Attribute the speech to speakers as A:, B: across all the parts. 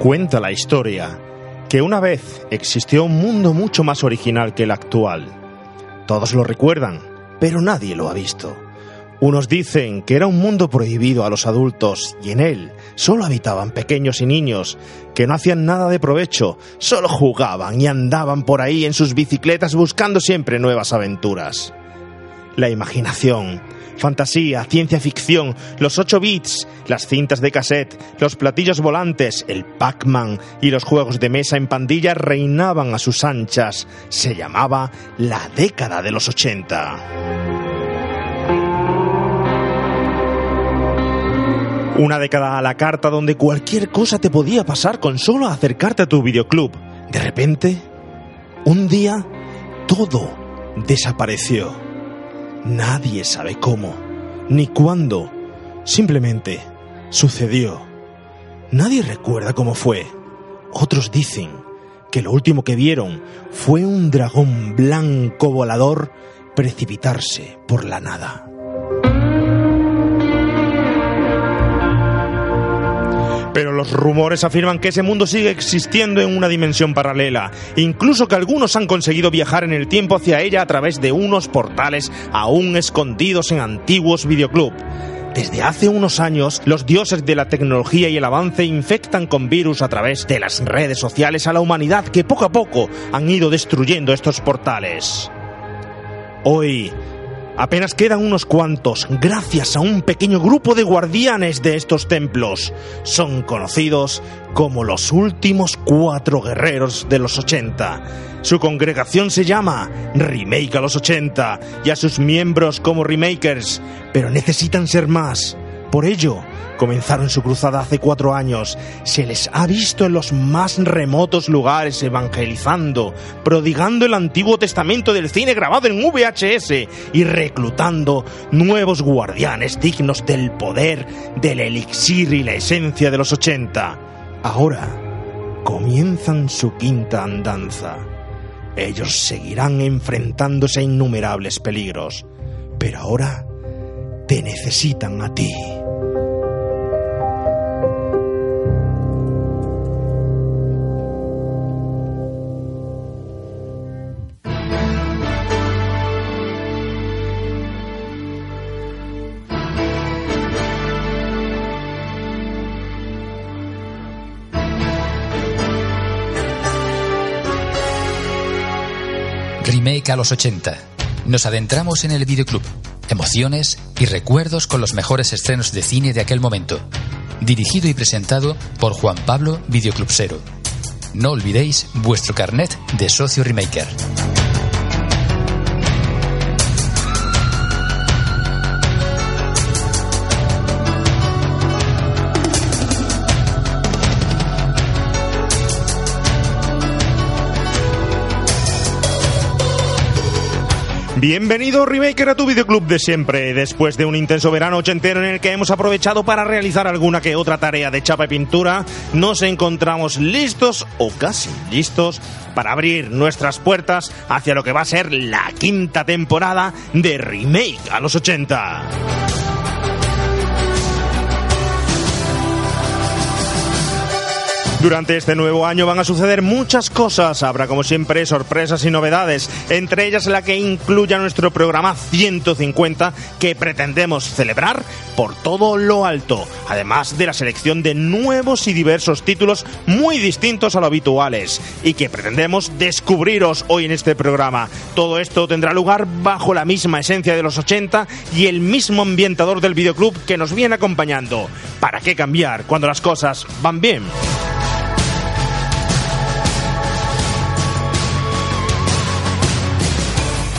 A: Cuenta la historia que una vez existió un mundo mucho más original que el actual. Todos lo recuerdan, pero nadie lo ha visto. Unos dicen que era un mundo prohibido a los adultos y en él solo habitaban pequeños y niños que no hacían nada de provecho, solo jugaban y andaban por ahí en sus bicicletas buscando siempre nuevas aventuras. La imaginación, fantasía, ciencia ficción, los 8 bits, las cintas de cassette, los platillos volantes, el Pac-Man y los juegos de mesa en pandilla reinaban a sus anchas. Se llamaba la década de los 80. Una década a la carta donde cualquier cosa te podía pasar con solo acercarte a tu videoclub. De repente, un día, todo desapareció. Nadie sabe cómo, ni cuándo. Simplemente sucedió. Nadie recuerda cómo fue. Otros dicen que lo último que vieron fue un dragón blanco volador precipitarse por la nada. Pero los rumores afirman que ese mundo sigue existiendo en una dimensión paralela, incluso que algunos han conseguido viajar en el tiempo hacia ella a través de unos portales aún escondidos en antiguos videoclub. Desde hace unos años, los dioses de la tecnología y el avance infectan con virus a través de las redes sociales a la humanidad que poco a poco han ido destruyendo estos portales. Hoy, Apenas quedan unos cuantos, gracias a un pequeño grupo de guardianes de estos templos. Son conocidos como los últimos cuatro guerreros de los 80. Su congregación se llama Remake a los 80 y a sus miembros como Remakers, pero necesitan ser más. Por ello, comenzaron su cruzada hace cuatro años. Se les ha visto en los más remotos lugares evangelizando, prodigando el Antiguo Testamento del cine grabado en VHS y reclutando nuevos guardianes dignos del poder, del elixir y la esencia de los 80. Ahora comienzan su quinta andanza. Ellos seguirán enfrentándose a innumerables peligros, pero ahora te necesitan a ti.
B: Remake a los 80. Nos adentramos en el videoclub, emociones y recuerdos con los mejores estrenos de cine de aquel momento. Dirigido y presentado por Juan Pablo Videoclubsero. No olvidéis vuestro carnet de socio remaker.
A: Bienvenido Remaker a tu videoclub de siempre. Después de un intenso verano ochentero en el que hemos aprovechado para realizar alguna que otra tarea de chapa y pintura, nos encontramos listos o casi listos para abrir nuestras puertas hacia lo que va a ser la quinta temporada de Remake a los 80. Durante este nuevo año van a suceder muchas cosas. Habrá, como siempre, sorpresas y novedades, entre ellas la que incluya nuestro programa 150 que pretendemos celebrar por todo lo alto, además de la selección de nuevos y diversos títulos muy distintos a lo habituales y que pretendemos descubriros hoy en este programa. Todo esto tendrá lugar bajo la misma esencia de los 80 y el mismo ambientador del videoclub que nos viene acompañando. ¿Para qué cambiar cuando las cosas van bien?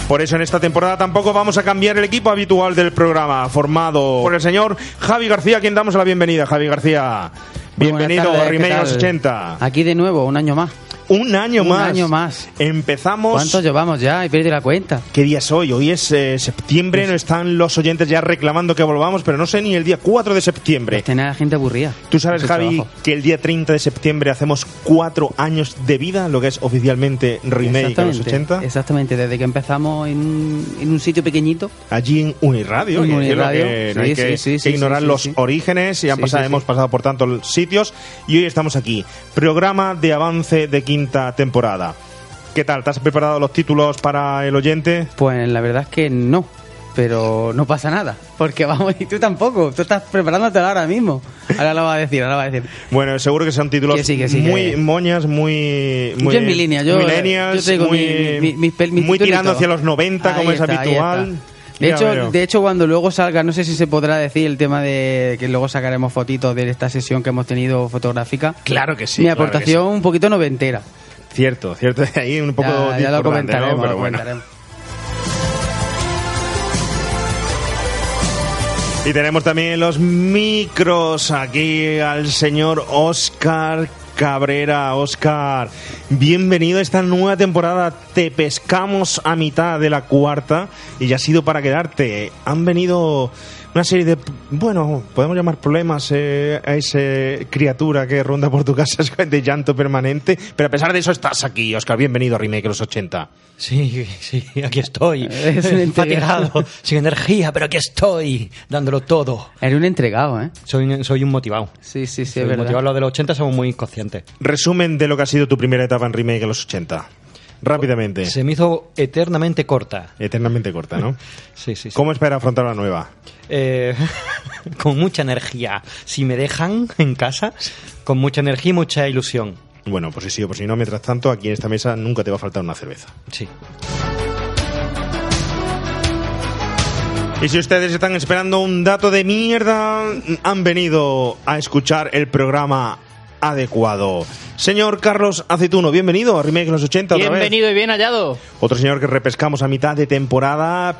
A: Por eso en esta temporada tampoco vamos a cambiar el equipo habitual del programa, formado por el señor Javi García, a quien damos la bienvenida. Javi García, bienvenido tardes, a Remake 80.
C: Aquí de nuevo, un año más.
A: Un año
C: Ah, Un
A: más.
C: año más.
A: Empezamos.
C: ¿Cuántos llevamos ya? He perdido la cuenta.
A: ¿Qué día es hoy? Hoy es eh, septiembre, no están los oyentes ya reclamando que volvamos, pero no sé ni el día 4 de septiembre.
C: Tener a la gente aburrida.
A: Eh. Tú sabes,
C: Mucho
A: Javi,
C: trabajo.
A: que el día 30 de septiembre hacemos cuatro años de vida, lo que es oficialmente remake de los 80,
C: Exactamente, desde que empezamos en un, en un sitio pequeñito.
A: allí en Uniradio.
C: En
A: y decirlo
C: Uniradio,
A: que no
C: sí,
A: hay que,
C: sí, sí,
A: que
C: sí,
A: ignorar
C: sí, sí,
A: los
C: sí.
A: orígenes y han
C: Sí,
A: pasado,
C: sí, sí.
A: hemos pasado por tantos sitios y hoy estamos aquí. Programa de avance de quinta temporada. ¿Qué tal? ¿Te has preparado los títulos para el oyente?
C: Pues la verdad es que no. Pero no pasa nada. Porque vamos, y tú tampoco. Tú estás preparándote ahora mismo. Ahora lo vas a decir, ahora lo vas a decir.
A: Bueno, seguro que son títulos
C: Que sí, que sí,
A: muy
C: que-
A: moñas, muy, muy
C: yo en mi línea, yo, eh,
A: millennials,
C: yo traigo
A: muy,
C: mi- mi- mis pel- mis
A: muy
C: títulos y
A: tirando
C: todo.
A: hacia los 90 como
C: Ahí
A: es
C: está, ahí
A: habitual.
C: está. De
A: Ya
C: hecho,
A: veo.
C: de hecho, cuando luego salga, no sé si se podrá decir el tema de que luego sacaremos fotitos de esta sesión que hemos tenido fotográfica.
A: Claro que sí,
C: Mi
A: claro que
C: aportación un poquito noventera.
A: cierto, cierto, ahí un poco
C: ya, ya
A: discordante,
C: lo
A: ¿no?
C: comentaremos,
A: pero
C: lo
A: bueno.
C: comentaremos.
A: Y tenemos también los micros aquí al señor Oscar Cabrera. Oscar, bienvenido a esta nueva temporada. Te pescamos a mitad de la cuarta y ya ha sido para quedarte. Han venido una serie de, bueno, podemos llamar problemas eh, a esa criatura que ronda por tu casa de llanto permanente. Pero a pesar de eso estás aquí, Oscar. Bienvenido a Remake los 80.
D: Sí, sí, aquí estoy.
C: Es un entregado.
D: Fatigado, sin energía, pero aquí estoy, dándolo todo.
C: Eres un entregado, ¿eh?
D: Soy, un- soy un motivado.
C: Sí, sí, sí, es
D: Soy un motivado.
C: verdad.
D: Los de los 80 somos muy inconscientes.
A: Resumen de lo que ha sido tu primera etapa en Remake en los 80. Rápidamente.
D: Se me hizo eternamente corta.
A: Eternamente corta, ¿no?
D: Sí, sí, sí.
A: ¿Cómo espera afrontar la nueva?
D: Eh, con mucha energía. Si me dejan en casa, con mucha energía y mucha ilusión.
A: Bueno, pues si sí o por si no, mientras tanto, aquí en esta mesa nunca te va a faltar una cerveza.
D: Sí.
A: Y si ustedes están esperando un dato de mierda, han venido a escuchar el programa adecuado. Señor Carlos Aceituno, bienvenido a Remake los 80 otra vez.
E: Bienvenido y bien hallado.
A: Otro señor que repescamos a mitad de temporada,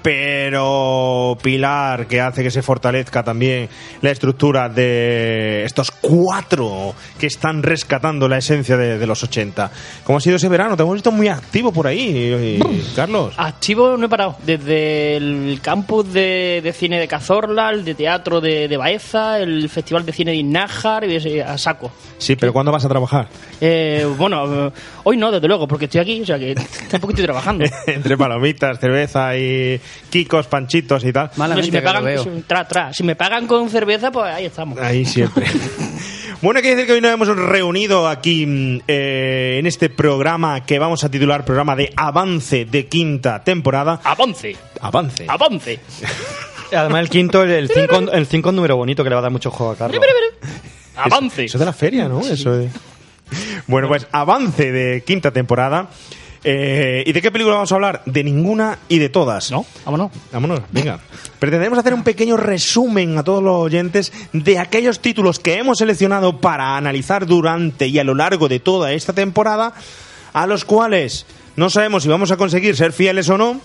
A: pero Pilar, que hace que se fortalezca también la estructura de estos cuatro que están rescatando la esencia de, de los 80. ¿Cómo ha sido ese verano? Te hemos visto muy activo por ahí, y- Carlos.
E: Activo no he parado. Desde el campus de, de cine de Cazorla, el de teatro de, de Baeza, el festival de cine de Innájar y ese- a saco.
A: Sí, pero ¿cuándo vas a trabajar?
E: Eh, bueno, eh, hoy no, desde luego, porque estoy aquí, o sea que tampoco estoy trabajando.
A: Entre palomitas, cerveza y kikos, panchitos y tal.
C: Mala
E: Pero
C: gente
E: si me
C: que lo
E: pagan,
C: veo.
E: si- tra, tra. Si me pagan con cerveza, pues ahí estamos.
A: Ahí siempre. bueno, hay que decir que hoy nos hemos reunido aquí mm, eh, en este programa que vamos a titular programa de avance de quinta temporada.
E: Avance,
A: Avance.
E: avance.
D: Además, el quinto, el- el 5 el cinco es un número bonito que le va a dar mucho juego a Carlos.
E: Avance.
A: Eso de la feria, ¿no? Eso de- Bueno, pues avance de quinta temporada. Eh, ¿Y de qué película vamos a hablar? De ninguna y de todas.
E: No, vámonos.
A: Vámonos, venga. Pretendemos hacer un pequeño resumen a todos los oyentes de aquellos títulos que hemos seleccionado para analizar durante y a lo largo de toda esta temporada, a los cuales no sabemos si vamos a conseguir ser fieles o no,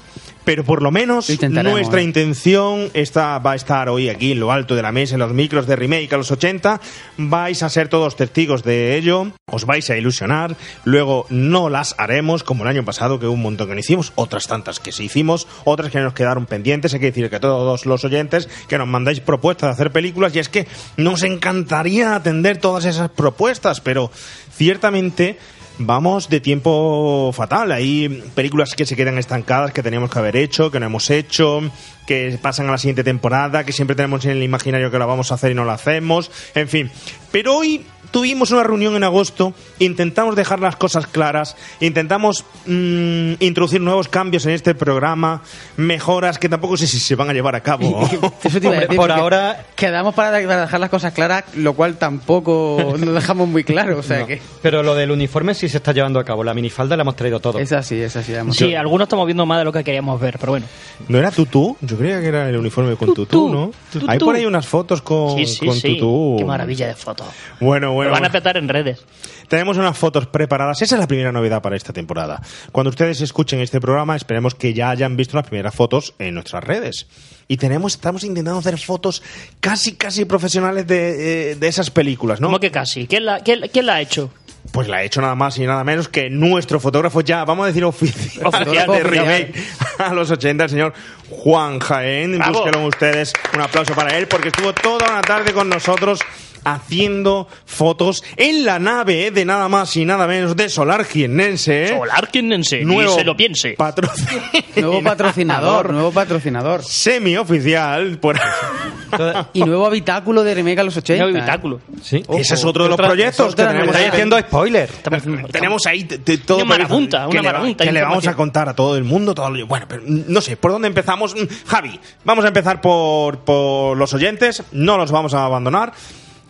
A: pero por lo menos
C: Lo intentaremos,
A: nuestra
C: eh.
A: intención está, va a estar hoy aquí en lo alto de la mesa, en los micros de Remake a los 80. Vais a ser todos testigos de ello, os vais a ilusionar. Luego no las haremos, como el año pasado, que hubo un montón que no hicimos, otras tantas que sí hicimos, otras que nos quedaron pendientes. Hay que decir que todos los oyentes que nos mandáis propuestas de hacer películas, y es que nos encantaría atender todas esas propuestas, pero ciertamente vamos de tiempo fatal. Hay películas que se quedan estancadas, que teníamos que haber hecho, que no hemos hecho, que pasan a la siguiente temporada, que siempre tenemos en el imaginario que la vamos a hacer y no la hacemos, en fin. Pero hoy tuvimos una reunión en agosto, intentamos dejar las cosas claras, intentamos mm, introducir nuevos cambios en este programa, mejoras que tampoco sé si se van a llevar a cabo.
C: Eso te iba a
D: Hombre,
C: decir,
D: por
C: porque
D: ahora-
C: Quedamos para para dejar las cosas claras, lo cual tampoco nos dejamos muy claro. O sea
D: No.
C: que.
D: Pero lo del uniforme sí se está llevando a cabo. La minifalda la hemos traído todo.
C: Es así, es así. vamos.
E: Sí, algunos estamos viendo más de lo que queríamos ver, pero bueno.
A: ¿No era tutú? Yo creía que era el uniforme con tutú,
E: Tutú,
A: ¿no?
E: tutú.
A: Hay por ahí unas fotos con,
E: Sí, sí,
A: Oh, con
E: sí.
A: tutú.
E: Qué maravilla de fotos.
A: Bueno, bueno.
E: Lo van a
A: bueno.
E: petar en redes.
A: Tenemos unas fotos preparadas. Esa es la primera novedad para esta temporada. Cuando ustedes escuchen este programa, esperemos que ya hayan visto las primeras fotos en nuestras redes. Y tenemos, estamos intentando hacer fotos casi, casi profesionales de, eh, de esas películas, ¿no?
E: ¿Cómo que casi? ¿Quién la, quién, quién la ha hecho?
A: Pues la ha hecho nada más y nada menos que nuestro fotógrafo ya, vamos a decir oficial,
E: Fotógrafo
A: de
E: oficial.
A: remake a los 80, el señor Juan Jaén.
E: Bravo.
A: Búsquelo ustedes. Un aplauso para él porque estuvo toda una tarde con nosotros haciendo fotos en la nave de nada más y nada menos de Solar Jiennense. ¿eh?
E: Solar Kindense, ni
A: Nuevo
E: se lo piense.
A: patrocinador
C: Nuevo patrocinador, nuevo patrocinador.
A: semioficial. Por...
D: Toda-
C: Y nuevo habitáculo de remake a los 80.
E: Nuevo
C: ¿eh?
E: habitáculo.
D: Sí.
A: Ese es otro de los
D: Otra-
A: proyectos que
C: otra
A: tenemos.
D: Estáis
C: novedad.
A: haciendo
D: haciendo spoiler.
E: Estamos haciendo-
A: Tenemos ahí t- t- todo.
E: Una marabunta,
A: que
E: una
A: le va-
E: marabunta,
A: Que le vamos a
E: información.
A: contar a todo el mundo. Todo lo- bueno, pero mm, no sé, ¿por dónde empezamos? Mm, Javi, vamos a empezar por, por los oyentes. No los vamos a abandonar.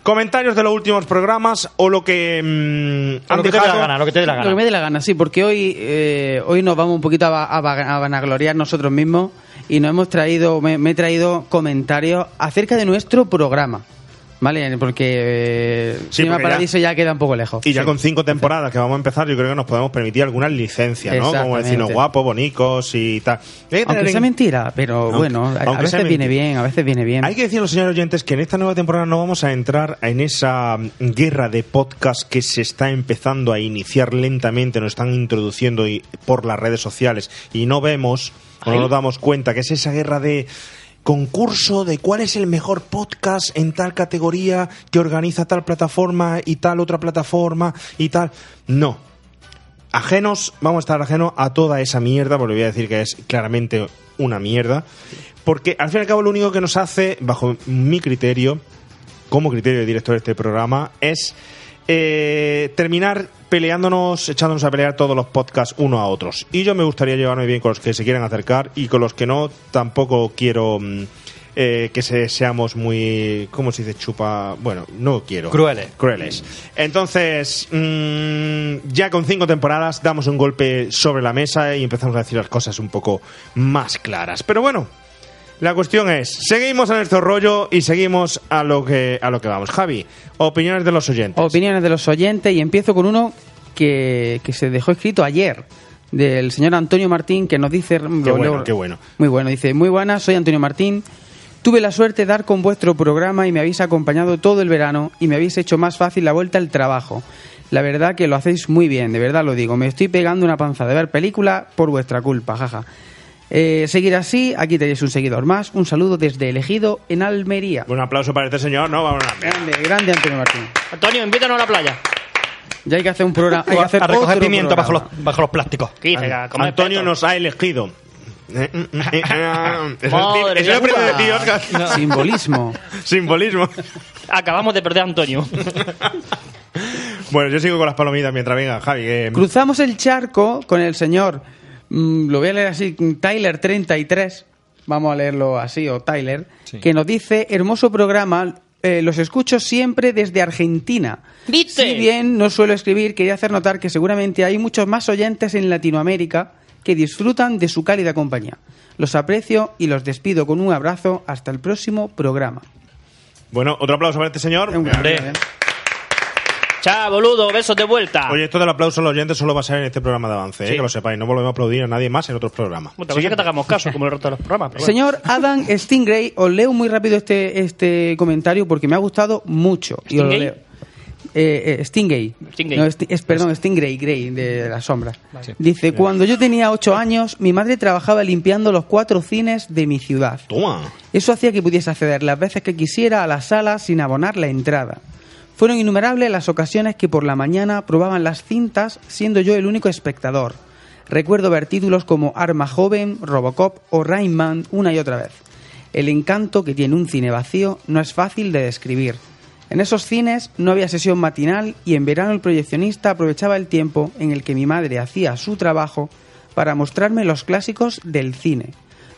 A: Comentarios de los últimos programas o lo que mm,
D: Lo
A: han
D: que te dé la
A: dejado.
D: gana, lo que te dé la
C: Lo que me
D: gana.
C: dé la gana, sí, porque hoy, eh, hoy nos vamos un poquito a, va- a va- a vanagloriar nosotros mismos y nos hemos traído, me, me he traído comentarios acerca de nuestro programa, ¿vale? Porque eh,
A: Sí,
C: Cinema
A: porque ya-
C: Paradiso ya... queda un poco lejos.
A: Y ya
C: Sí.
A: con cinco temporadas que vamos a empezar, yo creo que nos podemos permitir algunas licencias, ¿no? Como
C: Exactamente.
A: decirnos guapos, bonicos y tal. Hay que tener
C: Aunque sea
A: en-
C: mentira, pero
A: Aunque-
C: bueno, a- a
A: aunque sea
C: veces viene
A: mentira.
C: bien, a veces viene bien.
A: Hay que decir a los señores oyentes que en esta nueva temporada no vamos a entrar en esa mm, guerra de podcast que se está empezando a iniciar lentamente, nos están introduciendo y- por las redes sociales y no vemos o no
E: Ay.
A: nos damos cuenta que es esa guerra de concurso de cuál es el mejor podcast en tal categoría que organiza tal plataforma y tal otra plataforma y tal. No, ajenos, vamos a estar ajenos a toda esa mierda, porque voy a decir que es claramente una mierda. Porque al fin y al cabo lo único que nos hace, bajo mi criterio, como criterio de director de este programa, es eh, terminar peleándonos, echándonos a pelear todos los podcasts uno a otros. Y yo me gustaría llevarme bien con los que se quieran acercar y con los que no, tampoco quiero mm, eh, que se- seamos muy, ¿cómo se dice? Chupa, bueno, no quiero.
D: Crueles.
A: Crueles. Entonces, mm, ya con cinco temporadas damos un golpe sobre la mesa y empezamos a decir las cosas un poco más claras. Pero bueno, la cuestión es, seguimos a nuestro rollo y seguimos a lo que a lo que vamos. Javi, opiniones de los oyentes.
C: Opiniones de los oyentes y empiezo con uno que, que se dejó escrito ayer del señor Antonio Martín que nos dice... lo
A: bueno,
C: leo-
A: qué bueno.
C: Muy bueno, dice, muy buenas, soy Antonio Martín. Tuve la suerte de dar con vuestro programa y me habéis acompañado todo el verano y me habéis hecho más fácil la vuelta al trabajo. La verdad que lo hacéis muy bien, de verdad lo digo. Me estoy pegando una panza de ver película por vuestra culpa, jaja. Eh, seguir así, aquí tenéis un seguidor más. Un saludo desde Elegido en Almería.
A: Un aplauso para este señor, no vamos a
C: Grande, grande Antonio Martín.
E: Antonio, invítanos a la playa.
C: Ya hay que hacer un programa. Hay que hacer
D: a recoger
C: otro
D: pimiento bajo los,
C: programa.
D: bajo los plásticos.
E: ¿Qué dices? A comer
A: Antonio
E: peto.
A: nos ha elegido. Eh, eh, eh, eh, eh. Eso
E: Madre
A: es- eso lo aprendo de ti,
E: mía.
A: Oscar.
C: Simbolismo.
A: Simbolismo.
E: Acabamos de perder a Antonio.
A: Bueno, yo sigo con las palomitas mientras venga, Javi. que-
C: Cruzamos el charco con el señor, mm, lo voy a leer así, Tyler33, vamos a leerlo así, o Tyler,
D: Sí.
C: que nos dice, hermoso programa, eh, los escucho siempre desde Argentina.
E: ¿Viste?
C: Si bien no suelo escribir, quería hacer notar que seguramente hay muchos más oyentes en Latinoamérica que disfrutan de su cálida compañía. Los aprecio y los despido con un abrazo hasta el próximo programa.
A: Bueno, otro aplauso para este señor.
D: Hombre.
E: Chao, boludo, besos de vuelta.
A: Oye, esto del aplauso a los oyentes solo va a ser en este programa de avance, eh,
E: Sí.
A: que lo sepáis. No volvemos a aplaudir a nadie más en otros programas.
E: Bueno, te parece que te hagamos caso, como el resto de los programas. pero bueno.
C: Señor Adam Stingray, os leo muy rápido este, este comentario porque me ha gustado mucho. Y os lo
E: ¿Stingray?
C: leo. Eh, eh, Stingray.
E: Stingray.
C: No, Sti- es, perdón, Stingray Grey de las sombras. Dice, cuando yo tenía ocho años, mi madre trabajaba limpiando los cuatro cines de mi ciudad.
A: Toma.
C: Eso hacía que pudiese acceder las veces que quisiera a la sala sin abonar la entrada. Fueron innumerables las ocasiones que por la mañana probaban las cintas, siendo yo el único espectador. Recuerdo ver títulos como Arma Joven, Robocop o Rainman una y otra vez. El encanto que tiene un cine vacío no es fácil de describir. En esos cines no había sesión matinal y en verano el proyeccionista aprovechaba el tiempo en el que mi madre hacía su trabajo para mostrarme los clásicos del cine.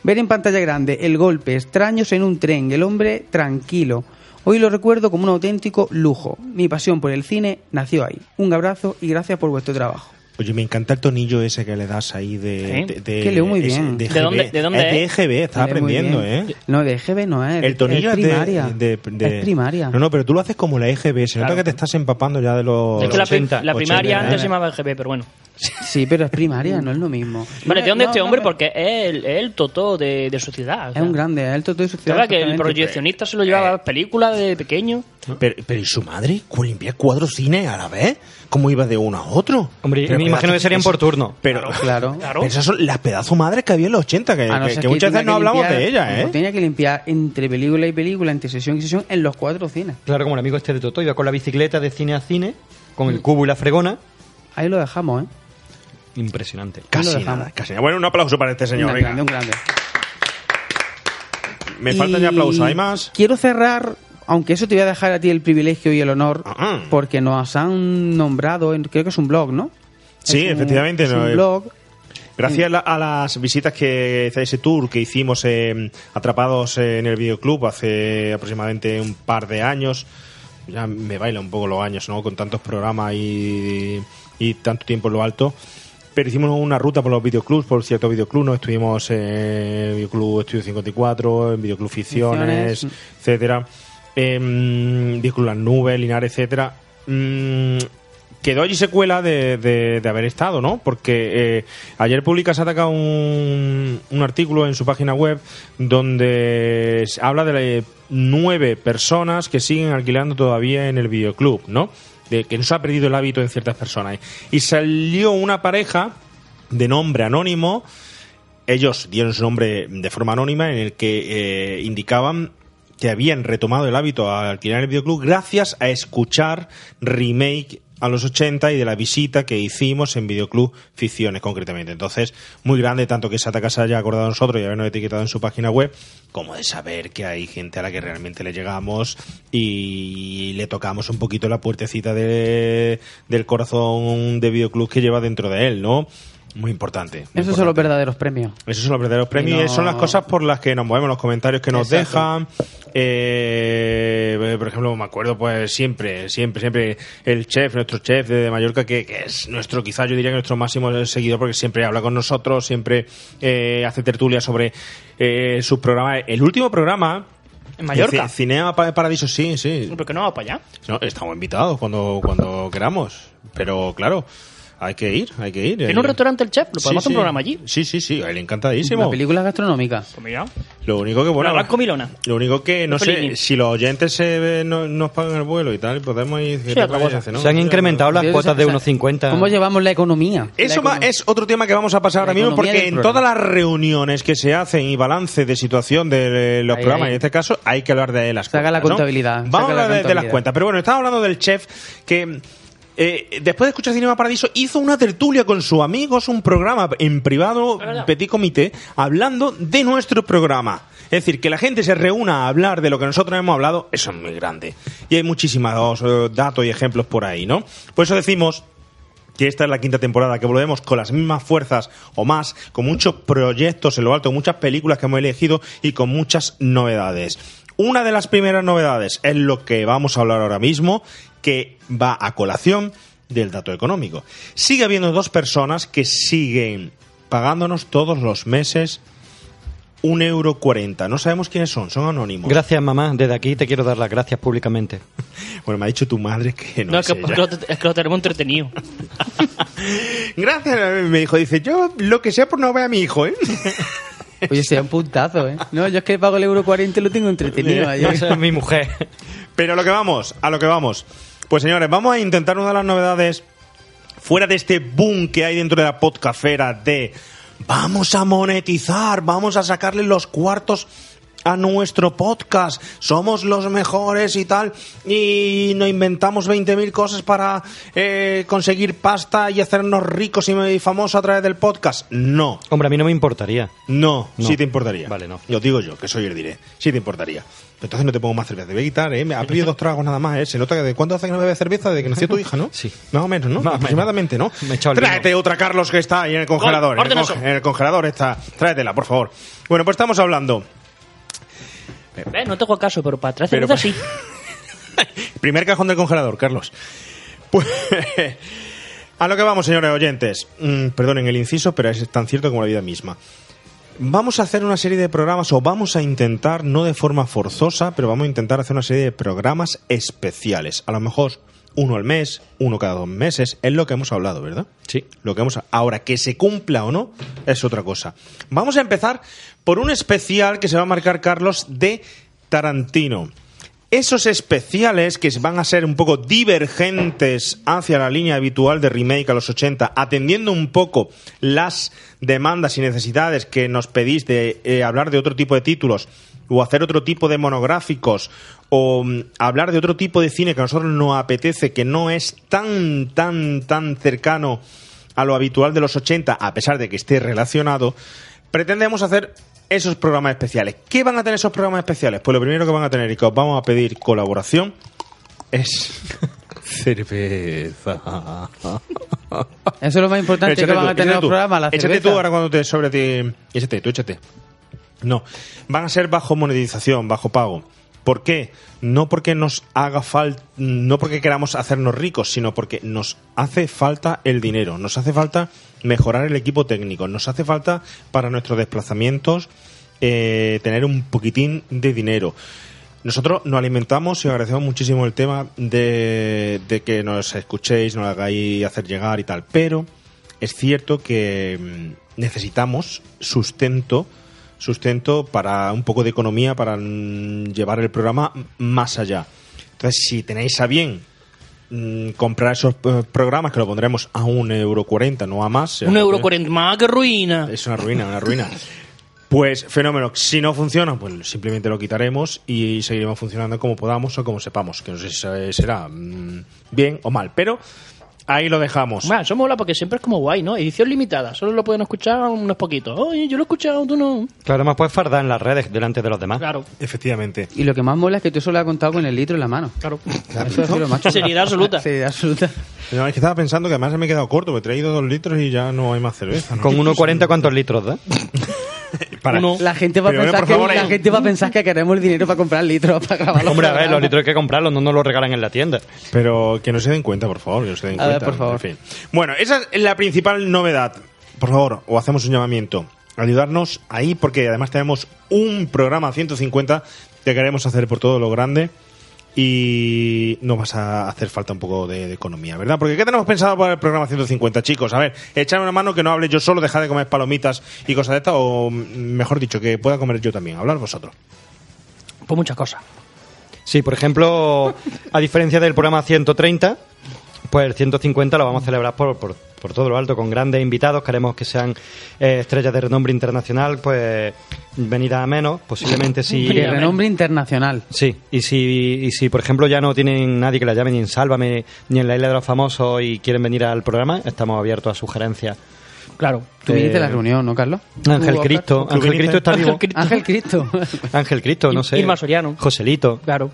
C: Ver en pantalla grande El golpe, Extraños en un tren, El hombre tranquilo. Hoy lo recuerdo como un auténtico lujo. Mi pasión por el cine nació ahí. Un abrazo y gracias por vuestro trabajo.
A: Oye, me encanta el tonillo ese que le das ahí de...
E: Sí.
A: de- de-
C: Que lee muy bien.
A: es
E: ¿De dónde-
A: GB.
E: de dónde es?
A: Es de EGB, estaba
C: Vale, muy
A: aprendiendo,
C: bien.
A: ¿eh?
C: No, de EGB no es.
A: El tonillo
C: es
A: es de-
C: primaria.
A: de, de-
C: Es primaria.
A: No, no, pero tú lo haces como la EGB. Se nota
E: Claro.
A: que te estás empapando ya de los.
E: Es que la, pri-
D: 80,
E: la primaria
A: 80,
E: antes se
A: ¿eh?
E: llamaba EGB, pero bueno.
C: Sí, pero es primaria, no es lo mismo.
E: Vale, ¿de dónde
C: No,
E: este
C: no,
E: hombre?
C: no.
E: Porque es el, es el totó de, de su ciudad. o
C: Es
E: sea.
C: un grande, es el Toto de su
E: ¿Te
C: ciudad,
E: acuerdas que el
C: exactamente.
E: proyeccionista se lo llevaba a las películas de pequeño?
A: Pero, pero ¿y su madre? ¿Limpia cuatro cines a la vez? ¿Cómo iba de uno a otro?
D: Hombre,
A: Pero
D: me
A: pedazo-
D: imagino que serían por turno.
A: Pero,
C: Claro.
E: Claro.
A: pero esas son las pedazos madres que había en los 80, que,
C: A no
A: que-
C: ser
A: que muchas
C: tenga
A: veces no
C: que
A: hablamos
C: limpiar-
A: de ella,
C: no,
A: ¿eh?
C: Tenía que limpiar entre película y película, entre sesión y sesión, en los cuatro cines.
D: Claro, como el amigo este de Toto iba con la bicicleta de cine a cine, con el cubo y la fregona.
C: Ahí lo dejamos, ¿eh?
D: Impresionante.
C: lo
A: Casi
C: dejamos.
A: nada, casi nada. Bueno, un aplauso para este señor.
C: un
A: venga.
C: grande, un grande.
A: Me faltan ya
C: Y
A: aplausos. ¿Hay más?
C: Quiero cerrar, aunque eso te voy a dejar a ti el privilegio y el honor,
A: Ah, ah.
C: porque nos han nombrado, en- creo que es un blog, ¿no?
A: Sí,
C: Es un-
A: efectivamente,
C: Es
A: no,
C: un
A: eh,
C: blog.
A: Gracias a, la- a las visitas que a ese tour que hicimos eh, atrapados eh, en el videoclub hace aproximadamente un par de años, ya me baila un poco los años, ¿no? Con tantos programas y, y tanto tiempo en lo alto. Pero hicimos una ruta por los videoclubs, por ciertos videoclubs, ¿no? Estuvimos en el videoclub Estudio 54, en videoclub Ficciones,
C: Ficciones.
A: etcétera. Em, videoclub Las Nubes, Linares, etcétera. Mm, quedó allí secuela de, de- de haber estado, ¿no? Porque eh, ayer Públicas ataca un, un artículo en su página web donde se habla de las nueve personas que siguen alquilando todavía en el videoclub, ¿no? De que no se ha perdido el hábito en ciertas personas. Y salió una pareja de nombre anónimo ellos dieron su nombre de forma anónima en el que eh, indicaban que habían retomado el hábito al alquilar el videoclub gracias a escuchar remake a los 80 y de la visita que hicimos en Videoclub Ficciones concretamente. Entonces, muy grande tanto que Sataka se haya acordado de nosotros y habernos etiquetado en su página web, como de saber que hay gente a la que realmente le llegamos y le tocamos un poquito la puertecita de- del corazón de Videoclub que lleva dentro de él, ¿no? Muy importante. muy
C: Esos son los
A: importante.
C: verdaderos premios.
A: Esos son los verdaderos premios.
C: no-
A: Son las cosas por las que nos movemos, los comentarios que nos
C: Exacto.
A: dejan. Eh, por ejemplo, me acuerdo, pues siempre, siempre, siempre el chef, nuestro chef de Mallorca, que, que es nuestro, quizá yo diría que nuestro máximo seguidor, porque siempre habla con nosotros, siempre eh, hace tertulia sobre eh, sus programas. El último programa.
E: ¿En Mallorca?
A: el Ci- Cinema Pa- Paradiso, sí, sí.
E: ¿Por qué no vamos para allá?
A: No, estamos invitados cuando, cuando queramos. Pero claro, hay que ir, hay que ir.
E: ¿En un restaurante el chef? ¿Lo podemos
A: Sí,
E: hacer un
A: sí.
E: programa allí?
A: Sí, sí, sí, a él
C: Una
A: encantadísimo.
C: película gastronómica.
E: Pues mira,
A: Lo único que bueno.
E: una banco milona.
A: Lo único que no sé,
E: Fellini.
A: si los oyentes se ven- no- nos pagan el vuelo y tal, podemos ir. ¿qué te
E: otra
A: parece?
E: cosa.
A: ¿No?
D: Se han incrementado las
C: Yo-
D: cuotas de
C: o sea,
D: 1,50.
C: ¿Cómo llevamos la economía?
A: Eso
C: La
A: va-
C: econo-
A: es otro tema que vamos a pasar
C: La
A: ahora mismo
C: economía
A: porque
C: del
A: en
C: programa.
A: todas las reuniones que se hacen y balance de situación de eh, los
C: Ahí,
A: programas,
C: ahí.
A: en este caso, hay que hablar de las
C: Saca
A: cuentas.
C: la
A: ¿no?
C: contabilidad,
A: Vamos a
C: saca la
A: hablar de- de, las
C: contabilidad.
A: cuentas. Pero bueno, estaba hablando del chef que. eh, después de escuchar Cinema Paradiso, hizo una tertulia con sus amigos, un programa en privado,
E: verdad.
A: Petit Comité, hablando de nuestro programa. Es decir, que la gente se reúna a hablar de lo que nosotros hemos hablado, eso es muy grande. Y hay muchísimos eh, datos y ejemplos por ahí, ¿no? Por eso decimos que esta es la quinta temporada, que volvemos con las mismas fuerzas o más, con muchos proyectos en lo alto, muchas películas que hemos elegido y con muchas novedades. Una de las primeras novedades es lo que vamos a hablar ahora mismo, que va a colación del dato económico. Sigue habiendo dos personas que siguen pagándonos todos los meses un euro cuarenta. No sabemos quiénes son, son anónimos.
D: Gracias, mamá. Desde aquí te quiero dar las gracias públicamente.
A: Bueno, me ha dicho tu madre que no,
E: No, es,
A: es
E: que,
A: ella.
E: es que lo, es que lo tenemos entretenido.
A: Gracias, me dijo, dice, yo lo que sea por no ver a mi hijo, ¿eh?
C: Oye, sería un puntazo, ¿eh? No, yo es que pago el euro 40 y lo tengo
A: Eh,
C: entretenido.
D: Esa
C: ayer.
D: es mi mujer.
A: Pero a lo que vamos, a lo que vamos. Pues señores, vamos a intentar una de las novedades fuera de este boom que hay dentro de la podcafera de vamos a monetizar, vamos a sacarle los cuartos a nuestro podcast, somos los mejores y tal, y nos inventamos 20.000 cosas para eh, conseguir pasta y hacernos ricos y famosos a través del podcast. No,
D: Hombre, a mí no me importaría.
A: no,
D: No.
A: sí te importaría.
D: Vale, no.
A: Lo digo yo, que soy el diré. Sí te importaría. Pero entonces no te pongo más cerveza. Te voy a quitar, ¿eh? Me ha pedido dos tragos nada más, ¿eh? Se nota que de cuándo hace que no bebe cerveza, desde que nació tu hija, ¿no?
D: Sí.
A: Más o menos, ¿no?
D: Más o menos.
A: Aproximadamente, ¿no?
D: Me he echado el
A: Tráete otra, Carlos, que está ahí en el congelador.
E: Gol,
A: en, el
E: orden eso.
A: en el congelador está. Tráetela, por favor. Bueno, pues estamos hablando.
E: Eh, no te hago caso, pero para atrás
A: Pero
E: cervezas
A: pa-
E: sí.
A: Primer cajón del congelador, Carlos. Pues. A lo que vamos, señores oyentes. Mm, perdonen el inciso, pero es tan cierto como la vida misma. Vamos a hacer una serie de programas, o vamos a intentar, no de forma forzosa, pero vamos a intentar hacer una serie de programas especiales. A lo mejor uno al mes, uno cada dos meses, es lo que hemos hablado, ¿verdad?
D: Sí.
A: Lo que hemos, ahora, que se cumpla o no, es otra cosa. Vamos a empezar por un especial que se va a marcar, Carlos, de Tarantino. Esos especiales que van a ser un poco divergentes hacia la línea habitual de remake a los 80, atendiendo un poco las demandas y necesidades que nos pedís de eh, hablar de otro tipo de títulos o hacer otro tipo de monográficos o mm, hablar de otro tipo de cine que a nosotros nos apetece, que no es tan, tan, tan cercano a lo habitual de los 80, a pesar de que esté relacionado, pretendemos hacer esos programas especiales. ¿Qué van a tener esos programas especiales? Pues lo primero que van a tener y que os vamos a pedir colaboración es...
D: Cerveza.
C: Eso es lo más importante que
A: Échate
C: van
A: tú,
C: a tener
A: échate
C: los
A: tú.
C: programas. La
A: Échate
C: cerveza.
A: tú ahora cuando te sobre ti. Échate, tú échate. No, van a ser bajo monetización, bajo pago. ¿Por qué? No porque nos haga falta, no porque queramos hacernos ricos, sino porque nos hace falta el dinero, nos hace falta mejorar el equipo técnico, nos hace falta para nuestros desplazamientos eh, tener un poquitín de dinero. Nosotros nos alimentamos y agradecemos muchísimo el tema de, de que nos escuchéis, nos hagáis hacer llegar y tal, pero es cierto que mm, necesitamos sustento, sustento para un poco de economía para mm, llevar el programa m- más allá. Entonces, si tenéis a bien mm, comprar esos eh, programas que lo pondremos a un euro cuarenta, no a más.
E: Un euro cuarenta más, que ruina.
A: Es una ruina, una ruina. Pues fenómeno, si no funciona, pues simplemente lo quitaremos y seguiremos funcionando como podamos o como sepamos, que no sé si se- será mm, bien o mal, pero ahí lo dejamos.
E: Bueno, eso mola porque siempre es como guay, ¿no? Edición limitada, solo lo pueden escuchar unos poquitos. Oye, yo lo he escuchado, tú no.
D: Claro, más puedes fardar en las redes delante de los demás.
E: Claro,
A: Efectivamente.
C: Y lo que más mola es que tú solo has contado con el litro en la mano.
E: claro.
C: Eso es lo macho.
E: Seriedad absoluta.
C: Seriedad absoluta.
A: No, es que estaba pensando que además me he quedado corto, me he traído dos litros y ya no hay más cerveza. ¿no?
D: Con 1,40 cuántos litros da?
A: Para-
E: uno.
C: La gente va a
A: Pero, bueno,
C: pensar
A: por
C: que
A: favor,
C: la
A: ahí-
C: gente va a pensar que queremos el dinero para comprar litros para grabar los
D: Hombre, a ver, los
C: programas.
D: litros hay que comprarlos, no nos los regalan en la tienda.
A: Pero que no se den cuenta, por favor, que no se den
C: A ver,
A: cuenta.
C: por favor.
A: En fin. Bueno, esa es la principal novedad. Por favor, o hacemos un llamamiento. Ayudarnos ahí, porque además tenemos un programa 150 que queremos hacer por todo lo grande. Y nos vas a hacer falta un poco de, de economía, ¿verdad? Porque ¿qué tenemos pensado para el programa 150, chicos? A ver, echadme una mano que no hable yo solo, dejad de comer palomitas y cosas de estas, o mm, mejor dicho, que pueda comer yo también, hablar vosotros.
E: Pues muchas cosas.
D: Sí, por ejemplo, a diferencia del programa 130, pues el 150 lo vamos a celebrar por, por, por todo lo alto, con grandes invitados. Queremos que sean eh, estrellas de renombre internacional, pues venir a menos, posiblemente si...
C: Y de renombre internacional.
D: Sí, y si, y si por ejemplo ya no tienen nadie que la llame ni en Sálvame ni en la Isla de los Famosos y quieren venir al programa, estamos abiertos a sugerencias.
E: Claro.
C: Tú
D: Eh,
C: viniste a la reunión, ¿no, Carlos?
E: Uh,
D: Ángel
C: Tú,
D: Cristo,
A: Oscar.
D: Ángel Cristo está
E: Ángel
D: vivo.
E: Cristo.
C: Ángel Cristo.
D: Ángel Cristo, no
E: Y-
D: sé.
E: Irma Soriano.
D: Joselito.
E: Claro.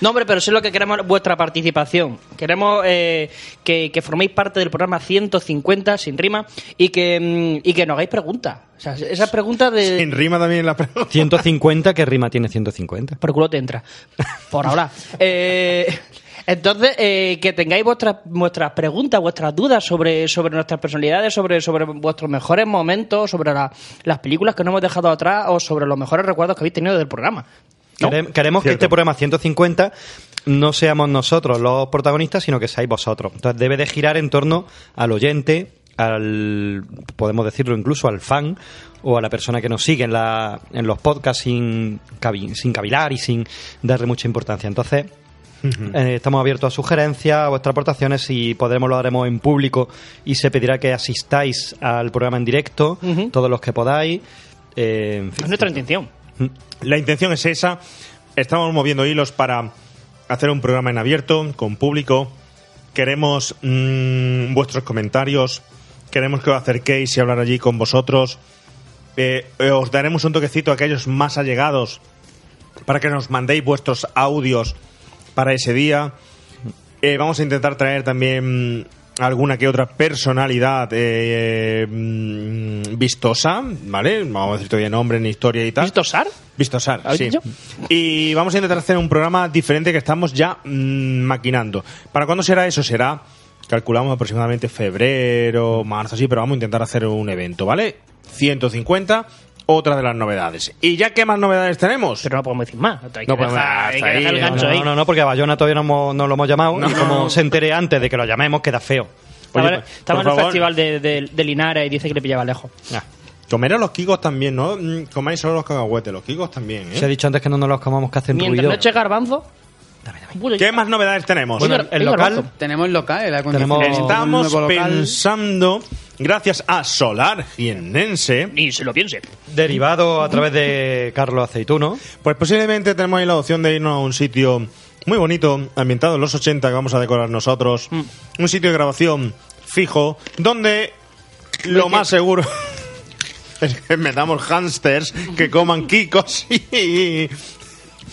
E: No, hombre, pero eso es lo que queremos, vuestra participación. Queremos eh, que, que forméis parte del programa 150, sin rima, y que, mm, y que nos hagáis preguntas. O sea, esas preguntas de...
C: Eh.
A: En rima también la pregunta.
D: 150, ¿qué rima tiene 150?
E: Por culo te entra. Por ahora. Eh, entonces, eh, que tengáis vuestras, vuestras preguntas, vuestras dudas sobre, sobre nuestras personalidades, sobre, sobre vuestros mejores momentos, sobre la- las películas que no hemos dejado atrás o sobre los mejores recuerdos que habéis tenido del programa. ¿No?
D: Quere- Queremos que
A: Cierto.
D: este programa 150 no seamos nosotros los protagonistas, sino que seáis vosotros. Entonces debe de girar en torno al oyente, al, podemos decirlo incluso, al fan o a la persona que nos sigue en, la, en los podcasts sin, cavi- sin cavilar y sin darle mucha importancia. Entonces, eh, estamos abiertos a sugerencias, a vuestras aportaciones y podremos lo haremos en público y se pedirá que asistáis al programa en directo,
E: Ujú.
D: todos los que podáis. eh, en fin.
E: Es nuestra intención.
A: La intención es esa. Estamos moviendo hilos para hacer un programa en abierto, con público. Queremos mm, vuestros comentarios. Queremos que os acerquéis y hablar allí con vosotros. Eh, eh, os daremos un toquecito a aquellos más allegados para que nos mandéis vuestros audios para ese día. Eh, vamos a intentar traer también mm, alguna que otra personalidad eh, mm, vistosa, ¿vale? No Vamos a decir todavía nombre ni historia y tal.
E: ¿Visto Sar?
A: Vistosar,
E: ¿Habéis
A: sí.
E: dicho?
A: Y vamos a intentar hacer un programa diferente que estamos ya mm, maquinando. ¿Para cuándo será eso? Será calculamos aproximadamente febrero, marzo, sí, pero vamos a intentar hacer un evento, ¿vale? 150, otra de las novedades. ¿Y ya qué más novedades tenemos?
E: Pero no podemos decir más. Hay que
A: No podemos-
E: dejar- hay
A: hasta
E: que dejar
A: ahí,
E: el
A: no,
E: gancho
D: No,
E: ahí.
D: no, no, no, porque a Bayona todavía no, hemos- no lo hemos llamado y como se entere antes de que lo llamemos queda feo. pues,
E: Estaba,
A: Oye,
E: estaba
A: por
E: en el
A: favor.
E: festival de, de- de Linares y dice que le pillaba lejos.
A: Ah, comeros los quicos también, ¿no? Mm, Comáis solo los cacahuetes, los quicos también, ¿eh?
D: Se ha dicho antes que no nos los comamos que hacen
E: Mientras
D: ruido.
E: no eche garbanzo. Uy,
A: ¿Qué más novedades tenemos?
E: Bueno,
D: el
E: Oye,
D: local
E: Garbanzo.
C: Tenemos local, el
D: Tenemos-
C: acondicionamiento de un
A: Estamos
C: nuevo local.
A: pensando, gracias a Solar Jiennense,
E: Ni se lo piense.
D: derivado a través de Carlos Aceituno.
A: pues posiblemente tenemos ahí la opción de irnos a un sitio muy bonito, ambientado en los 80, que vamos a decorar nosotros.
C: Mm.
A: Un sitio de grabación fijo, donde lo más seguro es que metamos hamsters que coman kikos y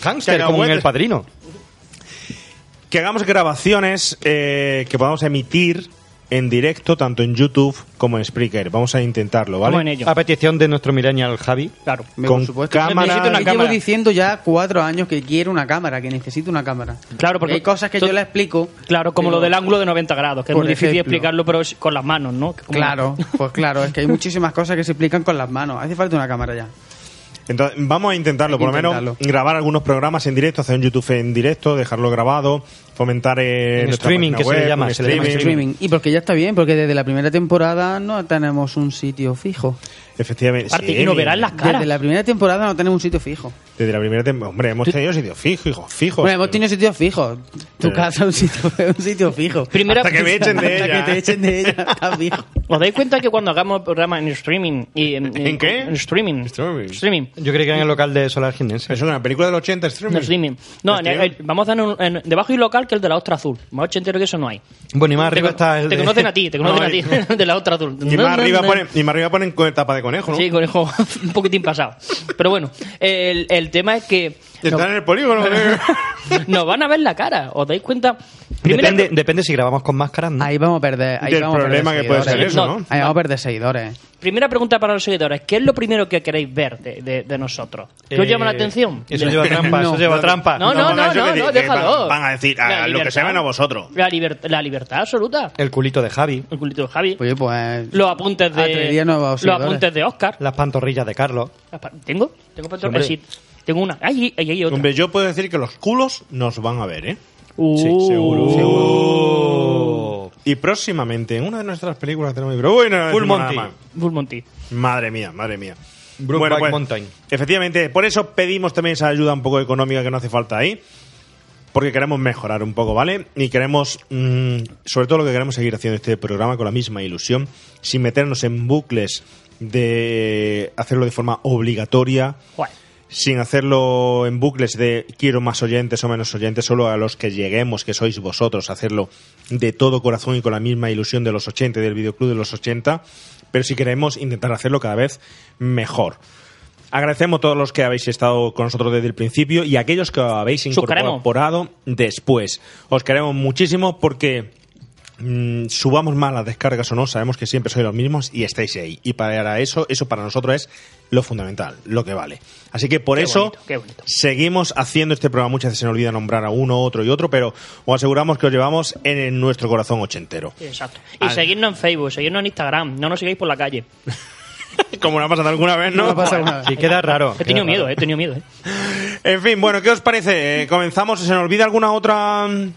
D: Hámster, como en
A: Cacahuete.
D: El Padrino.
A: que hagamos grabaciones eh, que podamos emitir en directo, tanto en YouTube como en Spreaker. Vamos a intentarlo, ¿vale?
E: Como en ello.
D: A petición de nuestro millennial Javi.
E: Claro.
C: Me-
A: Con
C: por supuesto.
A: cámaras-
C: Necesito una
A: Yo
C: Llevo
E: cámara.
C: diciendo ya cuatro años que quiero una cámara, que necesito una cámara.
E: Claro, porque
C: hay cosas que
E: tú-
C: yo le explico.
E: Claro, como
C: pero-
E: lo del ángulo de 90 grados, que es
C: Por
E: muy difícil
C: ejemplo.
E: explicarlo, pero es con las manos, ¿no? Que como-
C: Claro, pues claro, es que hay muchísimas cosas que se explican con las manos. Hace falta una cámara ya.
A: Entonces, vamos a intentarlo,
C: Hay que
A: por lo menos
C: intentarlo.
A: grabar algunos programas en directo, hacer un YouTube en directo, dejarlo grabado, fomentar eh,
D: En
A: nuestra
D: streaming,
A: página
D: que se le
A: web,
D: llama,
A: un
D: se le llama
A: streaming.
C: Streaming. Y porque ya está bien, porque desde la primera temporada no tenemos un sitio fijo.
A: Efectivamente.
E: Aparte,
A: sí,
E: y lo verás las caras.
C: Desde la primera temporada no tenemos un sitio fijo.
A: Desde la primera temporada. Hombre, hemos tenido sitios fijos, hijos, fijos.
C: Bueno, hemos tenido sitios fijos. Tu
A: Pero-
C: casa es un sitio, un sitio fijo.
E: Primera
A: Hasta que me echen de
C: Hasta
A: ella.
C: que te echen de ella, está fijo.
E: ¿Os dais cuenta que cuando hagamos programa en streaming y en,
A: ¿En qué?
E: En streaming.
A: Streaming.
E: Streaming.
D: Yo creí que en el local de Solar Ginense.
A: Es una película del 80 streaming.
E: No, streaming. No, en-
A: Streaming.
E: en- vamos a hacer un, en- debajo y local que el de la ostra azul. Más ochentero que eso no hay.
D: Bueno, y más arriba
E: te,
D: está el
E: te
D: de-
E: conocen a ti, te conocen
A: No,
E: a ti. de la ostra azul.
A: Y,
E: No,
A: más
E: no,
A: arriba
E: no.
A: ponen, y más arriba ponen con tapa de conejo, ¿no?
E: Sí, conejo, un poquitín pasado. Pero bueno, el, el tema es que.
A: Están en el polígono. ¿eh?
E: Nos van a ver la cara, ¿os dais cuenta? Primera-
D: Depende, depende si grabamos con máscaras. ¿no?
C: Ahí vamos a perder. Ahí
A: Del
C: vamos a perder
A: problema que puede ser
C: seguidores.
A: eso, ¿no?
C: Ahí vamos a perder seguidores.
E: Primera pregunta para los seguidores: ¿qué es lo primero que queréis ver de, de- de nosotros? ¿Qué os
D: Eh,
E: llama la atención?
D: Eso
E: De-
D: lleva trampa, eso
C: No.
D: lleva trampa.
E: No, no,
A: No,
E: no,
A: eso
E: no,
A: que di-
E: no,
A: que
E: déjalo.
A: van- van a decir,
E: La
A: "Hagan lo que
E: libertad.
A: se ven a vosotros".
E: La, liber- la libertad absoluta.
D: El culito de Javi,
E: El culito de Javi.
C: Oye, pues.
E: Los apuntes de.
C: Atrevería nuevos
E: Los
C: seguidores.
E: apuntes de Oscar.
D: las pantorrillas de Carlos.
E: ¿Tengo? ¿Tengo para otro?
D: Hombre.
E: Eh, sí, tengo una. Ahí ahí hay otra.
A: Hombre, yo puedo decir que los culos nos van a ver, ¿eh?
E: Uh.
A: Sí, seguro,
D: seguro.
A: Y próximamente, en una de nuestras películas tenemos... Pero bueno, no
D: Full
A: decimos nada
D: Monty.
A: más.
E: Bull Monty.
A: Madre mía, madre mía. pues,
D: Brokeback Mountain.
A: Efectivamente, por eso pedimos también esa ayuda un poco económica que no hace falta ahí. Porque queremos mejorar un poco, ¿vale? Y queremos, mm, sobre todo lo que queremos seguir haciendo este programa con la misma ilusión, sin meternos en bucles de hacerlo de forma obligatoria,
E: Joder.
A: sin hacerlo en bucles de quiero más oyentes o menos oyentes, solo a los que lleguemos, que sois vosotros, hacerlo de todo corazón y con la misma ilusión de los 80 y del videoclub de los 80, pero si queremos intentar hacerlo cada vez mejor. Agradecemos a todos los que habéis estado con nosotros desde el principio y a aquellos que habéis
E: queremos.
A: incorporado después. Os queremos muchísimo porque mm, subamos más las descargas o no, sabemos que siempre sois los mismos y estáis ahí. Y para eso, eso para nosotros es lo fundamental, lo que vale. Así que por
E: Qué
A: eso
E: bonito, qué bonito.
A: seguimos haciendo este programa. Muchas veces se nos olvida nombrar a uno, otro y otro, pero os aseguramos que os llevamos en nuestro corazón ochentero.
E: Exacto. Y
A: Ah.
E: seguirnos en Facebook, seguirnos en Instagram. No nos sigáis por la calle.
A: Como nos ha pasado alguna vez,
C: No
A: ¿no?
C: me pasa nada.
D: Sí, queda raro.
E: He tenido miedo, eh, he tenido miedo. eh.
A: En fin, bueno, ¿qué os parece? Eh, comenzamos. ¿Se nos olvida alguna otra mm,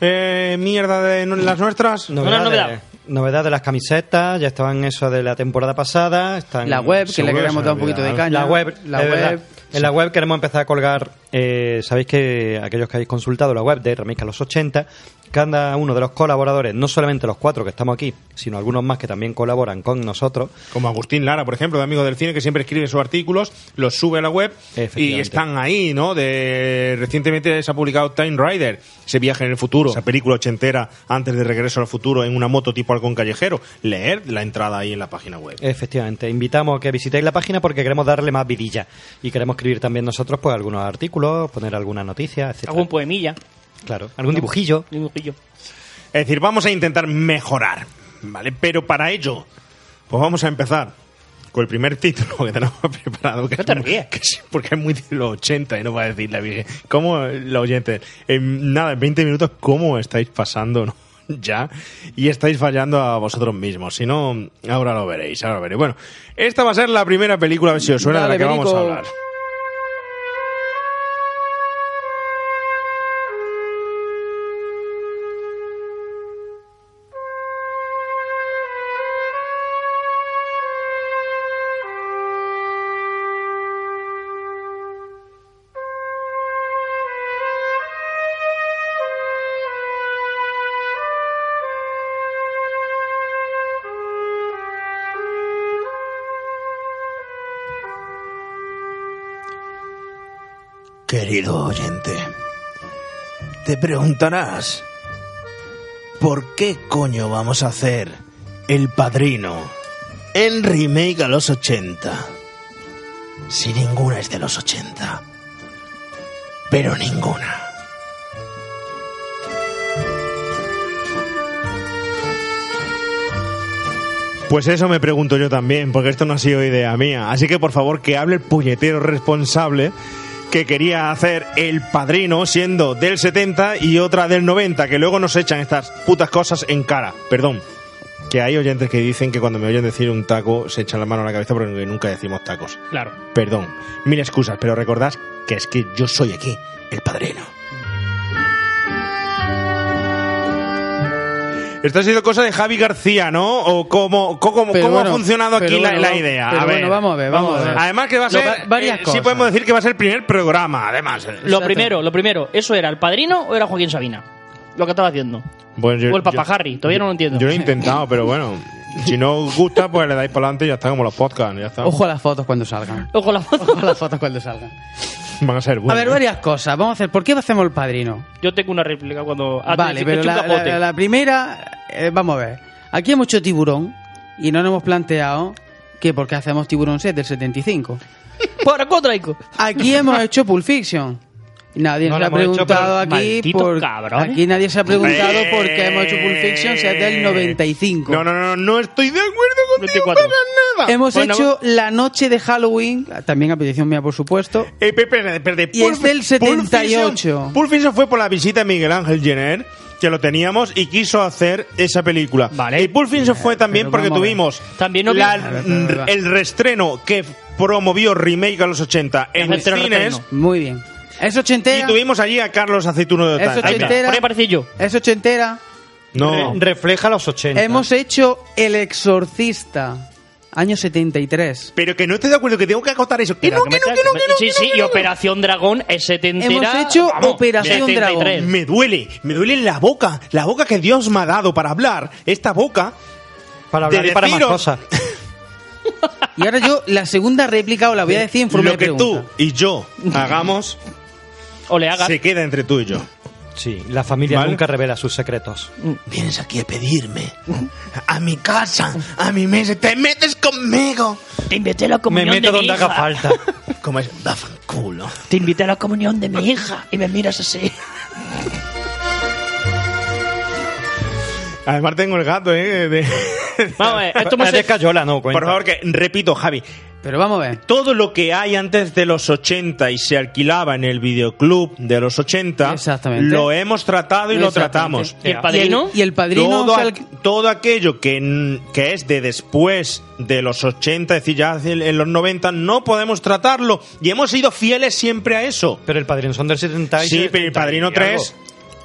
A: eh, mierda de no- las nuestras?
D: Novedad,
E: No, no, novedad.
D: De, novedad de las camisetas, ya estaban eso de la temporada pasada. Están
C: La web, que le
A: Seguro que se
C: queremos
A: me
C: dar un poquito
A: olvida.
C: de caña.
D: La web,
C: La
D: es verdad.
C: web.
D: En la web queremos empezar a colgar, eh, sabéis que aquellos que habéis consultado la web de Remezca los 80, cada uno de los colaboradores, no solamente los cuatro que estamos aquí, sino algunos más que también colaboran con nosotros,
A: Como Agustín Lara, por ejemplo, de Amigo del Cine, que siempre escribe sus artículos, los sube a la web y
D: Efectivamente.
A: están ahí, ¿no? De, recientemente se ha publicado Time Rider, ese viaje en el futuro, esa película ochentera antes de Regreso al Futuro en una moto tipo halcón callejero. Leer la entrada ahí en la página web.
D: Efectivamente, invitamos a que visitéis la página porque queremos darle más vidilla y queremos escribir también nosotros pues algunos artículos, poner alguna noticia, etcétera.
E: Algún poemilla,
D: claro, algún dibujillo.
E: un dibujillo.
A: Es decir, vamos a intentar mejorar, ¿vale? Pero para ello, pues vamos a empezar con el primer título que tenemos preparado. Que
E: No te
A: es muy-
E: ríes.
A: que es- porque es muy de los 80 y no Em, va a decir la Virgen. ¿Cómo, eh, los oyentes? En, nada, en 20 minutos, ¿cómo estáis pasando no? ya y estáis fallando a vosotros mismos. Si no, ahora lo veréis, ahora lo veréis. Bueno, esta va a ser la primera película, a ver si os suena,
C: Dale,
A: de la que vamos a
C: Benico.
A: hablar.
F: Querido oyente, te preguntarás, ¿por qué coño vamos a hacer El Padrino en remake a los 80? Si ninguna es de los 80, pero ninguna.
A: Pues eso me pregunto yo también, porque esto no ha sido idea mía. Así que por favor que hable el puñetero responsable que quería hacer el padrino siendo del 70 y otra del 90, que luego nos echan estas putas cosas en cara. Perdón. Que hay oyentes que dicen que cuando me oyen decir un taco se echan la mano a la cabeza porque nunca decimos tacos.
E: Claro.
A: Perdón, mil excusas, pero recordad que es que yo soy aquí, el padrino. Esto ha sido cosa de Javi García, ¿no? ¿O cómo, co- cómo,
C: Pero
A: cómo ha
C: bueno,
A: funcionado
C: pero
A: aquí la,
C: bueno,
A: la
C: vamos-
A: idea?
C: pero
A: a ver.
C: bueno, vamos a ver, vamos a ver.
A: Además que va a
C: Lo
A: ser,
C: va- varias
A: eh, sí
C: cosas.
A: podemos decir que va a ser el primer programa, además.
E: Lo primero, lo primero, ¿eso era el padrino o era Joaquín Sabina? Lo que estaba haciendo.
A: Bueno, yo-
E: o el Papa
A: yo-
E: Harry, todavía no lo entiendo.
A: Yo lo he intentado, pero bueno, si no os gusta, pues le dais para adelante y ya está, como los podcasts, ya está.
C: Ojo a las fotos cuando salgan.
E: Ojo la foto.
C: Ojo a las fotos cuando salgan.
A: Van a ser buenos.
C: a ver, varias cosas. Vamos a hacer. ¿Por qué hacemos el padrino?
E: Yo tengo una réplica cuando. Ah,
C: vale,
E: te- te
C: pero
E: chupa
C: la,
E: bote.
C: la- la primera, eh, vamos a ver. Aquí hay mucho tiburón y no nos hemos planteado que por qué hacemos tiburón 7 del 75.
E: Por acá traigo.
C: Aquí hemos hecho Pulp Fiction. Nadie nos
D: No lo
C: ha
D: hemos hecho,
C: preguntado
D: pero-
C: aquí
E: Malditos
C: por
E: cabrones.
C: aquí nadie se ha preguntado
A: Eh.
C: por qué hemos hecho Pulp Fiction si es del 95.
A: No, no, no, no estoy de acuerdo contigo
E: 24.
A: para nada.
C: Hemos
E: Bueno.
C: hecho la noche de Halloween, también a petición mía por supuesto.
A: Eh, pe- pe- pe- de
C: Y
A: Pulp-
C: es del
A: Pulp
C: 78.
A: Fiction- Pulp Fiction fue por la visita de Miguel Ángel Jenner, que lo teníamos, y quiso hacer esa película.
E: Vale.
A: Y Pulp Fiction fue también
C: Eh, pero
A: porque
C: vamos a ver.
A: tuvimos
E: También no vi-
A: la-
E: A
C: ver, pero, pero,
A: el restreno que promovió Remake a los 80 en
E: Es el
A: cines.
E: restreno.
C: Muy bien. Es
A: Y
C: ochentera.
A: tuvimos allí a Carlos Aceituno de
C: Es
A: Otaña.
E: Ahí está.
C: ochentera.
E: Por ahí aparecí yo.
C: Es ochentera.
A: No.
D: Re- refleja los 80.
C: Hemos hecho El Exorcista, año 73.
A: Pero que no estoy de acuerdo, que tengo que acotar eso. Que
E: Espera,
A: no,
E: que
A: que
E: me
A: no,
E: está-
A: que no,
E: me-
A: que no,
E: Sí,
A: que no,
E: sí,
A: que
E: y
A: no.
E: Operación Dragón es setentera.
C: Hemos hecho
E: vamos,
C: Operación
E: 73.
C: Dragón.
A: Me duele, me duele la boca, la boca que Dios me ha dado para hablar. Esta boca
D: para hablar
A: de
D: y para más
A: deciros-
D: cosas.
C: Y ahora yo la segunda réplica os la voy a decir en forma
A: lo
C: de
A: que tú
C: pregunta.
A: y yo hagamos
E: O le hagas.
A: se queda entre tú y yo.
D: Sí, la familia
A: Vale.
D: nunca revela sus secretos.
F: Vienes aquí a pedirme a mi casa, a mi mesa, te metes conmigo.
E: Te invité a la
D: Me
E: comunión
D: meto
E: de mi
D: donde haga
E: hija.
D: falta.
F: Como es, da culo.
E: Te invité a la comunión de mi hija y me miras así.
A: Además tengo el gato, eh. de- de-
E: Vamos a ver, esto me
D: Es de Cayola, no, cuenta.
A: Por favor, que repito, Javi.
C: Pero vamos a ver.
A: Todo lo que hay antes de los 80 y se alquilaba en el videoclub de los 80,
C: Exactamente.
A: lo hemos tratado y lo
C: Exactamente.
A: tratamos.
E: ¿Y el padrino?
C: Y el padrino.
A: todo,
C: o sea, el-
A: aqu- todo aquello que, n- que es de después de los 80, es decir, ya hace- en los 90, no podemos tratarlo. Y hemos sido fieles siempre a eso.
D: Pero el padrino son del 70 y
A: Sí, pero el
D: 70 y
A: Padrino
D: algo.
A: 3...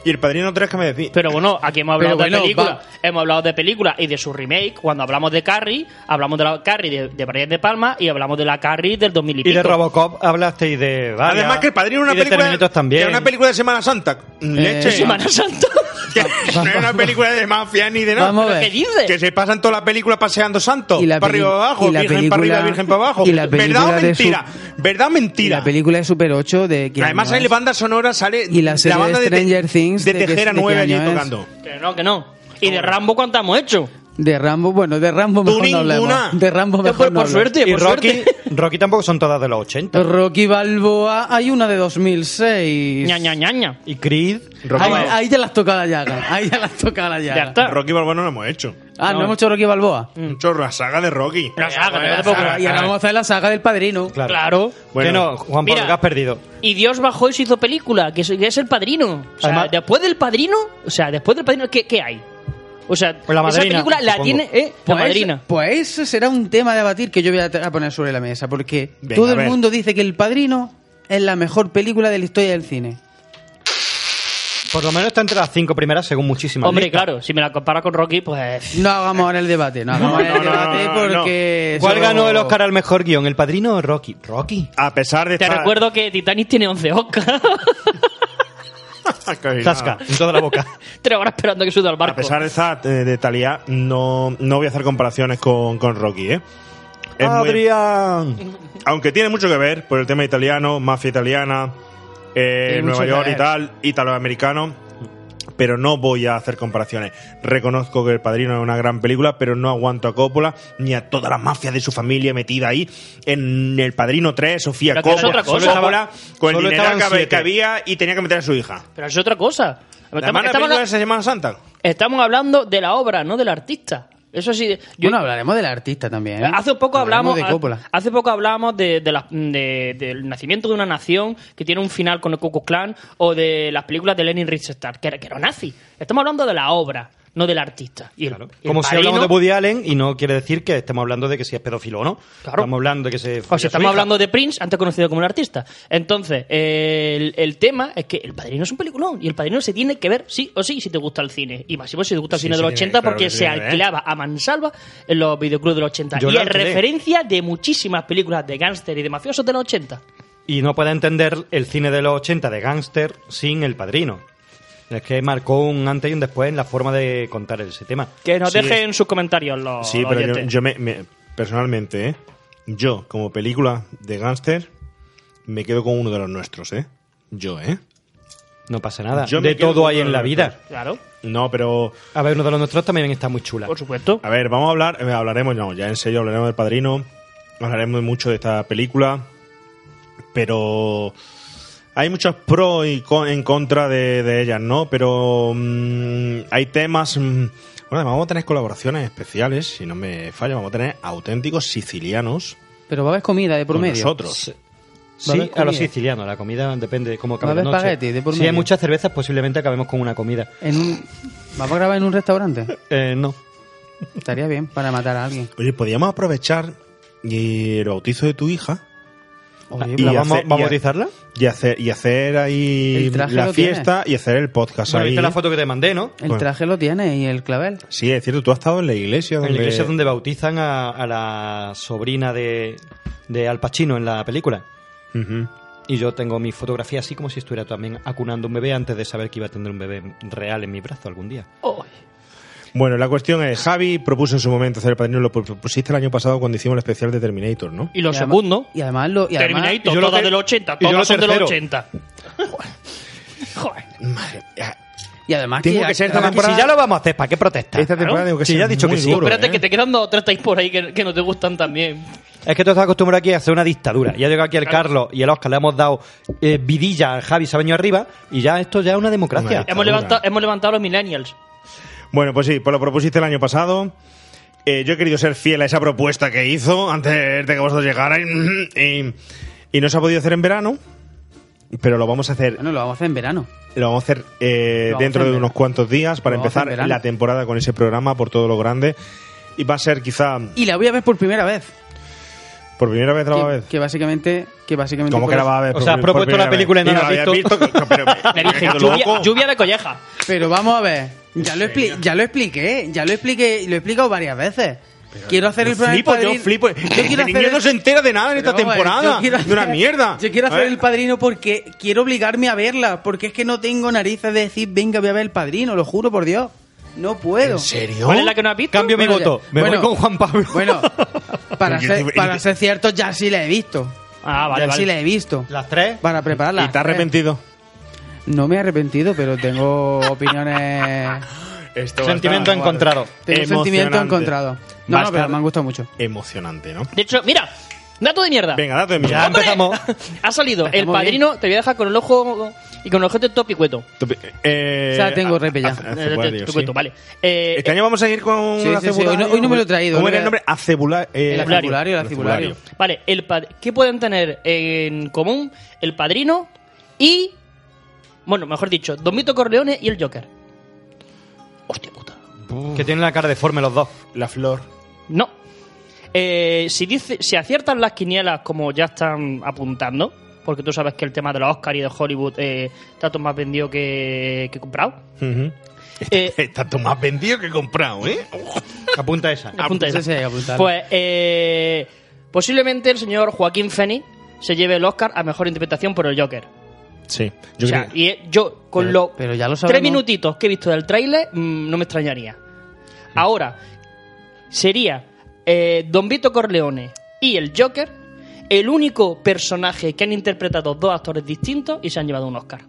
A: Y el Padrino 3 que me decís.
E: Pero bueno, aquí hemos hablado
C: Pero bueno,
E: de película.
C: va.
E: Hemos hablado de película y de su remake. Cuando hablamos de Carrie, hablamos de la Carrie de, de Brian de Palma y hablamos de la Carrie del 2000 y
D: Y
E: pico.
D: de Robocop hablaste y de. varias-
A: Además que el Padrino es una
D: y de
A: película
D: Terminator también.
A: que es una película de Semana Santa. Leche.
E: Semana Santa.
A: Que no es una película de mafia ni de nada.
C: Vamos a
E: ¿Pero
C: ver.
E: qué dices?
A: Que se pasan toda la película paseando santo.
C: Y la
A: para
C: peli-
A: arriba abajo,
C: y la
A: virgen para
C: película-
A: arriba, virgen para abajo.
C: y la película
A: ¿Verdad o
C: de su-
A: mentira? ¿Verdad o
C: y
A: mentira?
C: la película de Super 8 de que
A: Además, hay banda sonora, sale
C: Y la serie
A: banda
C: de
A: Te-
C: Stranger Things,
A: de
C: ¿de qué-
A: Tejera
C: de qué
A: 9 allí
C: año es?
A: tocando.
E: Que no, que no. ¿Y de Rambo cuánto hemos hecho?
C: De Rambo, bueno, de Rambo
A: Tú
C: mejor no hablemos.
A: ninguna.
C: De Rambo
E: Yo,
C: mejor
E: por-
C: no
E: por
C: hablemos.
E: suerte,
D: Y
E: por
D: Rocky,
E: suerte.
D: Rocky tampoco son todas de los 80.
C: Rocky Balboa, hay una de 2006.
E: Ña, ña, ña, ña.
D: Y Creed, Rocky
C: Ahí,
D: Balboa.
C: ahí te las toca la llaga. Ahí te las toca la llaga.
E: Ya está.
A: Rocky Balboa no lo hemos hecho.
C: Ah, no. hemos hecho Rocky Balboa. Ah,
A: Hemos hecho la saga de Rocky.
E: La saga, no te
C: Y ahora vamos a
E: preocupes.
C: hacer la saga del padrino.
D: Claro.
E: Claro.
A: Bueno.
D: Que no, Juan Pablo,
E: Mira.
D: que has perdido.
E: Y Dios bajó y se hizo película, que es, que es el padrino. O sea,
D: Además-
E: después del padrino, o sea, después del padrino, ¿qué, qué hay? O sea,
D: Pues la
E: esa
D: madrina,
E: película la
D: supongo.
E: tiene eh, la
C: Pues,
E: madrina.
C: pues ese será un tema de abatir que yo voy a te- a poner sobre la mesa, porque
A: Venga,
C: todo
A: a
C: el
A: ver.
C: mundo dice que El Padrino es la mejor película de la historia del cine.
D: Por lo menos está entre las cinco primeras, según muchísimas
E: Hombre,
D: listas.
E: claro, si me la compara con Rocky, pues.
C: No hagamos ahora el debate, no hagamos ahora el
A: No, no, no,
C: debate
A: no, no.
C: porque...
D: ¿Cuál
C: eso-
D: ganó el Oscar al mejor guión, El Padrino o Rocky? Rocky.
A: A pesar de
E: Te
A: estar...
G: Ah.
E: recuerdo que Titanic tiene 11 Oscar.
A: Casi nada.
D: Zasca, en toda la boca.
E: Tres horas esperando que suba al barco.
A: A pesar de esta eh, de Thalía, no, no voy a hacer comparaciones con, con Rocky, ¿eh? Es muy-
D: Adrián.
A: aunque tiene mucho que ver por el tema italiano, mafia italiana, eh,
E: Tiene mucho
A: Nueva
E: que
A: York y
E: ver.
A: tal, italoamericano, pero no voy a hacer comparaciones. Reconozco que El Padrino es una gran película, pero no aguanto a Coppola ni a toda la mafia de su familia metida ahí en El Padrino 3, Sofía
E: Pero que
A: Coppola,
E: es otra cosa.
A: Solo Coppola con el
D: Solo
A: dinero
D: estaban
A: que, había-
D: siete.
A: que había y tenía que meter a su hija.
E: Pero es otra cosa.
A: Además,
E: Estamos,
A: la
E: estamos-
A: película se llama Santa.
E: estamos hablando de la obra, no del artista. Eso sí. yo-
C: Bueno, hablaremos del artista también. ¿eh?
E: Hace poco
C: Hablaremos
E: hablamos
C: de Coppola.
E: Hace poco hablamos de, de la- de- del nacimiento de una nación que tiene un final con el Ku Klux Klan o de las películas de Lenin Riefenstahl, que era, que era nazi. Estamos hablando de la obra, no del artista. Y el- y el
D: Como si hablamos de
E: padrino-
D: Woody Allen y no quiere decir que estemos hablando de que si es pedófilo o no.
E: Claro.
D: Estamos hablando de que se.
E: O sea, estamos hablando de Prince, antes conocido como un artista. Entonces, eh, el, el tema es que El Padrino es un peliculón y El Padrino se tiene que ver sí o sí si te gusta el cine. Y más si te gusta el
A: Sí,
E: cine
A: se
E: de los
A: tiene-
E: 80
A: claro
E: porque
A: que se
E: se
A: tiene que ver. ¿eh?
E: alquilaba a mansalva en los videoclubs de los 80.
D: Yo
E: y
D: lo
E: es
D: alquilé.
E: referencia de muchísimas películas de gángster y de mafiosos de los 80.
D: Y no puede entender el cine de los 80 de gángster sin El Padrino. Es que marcó un antes y un después en la forma de contar ese tema.
E: Que nos
A: Sí,
E: dejen sus comentarios los,
A: Sí,
E: los
A: pero yo,
E: oyentes.
A: yo me, me- personalmente, ¿eh? yo como película de gángster me quedo con uno de los nuestros, ¿eh? Yo, ¿eh?
D: No pasa nada.
A: Yo me
D: de
A: quedo
D: todo
A: con
D: hay en la vida.
E: Claro,
A: No, pero
D: A ver, uno de los nuestros también está muy chula.
E: por supuesto.
A: a ver, vamos a hablar, eh, hablaremos, no, ya en serio hablaremos del Padrino, hablaremos mucho de esta película, pero hay muchos pros y con- en contra de, de ellas, ¿no? Pero mm, hay temas. mm, bueno, además vamos a tener colaboraciones especiales, si no me falla, vamos a tener auténticos sicilianos
C: Pero va a haber comida de por
A: con
C: medio.
A: nosotros.
C: Va a haber
D: Sí, a los
C: comida.
D: sicilianos. La comida depende de cómo
C: Va a
D: acabe la
C: haber
D: noche.
C: espagueti de por
D: si
C: medio.
D: hay muchas cervezas, posiblemente acabemos con una comida.
C: En un... ¿Vamos a grabar en un restaurante?
D: Eh, no.
C: Estaría bien para matar a alguien.
A: Oye, podríamos aprovechar y el bautizo de tu hija
C: Oye,
A: Y
D: ¿La
A: hace-
D: Ah, vamos,
A: y
D: ¿Vamos a
A: ha-
D: bautizarla?
A: y hacer, y hacer ahí
C: El traje
A: la
C: lo tiene.
A: fiesta y hacer el podcast
D: Bueno,
A: ahí.
D: viste la foto que te mandé, ¿no?
C: el traje lo tiene y el clavel.
A: Sí, es cierto, tú has estado en la iglesia donde...
D: En la iglesia donde bautizan a, a la sobrina de, de Al Pacino en la película.
A: Ujú.
D: Y yo tengo mi fotografía así como si estuviera también acunando un bebé antes de saber que iba a tener un bebé real en mi brazo algún día.
E: Oh,
A: Bueno, la cuestión es, Javi propuso en su momento hacer el padrino, lo propusiste el año pasado cuando hicimos el especial de Terminator, ¿no?
E: y lo
C: Y además-
E: segundo,
C: Y además lo... Y además,
E: Terminator,
D: y yo lo
E: todas
D: ter-
E: del 80,
D: y yo lo
E: todas son del
D: tercero.
E: 80. Joder.
A: Madre, ah,
C: y además
A: Tengo que ser
D: Esta
A: Esta
D: temporada-
A: temporada-
D: Si ya lo vamos a hacer, ¿para qué protestar?
A: esta temporada tengo que
D: Si
A: ser
D: ya ha dicho
A: muy
D: que sí.
A: duro,
E: Espérate,
A: ¿eh?
E: que te quedan dos o tres tais por ahí que, que no te gustan también.
D: Es que tú estás acostumbrado aquí a hacer una dictadura. Ya llegó aquí el Carlos y el Oscar, le hemos dado eh, vidilla al Javi, se ha venido arriba y ya esto ya es una democracia.
A: Hombre.
E: Hemos
A: Dictadura.
E: levantado, hemos levantado a los millennials.
A: Bueno, pues sí, pues lo propusiste el año pasado. Eh, yo he querido ser fiel a esa propuesta que hizo antes de que vosotros llegarais. Y, y no se ha podido hacer en verano, pero lo vamos a hacer
C: Bueno, lo vamos a hacer en verano.
A: Lo vamos a hacer eh,
C: Lo vamos
A: dentro
C: a hacer en
A: de unos
C: verano.
A: cuantos días para
C: Lo vamos a hacer
A: empezar
C: en verano.
A: la temporada con ese programa por todo lo grande. Y va a ser quizá
C: Y la voy a ver por primera vez.
A: por primera vez la va a
C: que,
A: ver.
C: que básicamente que básicamente
A: ¿Cómo
C: por
A: que la
C: eso-
A: va a ver?
D: O sea, has
A: Por-
D: propuesto
A: por
D: la
A: primera
D: película y no
A: vez.
D: la has
A: habías
D: visto.
A: visto, pero-
E: Le dije,
A: pero-
E: lluvia,
A: Ah, loco.
E: lluvia de colleja.
C: pero vamos a ver ya lo, expli- ya lo expliqué ya lo expliqué y lo he explicado varias veces quiero hacer el programa del
A: Flipo, yo
C: padrino-
A: flipo.
C: quiero
A: El
C: hacer
A: niño
C: el-
A: no se entera de nada en esta
C: Pero vamos a ver,
A: temporada.
C: yo quiero
A: De una
C: hacer-
A: mierda.
C: Yo quiero
A: A
C: hacer
A: ver.
C: el padrino porque quiero obligarme a verla. Porque es que no tengo narices de decir, venga, voy a ver el padrino, lo juro por Dios. No puedo.
A: ¿En serio?
E: ¿Cuál es la que no has visto?
D: Cambio mi
C: Bueno, ya-
D: voto. Me
C: bueno,
D: voy con Juan Pablo.
C: Bueno, para,
A: Yo
C: ser,
A: te-
C: para ser cierto, ya sí la he visto.
E: Ah, vale,
C: ya sí
E: vale.
C: la he visto.
D: Las tres.
C: Para prepararla. Eh,
A: ¿Y te has arrepentido?
C: No me he arrepentido, pero tengo opiniones.
A: Esto va a
D: Sentimiento
A: estar-
D: encontrado.
C: Tengo un sentimiento
A: Emocionante.
C: encontrado.
A: Va
C: No,
A: a
C: no, pero
A: estar
C: me han gustado mucho.
A: Emocionante, ¿no?
E: De hecho, mira, dato de mierda.
A: Venga, date mi.
D: Ya empezamos.
E: Ha salido. El
C: Estamos
E: padrino te voy a dejar con el ojo y con el ojete todo picueto.
A: Eh,
C: Ya tengo
A: a-
C: repe ya.
A: a- a-
E: Eh,
A: Bueno,
E: te-
A: sí.
E: picueto, vale. Eh,
A: Este año vamos a ir con
C: Sí,
A: la
C: sí, sí.
A: cebulario.
C: Hoy no- hoy no me lo he traído.
A: ¿Cómo
C: Hoy
A: era el
C: me-
A: nombre? Acebula, eh,
C: El acebulario, el acebulario.
A: acebulario.
E: Vale, el pad- ¿qué pueden tener en común el padrino y. Bueno, mejor dicho, Domito Corleone y el Joker? Hostia puta.
D: Que tienen la cara deforme los dos.
A: La flor.
E: No. Eh, si, dice, si aciertan las quinielas como ya están apuntando, porque tú sabes que el tema de los Oscar y de Hollywood eh, tanto más vendido que, que comprado. Eh,
A: Tanto más vendido que comprado, ¿eh?
D: Apunta esa.
E: apunta
C: Eso
E: eso.
C: sí Ah, hay que apuntarlo.
E: Pues eh, posiblemente el señor Joaquín Feni se lleve el Oscar a mejor interpretación por el Joker.
A: Sí. Yo
E: Yo o sea,
A: creo-
E: y eh, yo con
C: Pero-
E: lo
C: pero ya lo
E: tres
C: sabemos.
E: minutitos que he visto del tráiler mm, no me extrañaría. Ahora sería eh, Don Vito Corleone y el Joker el único personaje que han interpretado dos actores distintos y se han llevado un Oscar.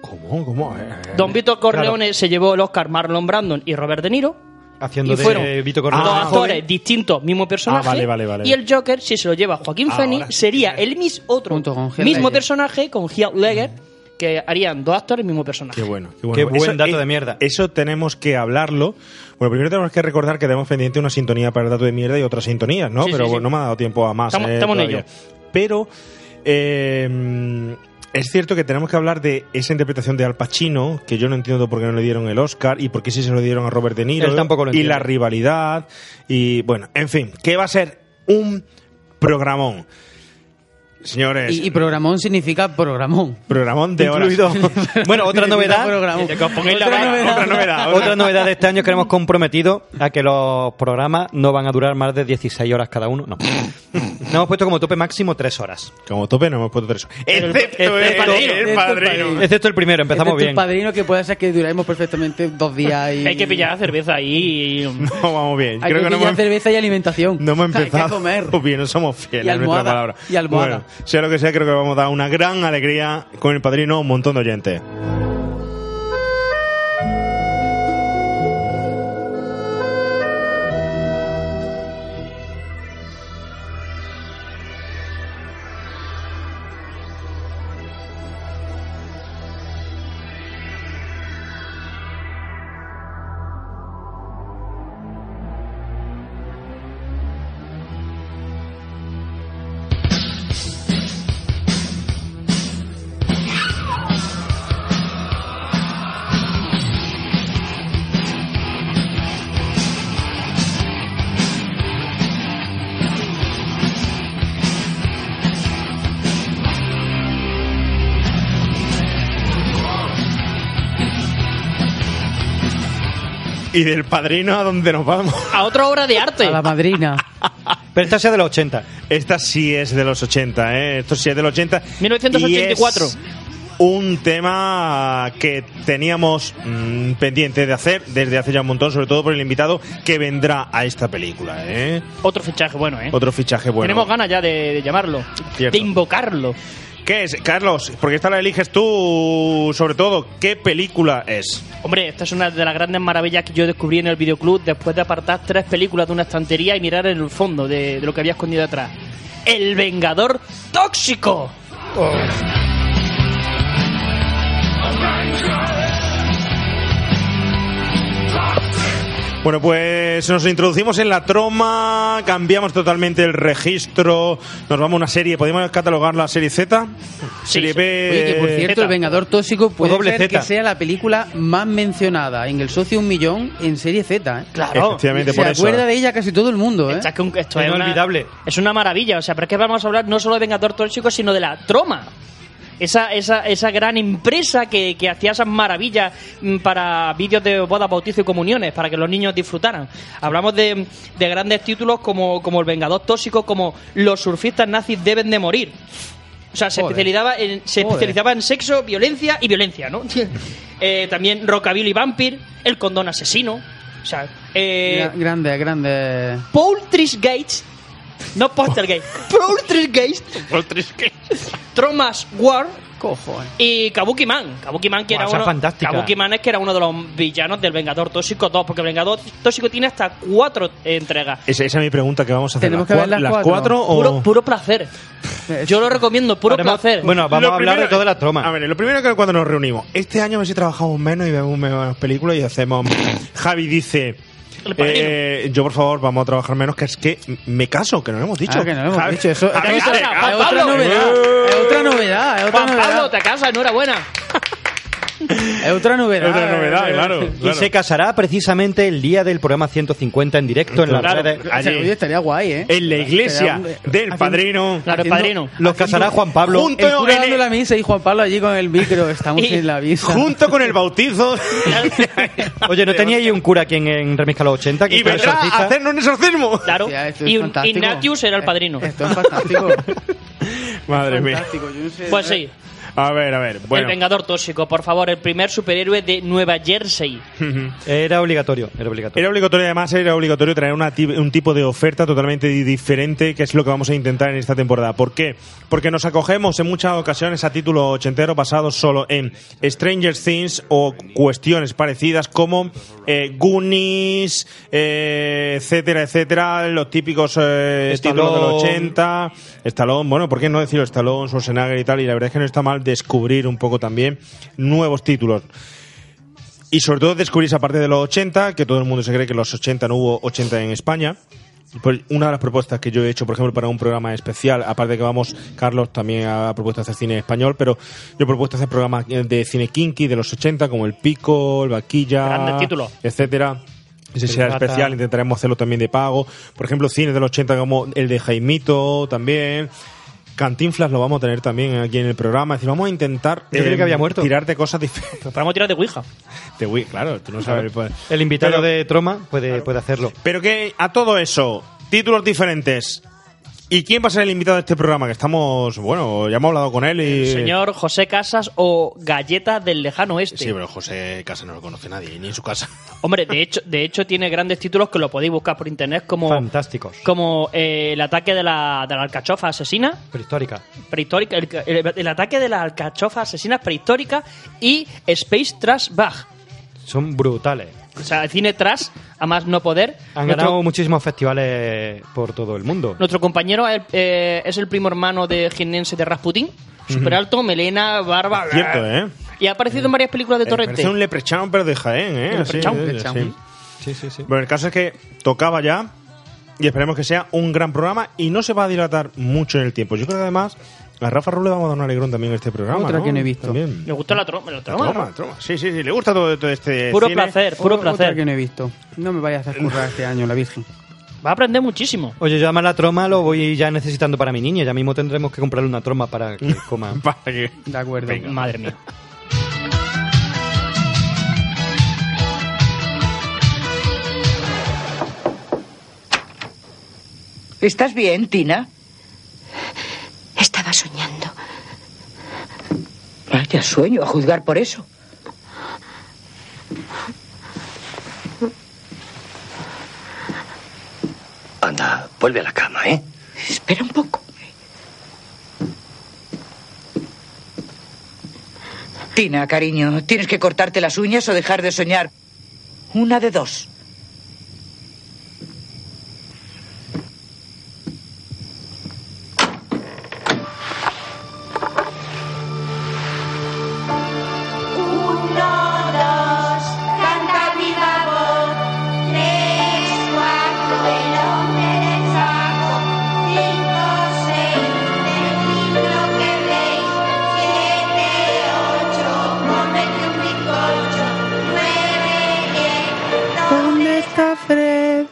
A: ¿Cómo? ¿Cómo? Eh, eh,
E: Don Vito Corleone se llevó el Oscar Marlon Brandon y Robert De Niro.
D: Haciendo
E: y fueron
D: de Vito
E: dos
D: Corleone.
A: Ah,
E: actores
A: joven.
E: distintos, mismo personaje.
A: Ah, vale, vale, vale.
E: Y el Joker, si se lo lleva Joaquín
A: Ahora
E: Phoenix,
A: sí.
E: sería el mis otro
C: Junto con Heath
E: mismo
C: Ledger.
E: personaje con Heath Ledger, que harían dos actores, mismo personaje.
A: Qué bueno, qué, bueno.
D: Qué buen dato
A: eh,
D: de mierda.
A: Eso tenemos que hablarlo. Bueno, primero tenemos que recordar que tenemos pendiente una sintonía para el dato de mierda y otra sintonía, ¿no?
E: Sí,
A: Pero
E: sí,
A: bueno, no
E: sí.
A: me ha dado tiempo a más.
E: Estamos-
A: eh,
E: estamos en
A: todavía.
E: ello.
A: Pero eh, es cierto que tenemos que hablar de esa interpretación de Al Pacino, que yo no entiendo por qué no le dieron el Oscar y por qué sí se lo dieron a Robert De Niro.
D: Él tampoco lo
A: y
D: entiende.
A: la rivalidad. Y bueno, en fin, que va a ser un programón. Señores,
C: Y, y programón significa programón.
A: programón de horas.
D: Incluido. bueno, otra novedad.
C: Programón.
A: Que os pongáis la
C: Otra
A: vara,
C: novedad.
A: otra novedad, otra
D: Otra novedad de este año es que hemos comprometido a que los programas no van a durar más de 16 horas cada uno. No. Nos hemos puesto como tope máximo 3 horas.
A: Como tope no hemos puesto tres.
E: El-
A: Excepto
E: el-
A: el,
E: el padrino.
A: el padrino.
D: Excepto el primero, empezamos
C: Excepto el
D: bien.
C: padrino que puede ser que duraremos perfectamente dos días y...
E: Hay que pillar la cerveza ahí. y-
A: No, vamos bien.
C: Hay
A: Creo
C: que
A: que, no
C: pillar
A: hemos,
C: cerveza y alimentación.
A: no hemos
C: Hay
A: empezado.
C: que comer.
A: Pues bien, no somos fieles
C: Y
A: a nuestra
C: almohada,
A: palabra.
C: y almohada.
A: Bueno, sea lo que sea, creo que vamos a dar una gran alegría con el padrino a un montón de oyentes. Y del padrino a donde nos vamos.
E: A otra obra de arte.
C: A la madrina.
D: Pero esta sea de los 80.
A: Esta sí es de los 80, ¿eh? Esto sí es de los 80.
E: 1984.
A: Y es un tema que teníamos mm, pendiente de hacer desde hace ya un montón, sobre todo por el invitado que vendrá a esta película, ¿eh?
E: Otro fichaje bueno, ¿eh?
A: Otro fichaje bueno.
E: Tenemos ganas ya de, de llamarlo,
A: Cierto.
E: de invocarlo.
A: ¿Qué es, Carlos? Porque esta la eliges tú, sobre todo. ¿Qué película es?
E: Hombre, esta es una de las grandes maravillas que yo descubrí en el videoclub después de apartar tres películas de una estantería y mirar en el fondo de, de lo que había escondido atrás. El Vengador Tóxico.
A: Bueno, pues nos introducimos en la troma, cambiamos totalmente el registro, nos vamos a una serie. ¿Podemos catalogar la serie Z?
E: Sí,
A: serie
E: sí.
G: Eh,
A: B.
C: Oye, que por cierto,
E: Zeta.
C: El Vengador Tóxico puede
D: doble
C: ser
D: Zeta.
C: que sea la película más mencionada en El Socio Un Millón en serie Z. ¿eh?
E: Claro.
A: Efectivamente,
C: Se
A: por eso.
C: acuerda
G: ¿eh?
C: de ella casi todo el mundo, ¿eh?
E: Esta es que un- esto es una-
D: Inolvidable.
E: es una maravilla. O sea, pero es que vamos a hablar no solo de Vengador Tóxico, sino de la troma. Esa, esa, esa gran empresa que, que hacía esas maravillas mm, para vídeos de bodas, bautizos y comuniones, para que los niños disfrutaran. Hablamos de, de grandes títulos como, como El Vengador Tóxico, como Los surfistas nazis deben de morir. O sea, se,
C: Joder.
E: especializaba en, se
C: Joder.
E: especializaba en sexo, violencia y violencia, ¿no? Eh, también Rockabilly Vampire, El condón asesino. O sea, eh,
C: Gra- grande, grande.
E: Gates No Poltergeist. Gates Tromas War
C: Cojones.
E: Y Kabuki Man. Kabuki Man, que
D: Buah,
E: era
D: esa
E: uno.
D: es fantástica.
E: Kabuki Man es que era uno de los villanos del Vengador Tóxico 2, porque el Vengador Tóxico tiene hasta cuatro eh, entregas.
A: Esa, esa es mi pregunta que vamos a hacer.
C: Tenemos
A: ¿Las
C: que ver
A: cua-
C: las cuatro.
A: o...?
E: Puro, puro placer. Yo lo recomiendo, puro
D: Haremos-
E: placer.
D: Bueno, vamos
A: Lo
D: a hablar
A: primero-
D: de todas las
A: A
D: tromas.
A: ver, lo primero que cuando nos reunimos, este año a ver si trabajamos menos y vemos menos películas y hacemos. Javi dice.
E: El padrino.
A: eh, yo por favor vamos a trabajar menos que es que me caso que no lo hemos dicho
C: Ah, que no lo hemos
A: Javi-
C: dicho, eso-
A: Javi
E: eso-
A: se
E: eso-
A: casa.
E: Juan
C: Es otra
E: Pablo.
C: novedad. Es otra novedad. Es otra
E: Juan Pablo,
C: novedad.
E: te casas, enhorabuena.
C: Es otra novedad.
A: Es otra novedad, claro.
D: Y se casará precisamente el día del programa 150 en directo en la
A: Claro.
D: redes.
A: Allí.
C: Oye, estaría guay, ¿eh?
A: en la iglesia
C: Estaría un-
A: del padrino
E: Claro, el
C: Haciendo-
E: padrino.
D: Los casará Juan Pablo.
A: Junto-
C: El cura
A: en el-
C: dando la misa y Juan Pablo allí con el micro. Estamos
E: Y-
C: en la misa.
A: junto con el bautizo
D: Oye, ¿no tenía ahí un cura aquí en, en Remisca los 80? que
A: y
D: hizo de
A: vendrá a
D: exorcista?
A: hacernos un exorcismo
E: Claro.
C: Hostia, esto es
E: y
C: fantástico.
E: Ignatius era el
C: Eh,
E: padrino.
C: Esto es fantástico.
A: madre mía
C: fantástico. Yo no sé-
E: Pues sí,
A: a ver a ver
E: el
A: bueno
E: Vengador Tóxico, por favor, el primer superhéroe de Nueva Jersey.
D: Era obligatorio, era obligatorio.
A: Era obligatorio, además, era obligatorio traer una ti- un tipo de oferta totalmente di- diferente, que es lo que vamos a intentar en esta temporada. ¿Por qué? Porque nos acogemos en muchas ocasiones a título ochentero basado solo en Stranger Things o cuestiones parecidas como eh, Goonies, eh, etcétera, etcétera, los típicos eh, títulos de los
D: Stallone.
A: 80, Stallone, bueno, ¿por qué no decirlo? Stallone, Schwarzenegger y tal, y la verdad es que no está mal descubrir un poco también nuevos títulos. Y sobre todo descubrí esa parte de los 80, que todo el mundo se cree que en los 80 no hubo 80 en España. Pues una de las propuestas que yo he hecho, por ejemplo, para un programa especial, aparte de que vamos, Carlos también ha propuesto hacer cine español, pero yo he propuesto hacer programas eh, de cine kinky de los 80, como El Pico, El Vaquilla,
E: Grandes títulos.
A: etcétera. Ese será
D: Pirata.
A: especial, intentaremos hacerlo también de pago. Por ejemplo, cines de los 80 como el de Jaimito también. Cantinflas lo vamos a tener también aquí en el programa. Es decir, vamos a intentar
D: Yo creí que había muerto.
A: tirar de cosas diferentes.
E: Podemos tirar de Ouija.
A: Te voy, claro, tú no sabes. pues.
D: El invitado
A: Pero-
D: de Troma puede, puede hacerlo.
A: Pero que a todo eso, títulos diferentes. ¿Y quién va a ser el invitado de este programa? Que estamos, bueno, ya hemos hablado con él y...
E: Señor José Casas o Galleta del Lejano Oeste.
A: Sí, pero José Casa no lo conoce nadie, ni en su casa.
E: Hombre, de hecho, de hecho tiene grandes títulos que lo podéis buscar por internet como,
D: Fantásticos.
E: como eh, el ataque de la, de la alcachofa asesina
D: Prehistórica.
E: prehistórica, el, el- el ataque de las alcachofas asesinas prehistóricas y Space Trash Bag.
D: Son brutales.
E: O sea, el cine trash, a más no poder.
D: Han ganado muchísimos festivales por todo el mundo.
E: Nuestro compañero es, eh, es el primo hermano de Ginense de Rasputin. Super alto, melena, barba.
A: Cierto, ¿eh?
E: Y ha aparecido en varias películas de Torrente.
A: Parece un leprechaun, pero de Jaén, ¿eh? Así,
E: Leprechaun,
A: sí,
E: leprechaun.
A: sí.
D: Sí, sí, sí.
A: Bueno, el caso es que tocaba ya y esperemos que sea un gran programa y no se va a dilatar mucho en el tiempo. Yo creo que además a Rafa Rull le vamos a dar un alegrón también en este programa.
C: Otra
A: ¿no?
C: que no he visto.
A: También.
E: Me gusta la troma. la troma.
A: Troma, troma. Sí, sí, sí, le gusta todo, todo este
E: Puro
A: cine.
E: placer, puro
C: Otra
E: placer.
C: que no he visto. No me vayas a hacer currar este año, la Virgen.
E: Va a aprender muchísimo.
D: Oye, yo además la troma lo voy ya necesitando para mi niña. Ya mismo tendremos que comprarle una troma para que coma.
A: Para que-
C: De acuerdo.
E: Madre mía.
H: ¿Estás bien, Tina?
I: Estaba soñando.
H: Vaya sueño, a juzgar por eso.
J: Anda, vuelve a la cama, ¿eh?
H: Espera un poco. Tina, cariño, tienes que cortarte las uñas o dejar de soñar. Una de dos.
I: Canta viva voz, tres, cuatro, el hombre del saco, cinco, seis, el libro que veis, siete, ocho, comete un bizcocho, nueve, diez,
C: ¿Dónde está Fred?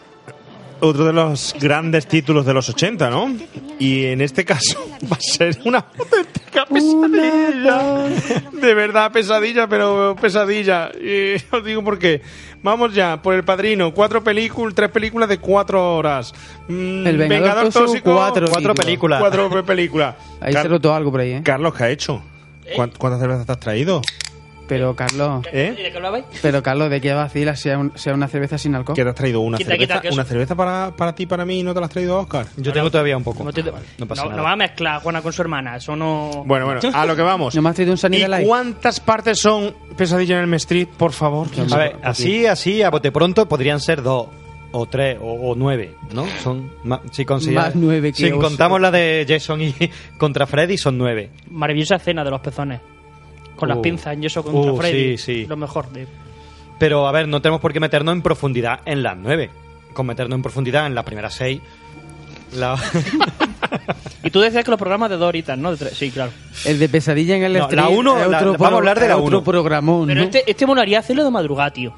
A: otro de los grandes títulos de los 80, ¿no? Y en este caso va a ser una auténtica pesadilla. De verdad, pesadilla, pero pesadilla. Y os digo por qué. Vamos ya, por El Padrino. Cuatro películas, tres películas de cuatro horas. Mm,
C: El Vengador Tóxico, cuatro
A: cuatro
C: títulos.
A: películas. Cuatro películas.
C: Ahí
A: Car-
C: se rotó algo por ahí, ¿eh?
A: ¿Eh? Carlos, ¿qué ha hecho? ¿Cuán- ¿Cuántas cervezas te has traído?
C: Pero Carlos,
A: ¿Eh?
E: ¿Y de qué hablabais?
C: pero Carlos, ¿de qué vacila si es un- si es una cerveza sin alcohol?
A: ¿Que te has traído una
E: Quita,
A: cerveza?
E: quita, que eso-
A: ¿Una cerveza para, para ti, para mí, y no te la has traído a Oscar?
D: Yo tengo todavía un poco.
E: No, te-
D: No pasa
E: no-
D: nada.
E: no va a mezclar Juana con su hermana, eso no.
A: Bueno, bueno, a lo que vamos.
C: ¿No me has traído un Sunny
A: ¿Y
C: Delight?
A: cuántas partes son Pesadilla en el Street, por favor?
D: A ver, así, así, a bote pronto podrían ser dos o tres o, o nueve, ¿no? Son ma- si consideras-
C: Más nueve que
D: Si
C: os-
D: contamos la de Jason y contra Freddy son nueve.
E: Maravillosa escena de los pezones. Con las
D: Uh.
E: pinzas en yeso contra
D: Uh,
E: Freddy.
D: sí, sí.
E: Lo mejor de.
D: Pero a ver, no tenemos por qué meternos en profundidad en las nueve. Con meternos en profundidad en las primeras seis. la-
E: Y tú decías que los programas de dos horitas, ¿no? De tres. Sí, claro.
C: El de pesadilla en el
D: No, la
C: Street
D: uno,
C: es
D: la-
C: otro
D: vamos a hablar de la
C: es otro
D: uno.
C: programón,
E: Pero
C: ¿no?
E: este, este molaría hacerlo de madrugada, tío.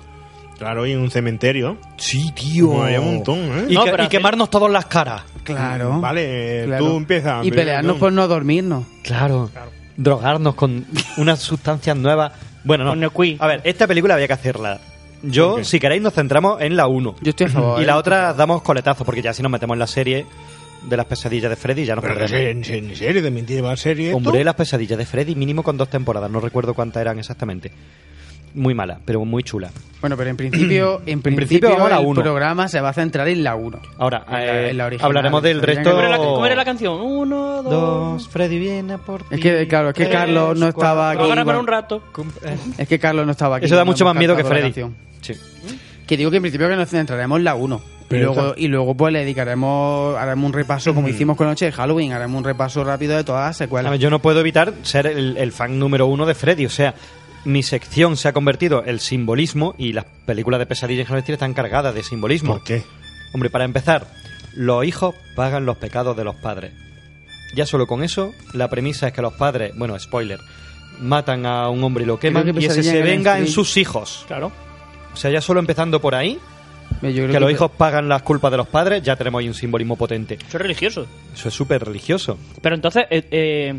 A: Claro, y en un cementerio.
D: sí, tío.
A: Bueno, hay un montón, ¿eh?
D: Y,
E: No,
D: que-
E: pero
D: y
E: hacer-
D: quemarnos todos las caras.
C: Claro.
A: Vale, eh,
C: claro.
A: tú empiezas.
C: Y pelearnos por no dormirnos.
D: Claro. Drogarnos con unas sustancias nuevas. Bueno, no.
E: Con Nequí.
D: A ver, esta película había que hacerla. Yo, si queréis, nos centramos en la 1.
C: Yo estoy a favor,
D: Y
C: ¿eh?
D: la otra damos coletazos, porque ya si nos metemos en la serie de las pesadillas de Freddy, ya nos
A: Pero de
D: perdemos.
A: ser- en ser- en serio, de mentir, va a ser esto?
D: Hombre, las pesadillas de Freddy, mínimo con dos temporadas. No recuerdo cuántas eran exactamente. Muy mala, pero muy chula.
C: Bueno, pero en principio, en principio,
D: vamos a la
C: el
D: uno.
C: programa se va a centrar en la 1.
D: Ahora,
C: En la-
D: eh,
C: en la original,
D: hablaremos del
C: pesadilla en
D: resto.
C: el-
E: ¿Cómo era la,
D: Oh.
E: cómo era la canción? Uno, dos.
D: Dos, Freddy viene a por ti.
C: Es que, claro, es que
D: Tres,
C: Carlos no estaba
D: cuatro.
C: aquí.
E: Programa para
C: igual.
E: un rato.
D: Cum- eh,
C: Es que Carlos no estaba aquí.
D: Eso da
C: no
D: mucho
C: hemos
D: más miedo que
C: cantado la
D: Freddy.
C: canción.
D: Sí.
C: Que digo que en principio que nos centraremos en la 1. Y
A: Pero
C: luego,
A: está-
C: y luego pues le dedicaremos, haremos un repaso como hicimos con Noche de Halloween, haremos un repaso rápido de todas las
D: Mm. A
C: secuelas.
D: ver, yo no puedo evitar ser el, el fan número uno de Freddy. O sea, mi sección se ha convertido el simbolismo y las películas de pesadilla en Halloween están cargadas de simbolismo.
A: ¿Por qué?
D: Hombre, para empezar, los hijos pagan los pecados de los padres. Ya solo con eso, la premisa es que los padres, bueno, spoiler, matan a un hombre y lo queman
C: Creo que
D: y ese
C: Pesadilla
D: se
C: en Elm
D: venga en
C: Street-
D: sus hijos.
E: Claro.
D: O sea, ya solo empezando por ahí,
C: Yo creo
D: que los hijos pagan las culpas de los padres, ya tenemos ahí un simbolismo potente.
E: Eso es religioso.
D: Eso es súper religioso.
E: Pero entonces, eh, eh,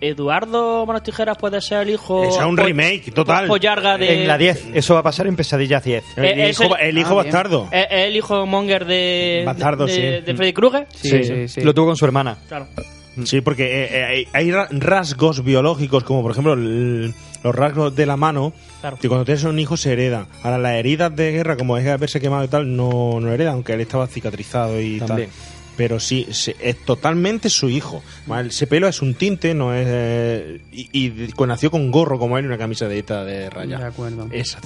E: Eduardo Manos Tijeras puede ser el hijo.
A: Es un
E: po-
A: remake, total.
E: Pollarga de.
D: En la 10, eso va a pasar en Pesadillas 10.
A: El,
E: Eh,
A: hijo,
E: ese-
A: el hijo
C: Ah, bien.
A: bastardo.
E: ¿Es es Eh, el hijo monger de.
A: Bastardo,
E: de,
A: sí.
E: de Freddy Krueger.
C: Sí,
A: Sí,
C: sí, sí.
D: Lo tuvo con su hermana.
E: Claro.
A: Sí, porque eh, eh, hay, hay ra- rasgos biológicos, como por ejemplo el- los rasgos de la mano,
E: Claro.
A: que cuando tienes un hijo se hereda. Ahora, las heridas de guerra, como es haberse quemado y tal, no, no hereda, aunque él estaba cicatrizado y
D: También.
A: tal. Pero sí, se- es totalmente su hijo. Más, Ese pelo es un tinte, no es. eh, y, y de- nació con gorro como él y una camisa de esta de raya.
C: De acuerdo.
D: Eh.
A: Esa.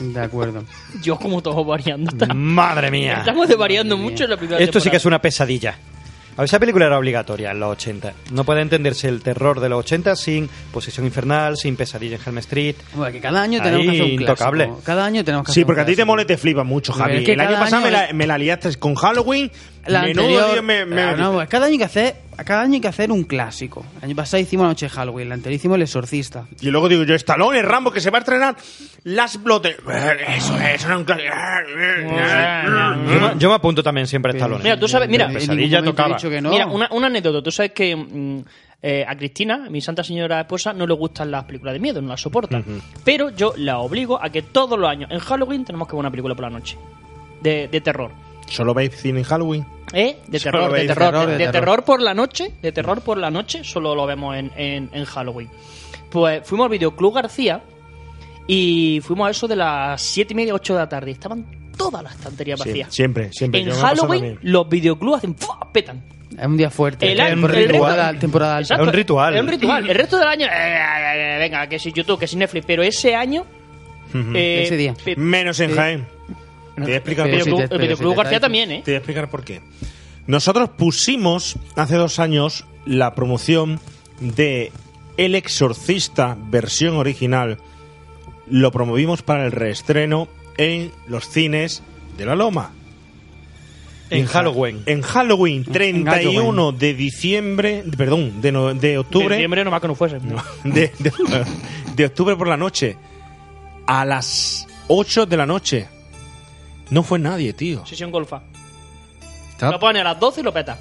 C: De acuerdo.
E: Yo, como todo variando. está-
D: Madre mía.
E: Estamos de variando mucho en la primera
D: Esto sí que es
E: temporada.
D: una pesadilla. A ver, esa película era obligatoria en los 80. No puede entenderse el terror de los 80 sin Posesión Infernal, sin Pesadilla en Helm Street.
C: Bueno, que cada año
D: Ahí,
C: tenemos que hacer un
D: intocable.
C: clásico. Cada año tenemos que hacer
A: Sí,
C: un
A: porque a ti te
C: clásico.
A: mole te flipa mucho,
C: Pero
A: Javi.
C: es que
A: el año
C: cada
A: pasado
C: año
A: me, la,
C: es-
A: me la liaste con Halloween.
C: La
A: menudo
C: anterior,
A: día me- me
C: Ah,
A: metiste.
C: no, pues cada año hay que hacer, cada año hay que hacer un clásico. El año pasado hicimos la noche de Halloween, el anterior hicimos el exorcista.
A: Y luego digo yo, Stallone, Rambo, que se va a estrenar Las Blote. Eso, eso era un clásico.
D: Yo, me- yo me apunto también siempre a Stallone.
E: Mira, tú sabes- mira,
C: En ningún
D: Pesadilla
C: momento he
D: tocaba.
C: dicho que no.
E: Mira, una, una anécdota. Tú sabes que mm, eh, a Cristina, mi santa señora esposa, no le gustan las películas de miedo, no las soporta. Pero yo la obligo a que todos los años, en Halloween, tenemos que ver una película por la noche. De, de terror.
A: ¿Solo veis cine en Halloween?
E: ¿Eh? De
A: Solo
E: terror, de
A: veis
E: terror,
C: terror,
E: de,
C: de
E: de
C: terror.
E: terror por la noche, de terror por la noche, solo lo vemos en, en- en Halloween. Pues fuimos al videoclub García y fuimos a eso de las siete y media, 8 de la tarde. Estaban todas las estanterías
A: Sí,
E: vacías.
A: siempre, siempre.
E: En
A: Yo me he pasado
E: Halloween
A: también.
E: los videoclubs hacen ¡fua! petan.
C: Es un día fuerte.
E: El, año- el
D: un ritual.
E: resto-
C: temporada, temporada alta.
E: Exacto,
D: Es un ritual.
E: Es un ritual. El resto del año, eh, eh, eh, venga, que si YouTube, que si Netflix, pero ese año. eh,
C: Ese día.
E: pe-
A: Menos en Jaén. Te voy a explicar
C: Pero
A: por
C: sí,
A: qué.
E: videoclub-
C: te-
E: el videoclub
C: sí, te-
E: García también, ¿eh?
A: Te voy a explicar por qué. Nosotros pusimos hace dos años la promoción de El Exorcista, versión original. Lo promovimos para el reestreno en los cines de la Loma.
D: En Halloween.
A: En Halloween, 31 de diciembre, perdón, de, no- de octubre.
E: Diciembre nomás que no fuese.
A: De, de- de octubre por la noche. A las 8 de la noche. No fue nadie, tío.
E: Sesión golfa.
B: Está-
E: Lo pone a las 12 y lo peta.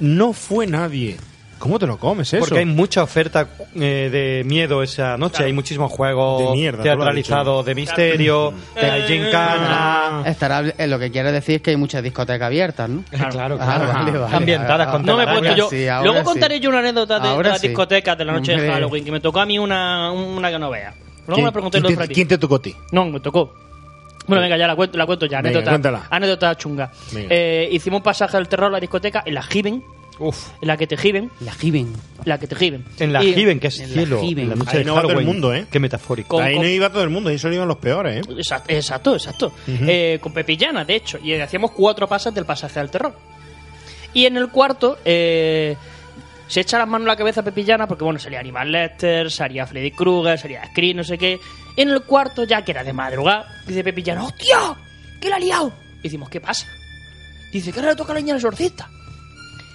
A: No fue nadie. ¿Cómo te lo comes eso?
D: Porque hay mucha oferta eh, de miedo esa noche. Hay muchísimos juegos
A: De mierda, tú lo
D: teatralizados de misterio, de la
A: Eh,
D: gincana.
K: Estará, eh, lo que quiere decir es que hay muchas discotecas abiertas, ¿no?
D: Claro,
K: Ah, vale, vale.
E: ambientadas
K: Ah,
E: con No me he
K: ahora
E: puesto yo.
K: sí, ahora
E: Luego
K: sí.
E: contaré yo una anécdota de,
K: Ahora
E: las
K: sí.
E: discotecas de la noche de
K: Hombre.
E: Halloween que me tocó a mí una, una que no vea. Luego
F: ¿Quién-
E: me pregunté
F: quién
E: lo
F: te-
E: de
F: ¿Quién te tocó a ti?
E: No, me tocó. Bueno, venga, ya la cuento, la cuento ya.
F: Venga,
E: Anécdota,
F: cuéntala.
E: anécdota chunga.
F: Venga.
E: Eh, hicimos un pasaje del terror a la discoteca en la Given,
D: Uf.
E: en la que te given,
K: La Given.
E: la que te given.
D: En la
E: Y-
D: Given, que es
K: en la
D: cielo.
K: Given.
D: en la noche
A: Ahí
D: de
A: no va todo el
D: Halloween.
A: mundo, ¿eh?
D: Qué metafórico.
E: Con-
A: Ahí no
E: con-
A: iba todo el mundo, ahí solo iban los peores, ¿eh?
E: Exacto, exacto. exacto. Eh, con Pepillana, de hecho. Y hacíamos cuatro pases del pasaje al terror. Y en el cuarto eh, se echa las manos a la cabeza Pepillana porque, bueno, salía Animal Lester, salía Freddy Krueger, salía Scream, no sé qué. En el cuarto, ya que era de madrugada, dice Pepillana, ¡hostia! ¿Qué la ha liado? Y decimos, ¿qué pasa? Dice que ahora le toca la niña al exorcista.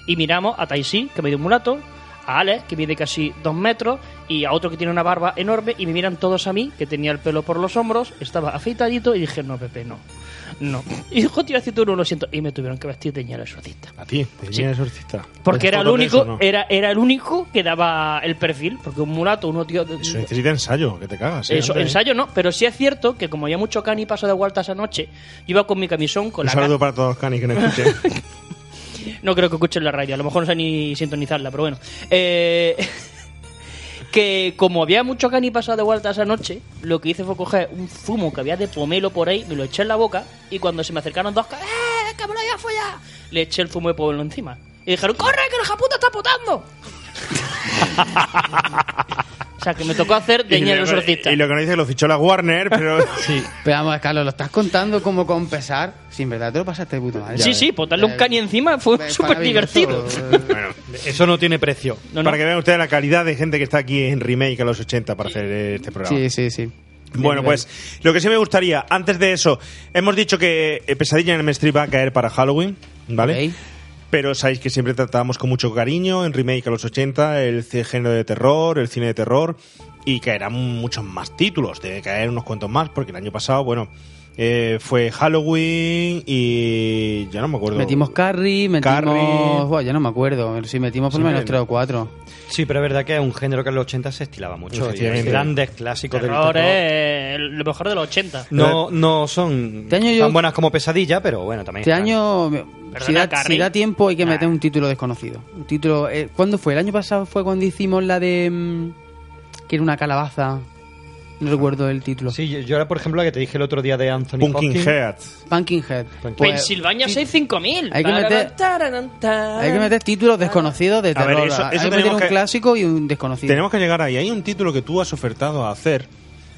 E: Y miramos a Taisí, que mide un mulato, a Alex, que mide casi dos metros, y a otro que tiene una barba enorme, y me miran todos a mí, que tenía el pelo por los hombros, estaba afeitadito, y dije, no, Pepe, no. No. Y dijo, tío, hace tú no lo siento. Y me tuvieron que vestir de ñero exorcista.
A: A ti, te
E: Sí.
A: viene el exorcista.
E: Porque era el
A: Fotos de
E: único,
A: pues eso, ¿no?
E: era, era el único que daba el perfil, porque un mulato, uno tío. de-
A: Eso necesita ensayo, que te cagas. ¿eh?
E: eso,
A: Antes, ¿eh?
E: ensayo no, pero sí es cierto que como había mucho cani paso de vuelta esa noche, yo iba con mi camisón, con
A: Un
E: la ca-
A: saludo para todos los este canis que nos escuchen.
E: No creo que escuchen la radio, a lo mejor no sé ni sintonizarla, pero bueno. Eh, que como había mucho cani pasado de vuelta esa noche, lo que hice fue coger un zumo que había de pomelo por ahí, me lo eché en la boca y cuando se me acercaron dos, ca- ¡eh, que me lo voy a follar! Le eché el zumo de pomelo encima. Y dijeron, ¡corre, que el japuta está putando! o sea, que me tocó hacer de ñero exorcista.
A: y lo que nos dice que lo fichó la Warner, pero. sí.
K: Pero vamos, Carlos, lo estás contando como con pesar. Si en verdad te lo pasaste de puta madre.
E: Sí, sí, ponerle un cani encima fue
K: Eh,
E: súper divertido.
K: maravilloso.
A: Bueno,
D: Eso no tiene precio.
E: No, no.
A: para que vean ustedes la calidad de gente que está aquí en remake a los 80 para hacer este programa.
K: Sí, sí, sí.
A: Bueno, pues lo que sí me gustaría, antes de eso, hemos dicho que eh, Pesadilla en el Street va a caer para Halloween, ¿vale?
K: Ok.
A: Pero sabéis que siempre tratamos con mucho cariño en Remake a los 80, el c- género de terror, el cine de terror, y caerán muchos más títulos, debe caer unos cuantos más, porque el año pasado, bueno, eh, fue Halloween y ya no me acuerdo.
K: Metimos Carrie, metimos.
A: Carrie.
K: Buah, ya no me acuerdo. Si metimos por lo
A: Sí,
K: menos
A: me-
K: tres o cuatro.
D: Sí, pero es verdad que es un género que en los 80 se estilaba mucho. Y
A: Efectivamente.
D: grandes clásicos del
E: Terror
D: terror.
E: es lo mejor de los 80.
A: Eh.
D: No, no son
K: Este año yo-
D: tan buenas como Pesadilla, pero bueno, también.
K: Este
D: están.
K: año, si da,
E: Carrie.
K: si da tiempo, hay que
E: Nah.
K: meter un título desconocido. Un título. eh, ¿Cuándo fue? ¿El año pasado fue cuando hicimos la de. mm, que era una calabaza? No recuerdo el título.
D: Sí, yo- yo ahora, por ejemplo, la que te dije el otro día de Anthony Hopkins.
A: Pumpkinhead.
K: Pumpkinhead.
D: Pumpkin-
K: Pues,
E: Pensilvania 65000.
K: Hay que meter- hay que meter títulos desconocidos de
A: A ver,
K: terror.
A: eso-
K: hay
A: eso
K: que meter
A: tenemos
K: un
A: que-
K: clásico y un desconocido.
A: Tenemos que llegar ahí. Hay un título que tú has ofertado a hacer.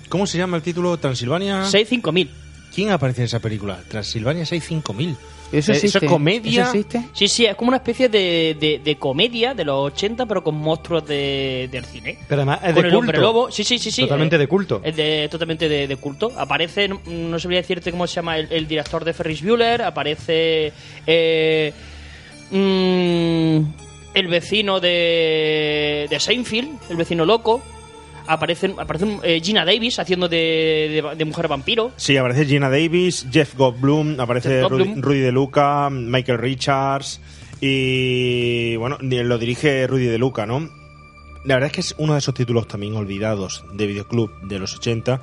A: ¿Cómo se llama el título? Transilvania.
E: 65000.
A: ¿Quién aparece en esa película? Transilvania 65000.
K: Eso
A: Eh,
K: existe.
A: Eso es comedia.
K: ¿Eso existe?
E: Sí, sí, es como una especie de, de, de comedia de los 80, pero con monstruos de, del cine.
D: Pero además es
E: con
D: de
E: el hombre
D: culto.
E: lobo. Sí, sí, sí. sí
D: Totalmente
E: eh,
D: de culto.
E: Es de, totalmente de, de culto. Aparece, no, no sabría decirte cómo se llama el, el director de Ferris Bueller. Aparece. eh, mm, el vecino de, de Seinfeld, el vecino loco. Aparece, aparece un- eh, Gina Davis haciendo de, de- de mujer vampiro.
A: Sí, aparece Gina Davis, Jeff Goldblum, aparece
E: Jeff
A: Rudy,
E: Goldblum.
A: Rudy De Luca, Michael Richards y bueno, di- lo dirige Rudy De Luca, ¿no? La verdad es que es uno de esos títulos también olvidados de videoclub de los 80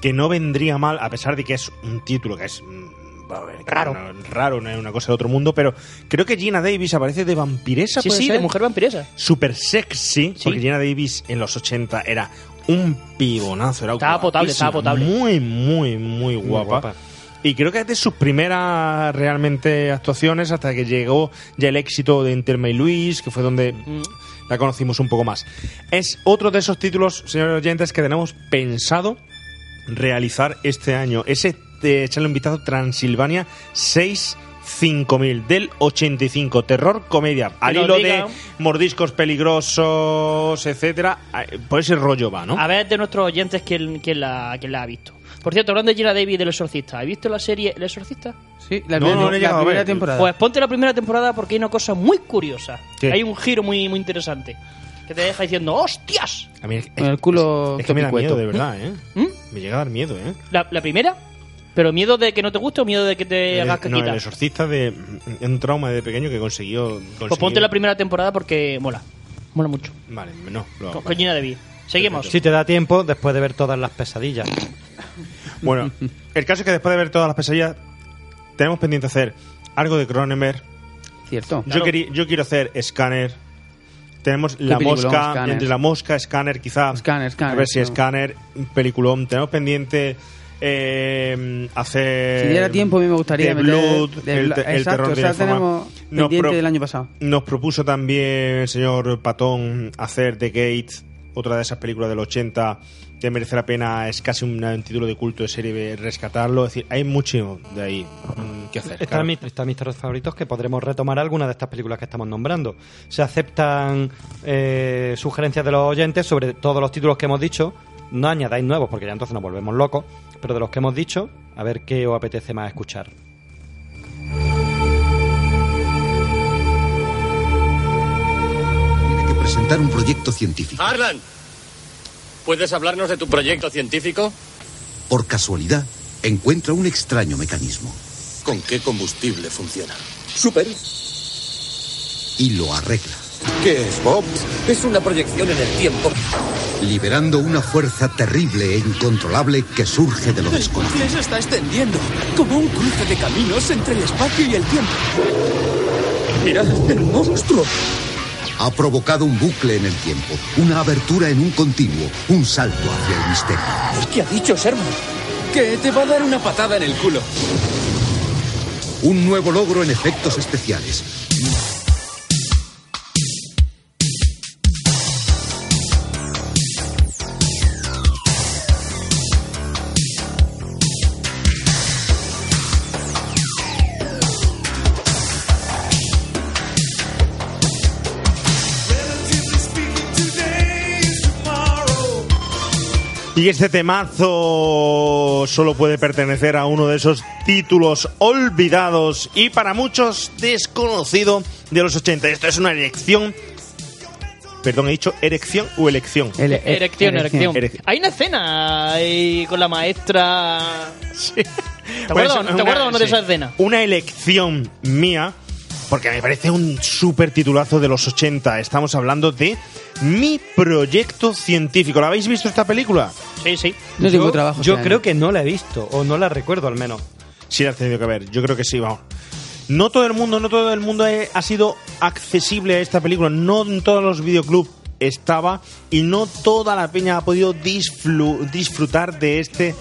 A: que no vendría mal a pesar de que es un título que es mm, a ver, que
E: Raro.
A: no- raro, no es una cosa de otro mundo, pero creo que Gina Davis aparece de vampiresa,
E: Sí,
A: ¿puede
E: sí,
A: ser?
E: de mujer vampiresa.
A: Super sexy,
E: Sí.
A: porque Gina Davis en los 80 era un pibonazo, era
E: Estaba potable, estaba potable.
A: guapísima, Muy, muy, muy guapa.
D: guapa.
A: Y creo que es de sus primeras realmente actuaciones hasta que llegó ya el éxito de Interme y Luis, que fue donde
E: Mm.
A: la conocimos un poco más. Es otro de esos títulos, señores oyentes, que tenemos pensado realizar este año. Ese, eh, echarle un vistazo, Transilvania 6 5000 del 85 terror comedia al
E: nos
A: hilo de
E: diga.
A: mordiscos peligrosos etcétera eh, por ese rollo va no
E: A ver de nuestros oyentes quién, quién la, quién la ha visto. Por cierto, hablando de Gina Davis del Exorcista, ¿has visto la serie El Exorcista?
K: Sí, la,
A: No,
K: primera-
A: no lo he
K: la
A: llegado a
K: primera
A: ver.
K: temporada.
E: Pues ponte la primera temporada porque hay una cosa muy curiosa.
A: ¿Qué?
E: Hay un giro muy, muy interesante que te deja diciendo ¡Hostias!
A: A mí es-
K: Con el culo
A: es, es que me da miedo
K: topicueto.
A: de verdad eh
E: ¿Mm?
A: me llega a dar miedo eh
E: ¿La, la primera? ¿Pero miedo de que no te guste o miedo de que te hagas
A: no, el
E: caquita?
A: exorcista de un trauma de pequeño que consiguió.
E: pues ponte la primera temporada porque mola. Mola mucho.
A: Vale, no. lo hago.
E: Con Coñina de Vi. Seguimos.
D: Si te da tiempo, después de ver todas las pesadillas.
A: Bueno, el caso es que después de ver todas las pesadillas, tenemos pendiente hacer algo de Cronenberg.
K: Cierto.
A: Yo, querí- yo quiero hacer Scanner. Tenemos La
K: peliculón,
A: Mosca,
K: Scanner.
A: entre La Mosca, Scanner quizá.
K: Scanner, Scanner,
A: A ver si
K: no.
A: Scanner, peliculón. Tenemos pendiente eh, hacer...
K: Si diera tiempo, a mí me gustaría
A: The
K: meter
A: Blood,
K: The
A: el,
K: Blood.
A: el
K: Exacto,
A: terror
K: o
A: de
K: sea,
A: la fama.
K: tenemos
A: Nos
K: pendiente
A: pro-
K: del año pasado.
A: Nos propuso también el señor Patón hacer The Gate, otra de esas películas del 80 que merece la pena, es casi un, un título de culto de serie B, rescatarlo. Es decir, hay mucho de ahí mm, que hacer.
D: Están
A: claro.
D: mis, están mis terrores favoritos que podremos retomar alguna de estas películas que estamos nombrando. Se aceptan eh, sugerencias de los oyentes sobre todos los títulos que hemos dicho. No añadáis nuevos porque ya entonces nos volvemos locos. Pero de los que hemos dicho, a ver qué os apetece más escuchar.
L: Tiene que presentar un proyecto científico.
M: Harlan, ¿puedes hablarnos de tu proyecto científico?
L: Por casualidad, encuentra un extraño mecanismo. ¿Con qué combustible funciona?
M: Super.
L: Y lo arregla,
M: ¿Qué es, Bob? Es una proyección en el tiempo.
L: liberando una fuerza terrible e incontrolable que surge de lo
M: El
L: desconocido.
M: bucle se está extendiendo, como un cruce de caminos entre el espacio y el tiempo. Mira, el monstruo.
L: Ha provocado un bucle en el tiempo, una abertura en un continuo, un salto hacia el misterio.
M: ¿Qué ha dicho Sherman? Que te va a dar una patada en el culo.
L: Un nuevo logro en efectos especiales.
A: Y este temazo solo puede pertenecer a uno de esos títulos olvidados y para muchos desconocido de los 80. Esto es una erección. Perdón, he dicho erección o elección.
E: Erección, erección,
A: Erección.
E: Hay una escena ahí con la maestra. ¿Te
A: Bueno,
E: acuerdas o
A: es
E: no- te
A: una-
E: acuerdas o no de
A: sí.
E: esa escena?
A: Una elección mía, porque me parece un súper titulazo de los 80. Estamos hablando de mi proyecto científico. ¿La habéis visto esta película?
E: Sí, sí.
K: No tengo trabajo.
D: Yo
K: este año.
D: creo que no la he visto, o no la recuerdo al menos.
A: Sí, la has tenido que ver. Yo creo que sí, vamos. No todo el mundo, no todo el mundo eh, ha sido accesible a esta película. No en todos los videoclubs estaba y no toda la peña ha podido disflu- disfrutar de este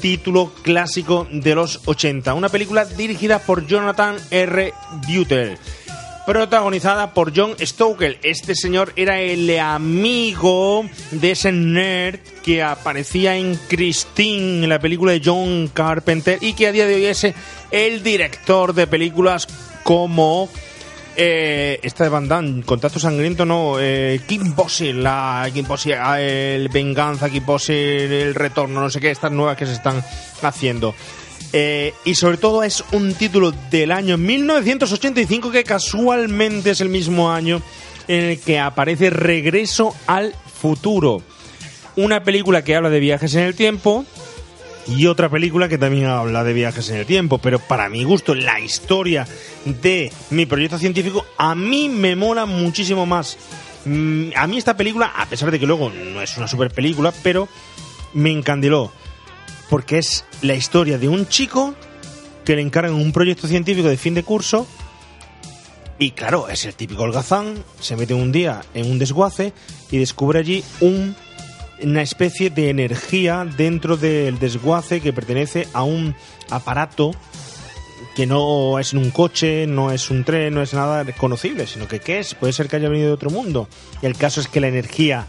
A: título clásico de los 80. Una película dirigida por Jonathan R. Butel protagonizada por John Stokel. Este señor era el amigo de ese nerd que aparecía en Christine, en la película de John Carpenter, y que a día de hoy es el director de películas como... eh, esta de Van Damme, Contacto Sangriento, no, eh, Kim Possible, la Kim Possible, ah, el Venganza, Kim Possible, el Retorno, no sé qué, estas nuevas que se están haciendo. Eh, y sobre todo es un título del año 1985 que casualmente es el mismo año en el que aparece Regreso al Futuro. Una película que habla de viajes en el tiempo y otra película que también habla de viajes en el tiempo. Pero para mi gusto, la historia de mi proyecto científico a mí me mola muchísimo más. Mm, A mí esta película, a pesar de que luego no es una super película, pero me encandiló porque es la historia de un chico que le encargan un proyecto científico de fin de curso y claro, es el típico holgazán, se mete un día en un desguace y descubre allí un- una especie de energía dentro del desguace que pertenece a un aparato que no es un coche, no es un tren, no es nada reconocible, sino que ¿qué es? Puede ser que haya venido de otro mundo. Y el caso es que la energía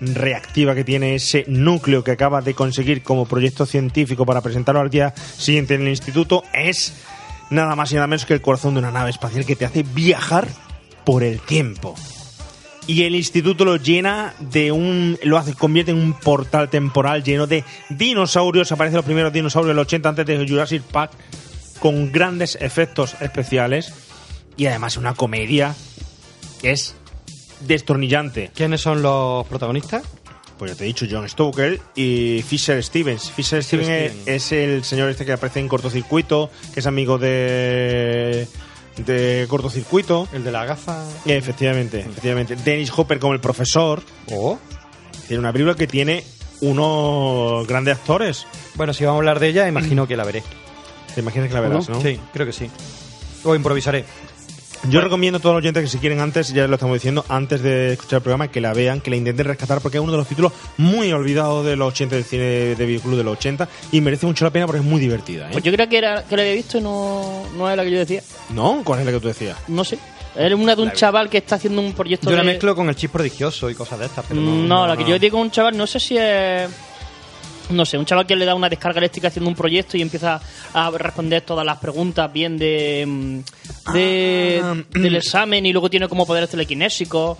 A: reactiva que tiene ese núcleo que acaba de conseguir como proyecto científico para presentarlo al día siguiente en el instituto es nada más y nada menos que el corazón de una nave espacial que te hace viajar por el tiempo y el instituto lo llena de un lo hace convierte en un portal temporal lleno de dinosaurios aparecen los primeros dinosaurios del 80 antes de Jurassic Park con grandes efectos especiales y además una comedia que es destornillante
D: ¿Quiénes son los protagonistas?
A: pues ya te he dicho John Stoker y Fisher Stevens Fisher Stevens es,
D: Stevens.
A: es el señor este que aparece en cortocircuito que es amigo de de cortocircuito.
D: El de la gafa.
A: Efectivamente, efectivamente. Dennis Hopper como el profesor. Tiene una película que tiene unos grandes actores.
D: Bueno, si vamos a hablar de ella, imagino que la veré.
A: ¿Te imaginas que la verás, no?
D: Sí, creo que sí. O improvisaré.
A: Yo recomiendo a todos los oyentes que si quieren antes, ya lo estamos diciendo, antes de escuchar el programa, que la vean, que la intenten rescatar, porque es uno de los títulos muy olvidados de los 80 del cine de videoclub de los 80 y merece mucho la pena porque es muy divertida. ¿eh?
E: Pues yo creo que era que la había visto y no, no era la que yo decía.
A: No, ¿cuál es la que tú decías?
E: No sé. Era una de un chaval que está haciendo un proyecto
D: Yo la
E: de-
D: mezclo con el chip prodigioso y cosas de estas, pero no.
E: No, la que yo digo un chaval, no sé si es. No sé, un chaval que le da una descarga eléctrica haciendo un proyecto y empieza a responder todas las preguntas bien de. mm, de-
D: Ah.
E: del examen y luego tiene como poderes telekinésicos.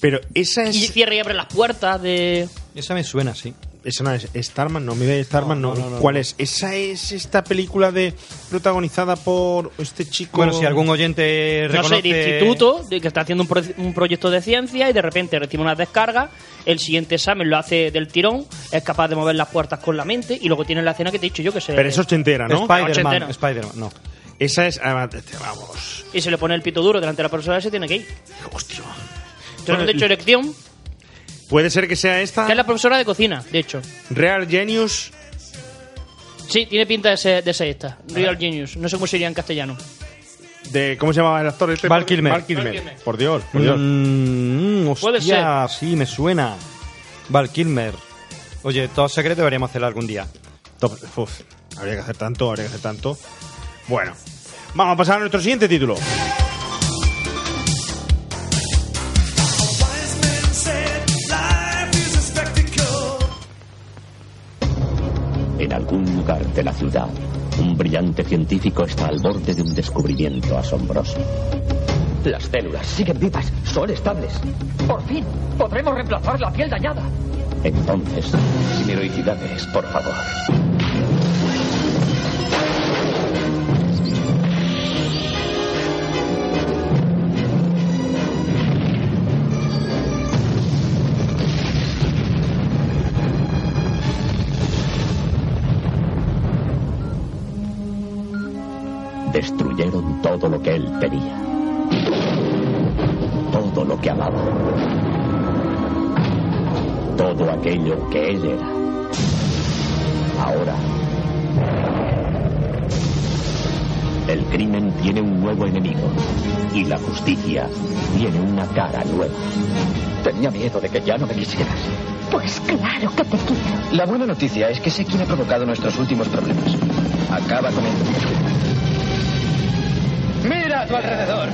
A: Pero esa
E: Y
A: es.
E: cierra y abre las puertas de.
D: Esa me suena, sí.
A: Esa no es Starman, no, mi idea de Starman no.
D: No, no, no,
A: ¿Cuál
D: no.
A: es? Esa es esta película de protagonizada por este chico.
D: Bueno, si algún oyente
E: No sé,
D: reconoce...
E: de instituto, de que está haciendo un, pro- un proyecto de ciencia y de repente recibe una descarga, el siguiente examen lo hace del tirón, es capaz de mover las puertas con la mente y luego tiene la escena que te he dicho yo que se...
A: Pero es ochentera, ¿no?
E: Ochentera.
D: Spider-Man, Spider-Man, no.
A: Esa es. ah, este, Vamos.
E: Y se le pone el pito duro delante de la profesora y se tiene que ir.
A: Hostia.
E: Yo no te he hecho elección,
A: Puede ser que sea esta.
E: que es la profesora de cocina, de hecho.
A: Real Genius.
E: Sí, tiene pinta de ser, de ser esta, Real Genius. No sé cómo sería en castellano.
A: De, ¿Cómo se llamaba el actor? Este?
D: Val Kilmer.
A: Kilmer.
E: Val Kilmer.
A: Por Dios, por Dios.
D: Mm,
E: Puede
D: hostia, sí, me suena. Val Kilmer. Oye, Top Secret deberíamos hacerlo algún día.
A: Top- uf, habría que hacer tanto, habría que hacer tanto. Bueno, vamos a pasar a nuestro siguiente título.
J: En algún lugar de la ciudad, un brillante científico está al borde de un descubrimiento asombroso. Las células siguen vivas, son estables.
N: Por fin, podremos reemplazar la piel dañada.
J: Entonces, sin heroicidades, por favor. Destruyeron todo lo que él tenía. Todo lo que amaba. Todo aquello que él era. Ahora. El crimen tiene un nuevo enemigo. Y la justicia tiene una cara nueva. Tenía miedo de que ya no me quisieras.
N: Pues claro que te quiero.
J: La buena noticia es que sé quién ha provocado nuestros últimos problemas. Acaba con él. Mira a tu alrededor.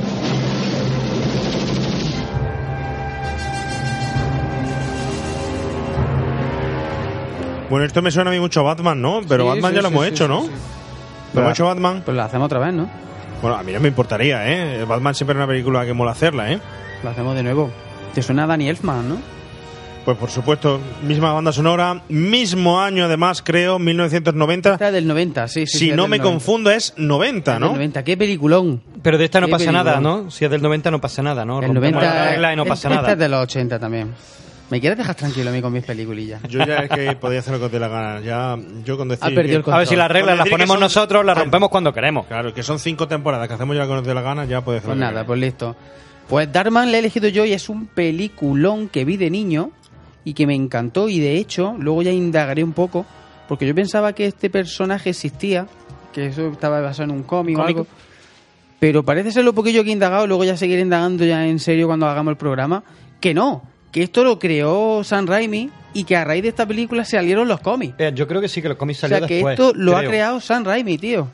A: Bueno, esto me suena a mí mucho a Batman, ¿no? Pero
C: Sí,
A: Batman
C: sí,
A: ya lo
C: sí,
A: hemos
C: sí,
A: hecho,
C: sí,
A: ¿no?
C: sí, sí.
A: Lo hemos hecho Batman.
C: Pues la hacemos otra vez, ¿no?
A: Bueno, a mí no me importaría, ¿eh? Batman siempre es una película que mola hacerla, ¿eh?
C: La hacemos de nuevo. Te suena a Danny Elfman, ¿no?
A: Pues por supuesto, misma banda sonora, mismo año además, creo, 1990.
C: Esta es del 90, sí, sí.
A: si
C: sí, es
A: no
C: del
A: me
C: 90.
A: confundo, es 90,
C: Del
A: ¿no?
C: 90, qué peliculón.
D: Pero de esta no
C: Qué
D: pasa nada,
C: peliculón.
D: ¿no? Si es del 90 no pasa nada, ¿no?
C: El
D: Rompemos
C: 90
D: la regla y no
C: es-
D: pasa
C: Esta es
D: nada.
C: de los 80 también. ¿Me quieres dejar tranquilo a mí con mis peliculillas?
A: Yo ya es que podía hacer lo que te la gana. Ya, yo con decir.
C: Ha perdido
A: que-
C: el control.
D: A ver si las reglas
A: Con
D: las
A: decir que
D: ponemos
A: son-
D: nosotros, las rompemos cuando queremos.
A: Claro, que son cinco temporadas que hacemos ya lo que nos dé la gana, ya puede hacer
C: Pues
A: lo que
C: nada,
A: quiera.
C: pues listo. Pues Darman le he elegido yo y es un peliculón que vi de niño y que me encantó y de hecho luego ya indagaré un poco porque yo pensaba que este personaje existía, que eso estaba basado en un cómic o
E: Cómico.
C: algo. Pero parece ser lo poquillo que he indagado, luego ya seguiré indagando ya en serio cuando hagamos el programa, que no, que esto lo creó San Raimi y que a raíz de esta película salieron los cómics.
D: Eh, yo creo que sí, que los cómics
C: O
D: salió
C: sea que
D: después,
C: esto lo ha
D: creo.
C: creado San Raimi, tío.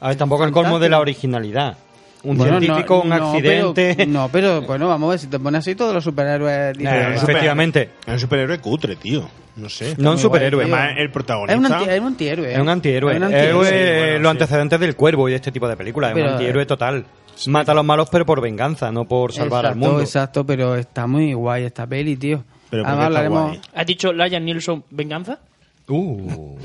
D: A ver, tampoco el colmo
C: Fantástico.
D: de la originalidad. Un
C: Bueno,
D: científico, un accidente...
C: Pero, no, pero bueno, vamos a ver, si te pones así todos los superhéroes...
D: Eh,
C: dicen, "Va".
D: efectivamente.
A: Es un superhéroe cutre, tío. No sé.
D: pues- No
C: muy
D: un
C: guay,
D: superhéroe.
C: tío.
A: Además, el protagonista.
C: Es un, anti- es un antihéroe.
D: Es un anthéroe.
C: Es un
D: Héroe,
C: antihéroe.
A: bueno,
D: los
A: sí.
D: antecedentes del cuervo y de este tipo de películas. Es
C: Pero,
D: un antihéroe
C: eh,
D: total. Mata a los malos, pero por venganza, no por salvar al
C: Exacto,
D: mundo.
C: Exacto, pero está muy guay esta peli, tío.
A: Pero ¿por
C: Además,
A: qué está
C: hablaremos-
A: guay?
E: ¿Has dicho Lion Nilsson venganza?
D: Uh.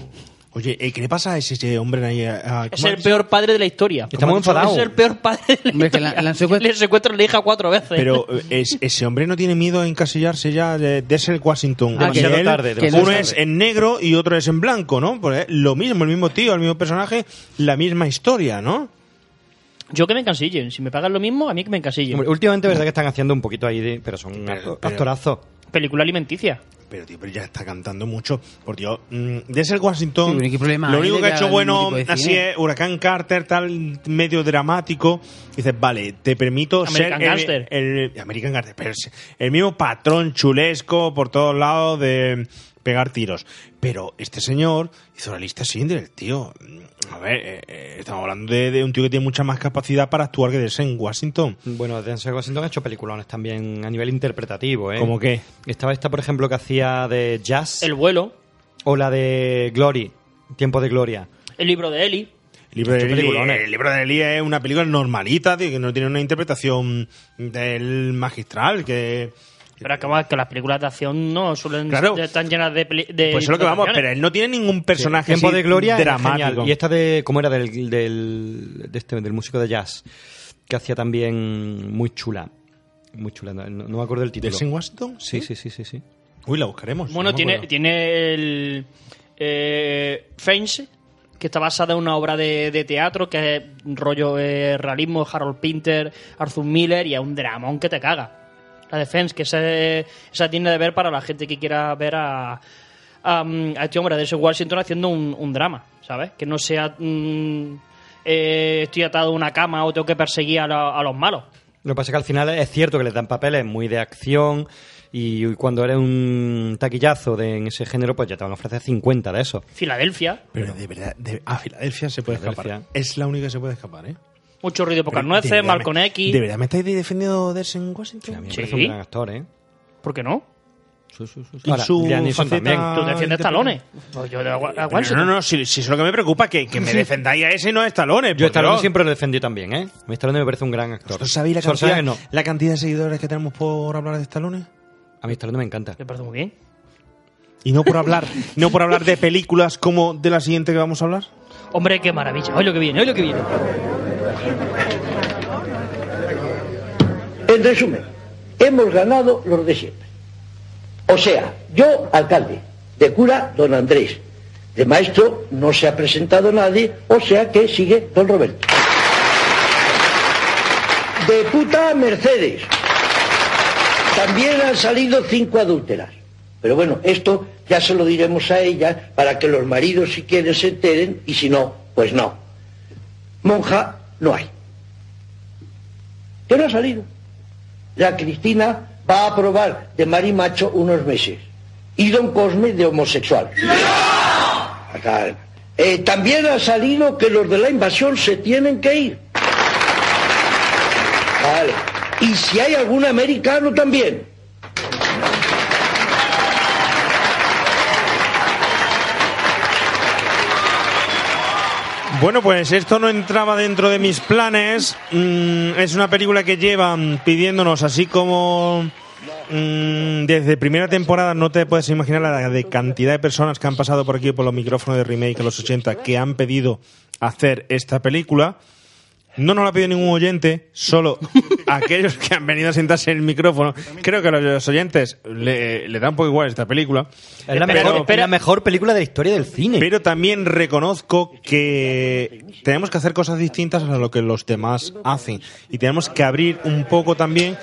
A: Oye, eh, ¿qué le pasa a ese, ese hombre ahí? A, a-
E: Es
A: ¿cómo
E: el
A: ha-
E: peor padre de la historia.
D: Estamos enfadados.
E: Es el peor padre de la
C: Hombre, que la-
E: historia.
C: la han secuest-
E: Le secuestran la hija cuatro veces.
A: Pero eh,
E: este.
A: es- ese hombre no tiene miedo a encasillarse ya de, de ser el Washington.
C: Ah,
A: Porque
C: que-
A: él-
D: tarde,
C: que
A: uno
C: no-
A: es en negro y otro es en blanco, ¿no? Pues, eh, lo mismo, el mismo tío, el mismo personaje, la misma historia, ¿no?
E: Yo que me encasillen. Si me pagan lo mismo, a mí que me encasillen.
D: Hombre, últimamente, verdad que están haciendo un poquito ahí de. Pero son
E: Pero- pero-
D: actorazos.
E: Película alimenticia.
A: Pero, tío, pero ya está cantando mucho. Por Dios, mm, Denzel Washington.
E: Sí, pero ¿qué problema
A: lo
E: hay
A: único
E: de
A: que ha
E: que
A: hecho
E: haga
A: bueno,
E: ningún tipo de
A: así
E: cine?
A: es Huracán Carter, tal medio dramático. Dices, vale, te permito
E: American
A: ser. el-
E: Gangster.
A: El, American Gangster, pero es el mismo patrón chulesco por todos lados de pegar tiros. Pero este señor hizo la lista Schindler, tío. A ver, eh, eh, estamos hablando de, de un tío que tiene mucha más capacidad para actuar que Denzel Washington.
D: Bueno, Denzel Washington ha hecho peliculones también a nivel interpretativo, ¿eh?
A: ¿Cómo qué?
D: Estaba esta, por ejemplo, que hacía de jazz.
E: El vuelo.
D: O la de Glory, Tiempo de Gloria.
E: El libro de Eli.
A: El libro, de
D: Ocho
A: Eli,
D: peliculones.
A: el libro de Eli es una película normalita, tío, que no tiene una interpretación del magistral, que...
E: Pero es que, vamos, que las películas de acción no suelen
A: Claro.
E: estar tan llenas de... peli- de
A: Pues eso es lo que vamos, pero
E: interpretaciones.
A: él no tiene ningún personaje
D: Tiempo
A: así
D: de Gloria era
A: dramático.
D: genial. Y esta de, ¿cómo era? Del, del, de este- del músico de jazz, que hacía también muy chula. Muy chula, no, no me acuerdo el título.
A: ¿Denzel Washington?
D: Sí, sí, sí, sí, sí.
A: Uy, la buscaremos.
E: Bueno, tiene, tiene el... Eh, Fence, que está basada en una obra de, de teatro que es rollo eh, realismo, Harold Pinter, Arthur Miller, y es un dramón que te caga. La Defense, que esa, esa tiene de ver para la gente que quiera ver a, a, mm, a este hombre, a Denzel Washington, haciendo un, un drama, ¿sabes? Que no sea... mm, eh, estoy atado a una cama o tengo que perseguir a, lo- a los malos.
D: Lo que pasa es que al final es cierto que le dan papeles muy de acción y cuando eres un taquillazo de, en ese género, pues ya te van a ofrecer 50 de eso.
E: Filadelfia,
A: Pero de verdad, de- a Filadelfia se puede
D: Filadelfia.
A: escapar. Es la única que se puede escapar, ¿eh?
E: mucho ruido, pocas
A: Pero, de
E: nueces,
A: verdad,
E: Malcolm
A: me-
E: X.
A: ¿De verdad me estáis defendiendo Denzel Washington?
D: Me
E: Sí.
D: parece un gran actor, ¿eh?
E: ¿Por qué no?
A: Y
D: Ahora,
A: su
D: Liam Neeson
A: faceta
D: también.
E: Tú defiendes
A: interpreta-
E: talones. Pues yo de a, Wa- a
A: Pero
E: Washington.
A: No, no, si, si es lo que me preocupa, que, que me defendáis a ese y no a Stallone.
D: Yo a
A: por
D: Stallone
A: Dios.
D: siempre lo defendí también, ¿eh? A mí Stallone me parece un gran actor.
A: ¿Vosotros sabéis la
D: Schwarzenegger
A: cantidad,
D: no.
A: la cantidad de seguidores que tenemos por hablar de Stallone?
D: A mí Stallone me encanta.
E: Me parece muy bien.
A: Y no por hablar, no por hablar de películas como de la siguiente que vamos a hablar.
E: Hombre, qué maravilla. Hoy lo que viene, hoy lo que viene.
O: En resumen, hemos ganado los de siempre. O sea, yo, alcalde, de cura, don Andrés. De maestro no se ha presentado nadie, o sea que sigue don Roberto. De puta Mercedes. También han salido cinco adúlteras. Pero bueno, esto ya se lo diremos a ella para que los maridos si quieren se enteren y si no, pues no. Monja no hay. Que no ha salido. La Cristina va a probar de marimacho unos meses. Y don Cosme de homosexual. Acá. Eh, también ha salido que los de la invasión se tienen que ir. Vale. Y si hay algún americano también.
A: Bueno, pues esto no entraba dentro de mis planes. Mm, es una película que llevan pidiéndonos, así como mm, desde primera temporada, no te puedes imaginar la de cantidad de personas que han pasado por aquí por los micrófonos de remake a los 80 que han pedido hacer esta película. No nos la pidió ningún oyente, solo aquellos que han venido a sentarse en el micrófono. Creo que a los oyentes le, le da un poco igual esta película.
D: Es la,
A: Pero-
D: mejor, la mejor película de la historia del cine.
A: pero también reconozco que tenemos que hacer cosas distintas a lo que los demás hacen. Y tenemos que abrir un poco también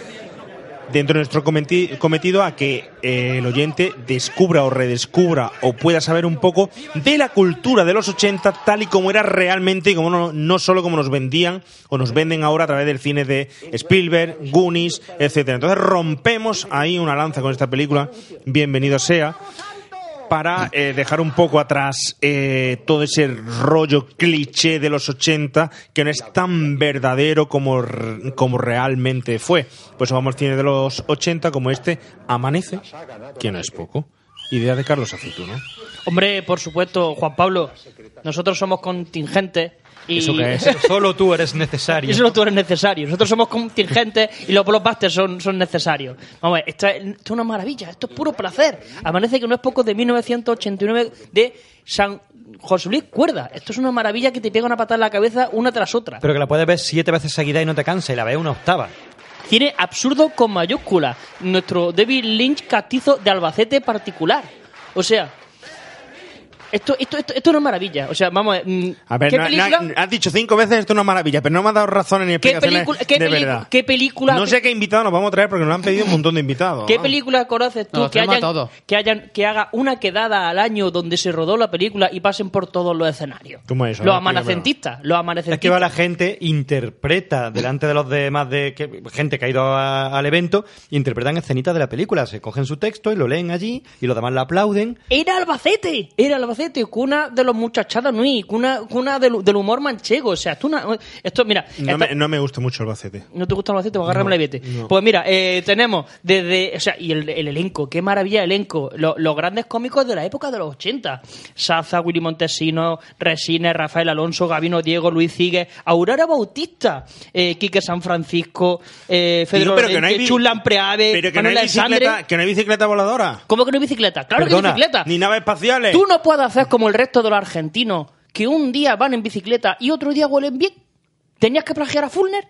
A: dentro de nuestro cometi- cometido a que eh, el oyente descubra o redescubra o pueda saber un poco de la cultura de los 80 tal y como era realmente y como no, no solo como nos vendían o nos venden ahora a través del cine de Spielberg, Goonies, etcétera. Entonces rompemos ahí una lanza con esta película, bienvenido sea para eh, dejar un poco atrás eh, todo ese rollo cliché de los 80 que no es tan verdadero como, r- como realmente fue. Pues vamos al cine de los 80 como este Amanece, que no es poco. Idea de Carlos Aceituno.
E: Hombre, por supuesto, Juan Pablo, nosotros somos contingentes y
D: ¿Eso qué es? Solo tú eres necesario.
E: y solo tú eres necesario. Nosotros somos contingentes y los blockbusters son, son necesarios. Vamos a ver, esto es, esto es una maravilla, esto es puro placer. Amanece que no es poco de 1989 de San José Luis Cuerda. Esto es una maravilla que te pega una patada en la cabeza una tras otra.
D: Pero que la puedes ver siete veces seguida y no te cansa y la ves una octava.
E: Tiene absurdo con mayúscula. Nuestro David Lynch castizo de Albacete particular. O sea, Esto, esto, esto, esto no es maravilla. O sea, vamos a ver. mm,
A: A ver,
E: ¿qué
A: no- no-
E: película?
A: has dicho cinco veces esto es una maravilla, pero no me has dado razones ni
E: ¿Qué
A: explicaciones
E: película, qué,
A: de
E: pelicu-
A: verdad.
E: qué película,
A: No sé qué invitado nos vamos a traer porque nos lo han pedido un montón de invitados.
E: qué
A: vamos.
E: película conoces tú
A: Nos los
E: que,
A: traemos
E: hayan,
A: a todos.
E: que hayan que haga una quedada al año donde se rodó la película y pasen por todos los escenarios?
D: ¿Cómo es eso?
E: Los
D: A ver,
E: amanecentistas, los amanecentistas.
D: Es que va la gente, interpreta delante de los demás de que- gente que ha ido a- al evento, interpretan escenitas de la película, se cogen su texto y lo leen allí y los demás la aplauden.
E: Era Albacete, era Albacete, cuna de los muchachadas nui, cuna, cuna del, del humor manchego. O sea, tú una- esto, mira,
A: No
E: esto-
A: me, no me gusta mucho Albacete.
E: ¿No te gusta Albacete? Pues agárrame
A: No,
E: la billete.
A: no.
E: Pues mira, eh, tenemos desde. O sea, y el, el elenco, qué maravilla de elenco. Lo- los grandes cómicos de la época de los 80. Saza, Willy Montesino, Resines, Rafael Alonso, Gabino Diego, Luis Cigue, Aurora Bautista, eh, Quique San Francisco, eh, Fedro
A: Digo, pero que no hay
E: Lorente,
A: bi-
E: Chulán Preave,
A: Pero que no,
E: Manuel
A: hay bicicleta,
E: Alexandre.
A: que no hay bicicleta voladora.
E: ¿Cómo que no hay bicicleta? Claro que
A: Perdona,
E: hay bicicleta.
A: Ni naves espaciales.
E: Tú no puedes hacer como el resto de los argentinos, que un día van en bicicleta y otro día huelen bien. Tenías que plagiar a Fulner.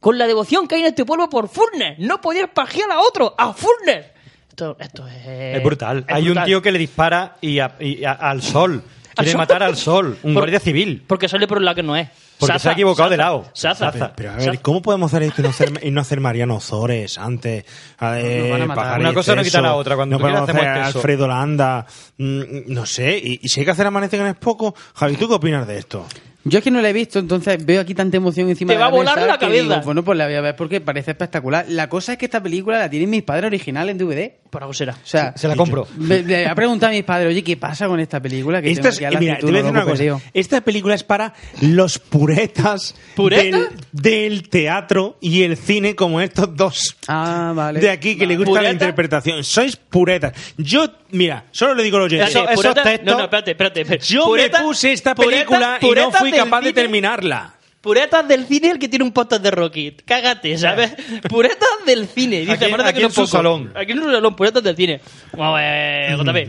E: Con la devoción que hay en este pueblo por Fulner. No podías plagiar a otro, a Fulner. Esto, esto es...
D: Eh, es brutal. Hay un
E: brutal.
D: tío que le dispara y, a- y a- al sol. Quiere
E: sol?
D: matar al sol, un
E: Por-
D: guardia civil.
E: Porque sale por la que no es.
D: Porque se
E: Saza,
D: ha equivocado de
E: Saza,
D: lado.
E: Saza.
A: Pero, pero a ver, ¿cómo podemos hacer esto y no hacer, y no hacer Mariano Ozores antes? A ver,
D: Nos van a matar.
A: Pajares
D: Una cosa no quita
A: Exceso,
D: la otra. Cuando
A: no
D: tú quieras
A: podemos hacer
D: hacemos exceso.
A: Alfredo Landa. mm, no sé. Y, y si hay que hacer Amanecer en es poco. Javi, ¿tú qué opinas de esto?
C: Yo es que no la he visto, entonces veo aquí tanta emoción encima
E: Te
C: de
E: va
C: la
E: a volar
C: mesa
E: la
C: que
E: cabeza.
C: digo, bueno, pues la voy a ver porque parece espectacular. La cosa es que esta película la tienen mis padres original en DVD.
E: Por algo será.
C: O sea,
D: Se la compro.
C: me- le ha preguntado a mis padres, oye, ¿qué pasa con esta película? Que
A: Esta,
C: tengo
A: es-
C: aquí a la
A: mira, te
C: actitud,
A: voy a
C: lo
A: decir una
C: loco
A: cosa.
C: perdido.
A: Esta película es para los puretas
C: ¿Pureta?
A: Del, del teatro y el cine, como estos dos
C: Ah, vale.
A: de aquí que le gusta la
E: ¿Pureta?
A: interpretación. Sois puretas. Yo, mira, solo le digo a los oyentes.
E: Espérate,
A: esos
E: pureta-
A: textos-
E: no, no, espérate, espérate. espérate.
A: Yo
E: Pureta-
A: me puse esta
E: pureta-
A: película y no
E: puretas
A: fui
E: del
A: capaz de
E: cine-
A: terminarla.
E: Puretas del cine el que tiene un póster de Rocky. Cágate, ¿sabes? Puretas del cine. Dice,
D: Aquí-
E: "Acuérdate
D: aquí
E: que no
D: en su
E: poco".
D: salón.
E: Aquí en su salón, puretas del cine. Vamos, eh, JP.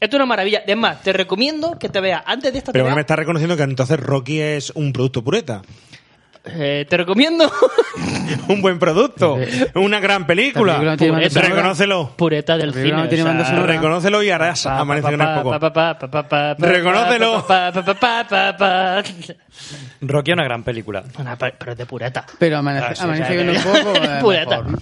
E: Esto es una maravilla. Es más, te recomiendo que te veas antes de esta
A: Pero ahora
E: tarea,
A: me está reconociendo que entonces Rocky es un producto pureta.
E: eh, Te recomiendo.
A: Un buen producto. Una gran película. Pues,
E: La Eh, película no tiene banda sonora.
A: Reconócelo.
E: Pureta del cine. o sea,
A: Reconócelo y harás Amanece en
E: ah. pa,
A: el poco.
E: pa, pa, pa, pa, pa, pa,
A: Reconócelo.
E: pa, pa, pa, pa, pa, pa.
D: Rocky es una gran película.
E: Una pa- Pero es de pureta.
C: Pero amanece,
D: Ah, sí,
C: amanece
D: sí,
C: viendo
D: sí.
C: un poco. eh,
E: Pureta.
C: mejor.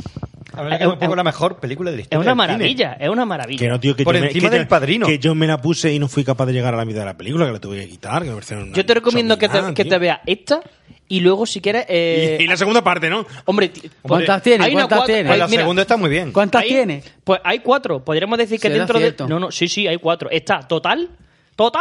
D: A ver, que es un poco la mejor película de la
E: Es
D: historia.
E: una
D: del cine.
E: maravilla, es una maravilla.
A: Que no, tío, que
D: Por
A: yo me-
D: encima
A: que yo-
D: del Padrino.
A: Que yo me la puse y no fui capaz de llegar a la mitad de la película, que la tuve que quitar. Que me pareció una
E: Yo te recomiendo que te,
A: chorrada,
E: que
A: tío.
E: te veas esta y luego si quieres... eh,
A: Y, y la segunda parte, ¿no?
E: Hombre, ti-
C: ¿Cuántas tiene?
E: Hay una
C: ¿Cuántas
E: cuatro-
C: tiene?
E: hay-
D: La
E: mira,
D: segunda está muy bien.
C: ¿Cuántas
E: hay-
C: tiene?
E: Pues hay cuatro. Podríamos decir que
C: Será
E: dentro
C: cierto.
E: de... No, no, sí, sí, hay cuatro. Está total, total...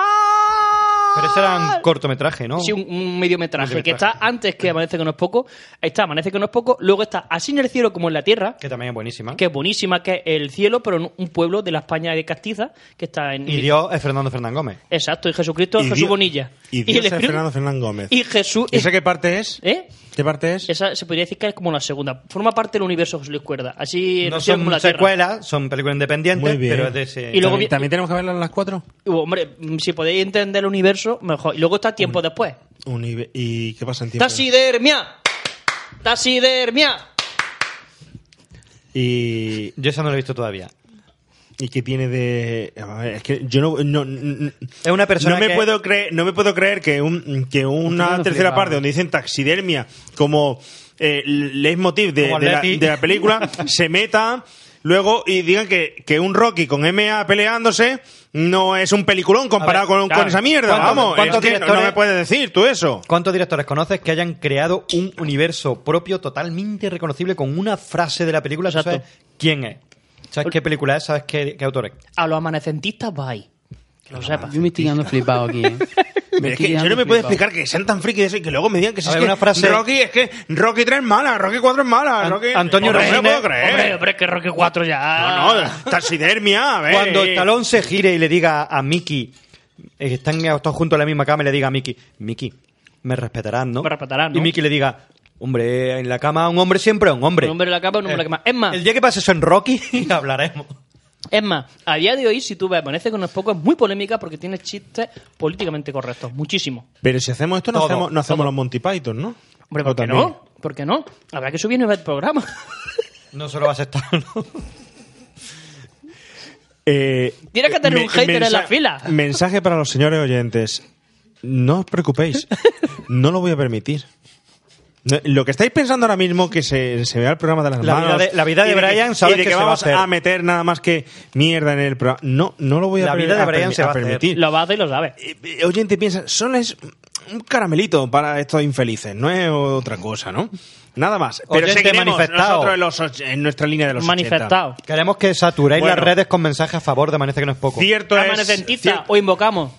D: Pero ese era Ah. un cortometraje, ¿no?
E: Sí, un, un mediometraje,
D: Mediometraje.
E: que está antes que Amanece que no es poco. Está Amanece que no es poco. Luego está Así en el cielo como en la tierra,
D: Que también es buenísima.
E: que es buenísima, que es el cielo, pero en un pueblo de la España de Castiza, que está en...
D: Y Dios es Fernando Fernán Gómez.
E: Exacto, y Jesucristo es
A: Y
E: Jesús
A: Dios-
E: Bonilla.
A: Y,
E: el
A: Dios es
E: Espíritu-
A: Fernando Fernán Gómez.
E: y Jesús...
A: ¿Y esa qué parte es?
E: ¿Eh?
A: ¿Qué parte es?
E: Esa se podría decir que es como la segunda. Forma parte del universo José Luis Cuerda. Así
D: No
E: nació como
D: son
E: la Tierra.
D: secuelas, son películas independientes,
A: Muy bien.
D: pero es de ese...
E: Y luego vi-
A: Eh, ¿También tenemos que verlas las cuatro?
E: Uh, Hombre, mm, si podéis entender el universo, mejor. Y luego está tiempo después.
A: Unive- ¿Y qué pasa en tiempo?
E: ¡Tasidermia! ¡Tasidermia!
A: Y,
D: Yo esa no la he visto todavía.
A: y qué tiene de a ver, es que yo no no, n-
D: Es una persona
A: no me
D: que-
A: puedo creer no me puedo creer que un que una
C: no
A: tercera
C: flipaba.
A: parte donde dicen taxidermia como eh, leitmotiv de,
D: Como
A: de la,
D: Leti.
A: de la película se meta luego y digan que, que un Rocky con MA peleándose no es un peliculón comparado
D: A ver,
A: con, con
D: claro.
A: esa mierda
D: ¿Cuántos-
A: vamos es
D: cuántos
A: que no- no
D: directores-
A: me puedes decir tú eso
D: ¿Cuántos directores conoces que hayan creado un universo propio totalmente reconocible con una frase de la película? Tú
E: Exacto. Eh,
D: ¿Sabes quién es? ¿Sabes qué película es? ¿Sabes qué, qué autor es?
E: A los amanacentistas va ahí. Que lo sepas.
C: Yo me estoy quedando flipado aquí. eh. Me
A: Es
C: estoy
A: que yo no
C: quedando
A: me puedo
C: flipado.
A: explicar que sean tan friki de eso y que luego me digan que si
D: A
A: es
D: ver,
A: que
D: una frase-
A: Rocky es que Rocky 3 es mala, Rocky 4 es mala,
D: An-
A: Rocky...
D: Antonio
A: Hombre, no me
D: Resines-
A: puedo creer.
E: Hombre, hombre, que Roque 4 ya.
A: No, no, taxidermia, a ver.
D: Ah. Cuando el talón se gire y le diga a Mickey, eh, que están todos juntos en la misma cama y le diga a Mickey, Mickey, me respetarás, ¿no?
E: Me respetarás, ¿no?
D: Y Mickey le diga, hombre, en la cama un hombre siempre es un hombre.
E: Un hombre en la capa, un hombre en la cama. Es más,
D: El día que pase eso en Rocky, hablaremos.
E: es más, a día de hoy, si tú ves, parece que no es poco, es muy polémica porque tiene chistes políticamente correctos. Muchísimo.
A: Pero si hacemos esto, no
D: Todo,
A: hacemos, no hacemos los Monty Python, ¿no?
E: Hombre,
A: ¿O
E: ¿por qué
A: también?
E: no? ¿Por qué no? Habrá que subir nueve el programa.
D: No se lo va a aceptar, ¿no?
A: Eh,
E: Tienes que tener un hater en la
A: mensa-
E: fila.
A: Mensaje para los señores oyentes. No os preocupéis, no lo voy a permitir. No, Lo que estáis pensando ahora mismo que se, se vea el programa de las
D: La vida
A: manos
D: de- la vida de
A: y que-
D: Brian sabe
A: y de que,
D: que se va a
A: vamos
D: hacer.
A: a, meter nada más que mierda en el programa. No, no lo voy a,
D: La
A: per-
D: vida de
A: a
D: Brian
A: permi-
D: se
A: a
D: va a hacer.
A: permitir.
E: Lo va a hacer y lo sabe.
A: Eh, oyente piensa, solo es un caramelito para estos infelices, no es otra cosa, ¿no? Nada más. Pero
D: Oyente
A: seguiremos
D: manifestado.
A: nosotros en, los och- en nuestra línea de los 80.
D: Queremos que saturéis
A: Bueno.
D: las redes con mensajes a favor de Amanece que no es poco.
A: Cierto es.
E: Amanecentista, o invocamos.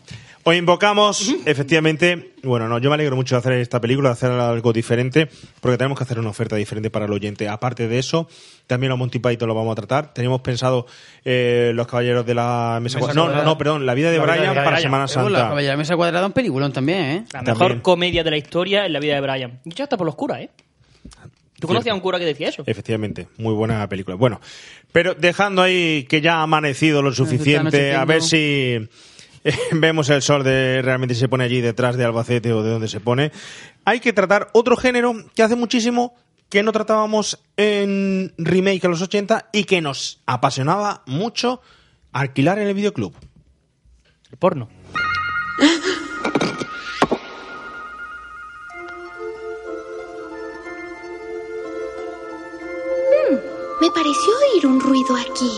A: O invocamos, efectivamente. Bueno, no, yo me alegro mucho de hacer esta película, de hacer algo diferente, porque tenemos que hacer una oferta diferente para el oyente. Aparte de eso, también a Monty Python lo vamos a tratar. Tenemos pensado eh, los caballeros de la mesa. no,
C: Mesa
A: no,
C: Cuadrada.
A: no, perdón, la vida de
C: La vida
A: Brian
C: de
A: para
C: Brian.
A: Semana
C: Eh, bueno, La
A: Santa.
C: Caballera de Mesa Cuadrada es un peliculón también, ¿eh?
E: La mejor comedia de la historia en la vida de Brian. Y ya está por los curas, ¿eh? ¿Tú conocías a un cura que decía
D: Eh.
E: eso?
A: Efectivamente, muy buena película. Bueno, pero dejando ahí que ya ha amanecido lo suficiente, a ver si eh, vemos el sol de realmente se pone allí detrás de Albacete o de donde se pone. Hay que tratar otro género que hace muchísimo que no tratábamos en remake a los 80 y que nos apasionaba mucho alquilar en el videoclub.
E: El porno.
G: Mm, me pareció oír un ruido aquí.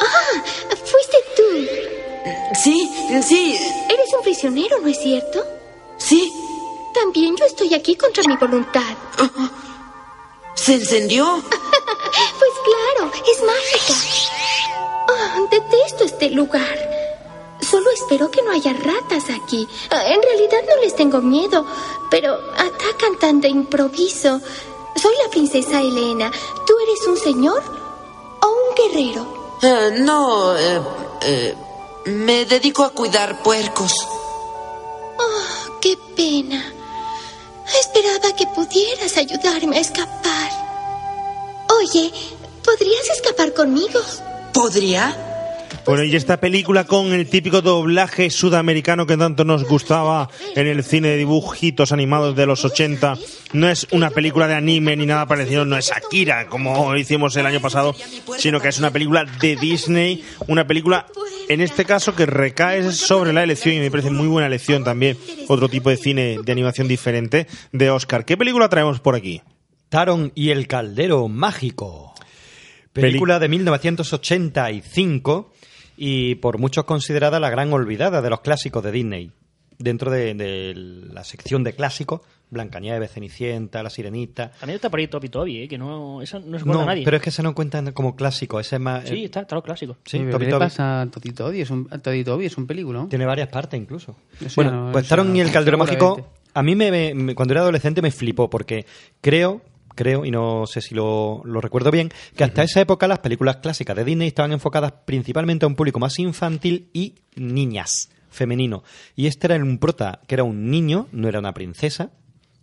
G: ¡Ah! ¡Fuiste tú! Sí, sí. Eres un prisionero, ¿no es cierto? Sí. También yo estoy aquí contra mi voluntad.
P: ¿Se encendió?
G: Pues claro, es mágica. Ah, detesto este lugar. Solo espero que no haya ratas aquí. Ah, en realidad no les tengo miedo, pero atacan tan de improviso. Soy la princesa Elena. ¿Tú eres un señor o un guerrero?
P: Eh, no, eh, eh, me dedico a cuidar puercos.
G: Oh, qué pena. Esperaba que pudieras ayudarme a escapar. Oye, ¿podrías escapar conmigo?
P: ¿Podría?
A: Bueno, y esta película con el típico doblaje sudamericano que tanto nos gustaba en el cine de dibujitos animados de los 80, no es una película de anime ni nada parecido, no es Akira como hicimos el año pasado, sino que es una película de Disney, una película en este caso que recae sobre la elección y me parece muy buena elección también, otro tipo de cine de animación diferente de Oscar. ¿Qué película traemos por aquí?
D: Taron y el Caldero Mágico. Película de 1985 y por muchos considerada la gran olvidada de los clásicos de Disney. Dentro de, de la sección de clásicos, Blancanieves, Cenicienta, La Sirenita.
E: También está por ahí Topi Toby, ¿eh? Que no, esa no se acuerda
D: No,
E: nadie.
D: pero es que ese no cuenta como clásico, ese es más...
E: Sí,
D: eh,
E: está, está lo clásico.
D: Sí,
C: Pero
D: Toby
C: ¿Qué le
D: Toby.
C: pasa a Toddy Toddy? Es un, a Toddy Toddy es un película.
D: Tiene varias partes incluso.
C: Eso ya
D: Bueno,
C: no-
D: pues
C: eso
D: Taron
C: no-
D: y el Caldero Mágico,
C: seguramente.
D: a mí me, me- cuando era adolescente me flipó porque creo, creo, y no sé si lo, lo recuerdo bien, que hasta esa época las películas clásicas de Disney estaban enfocadas principalmente a un público más infantil y niñas, femenino. Y este era un prota que era un niño, no era una princesa.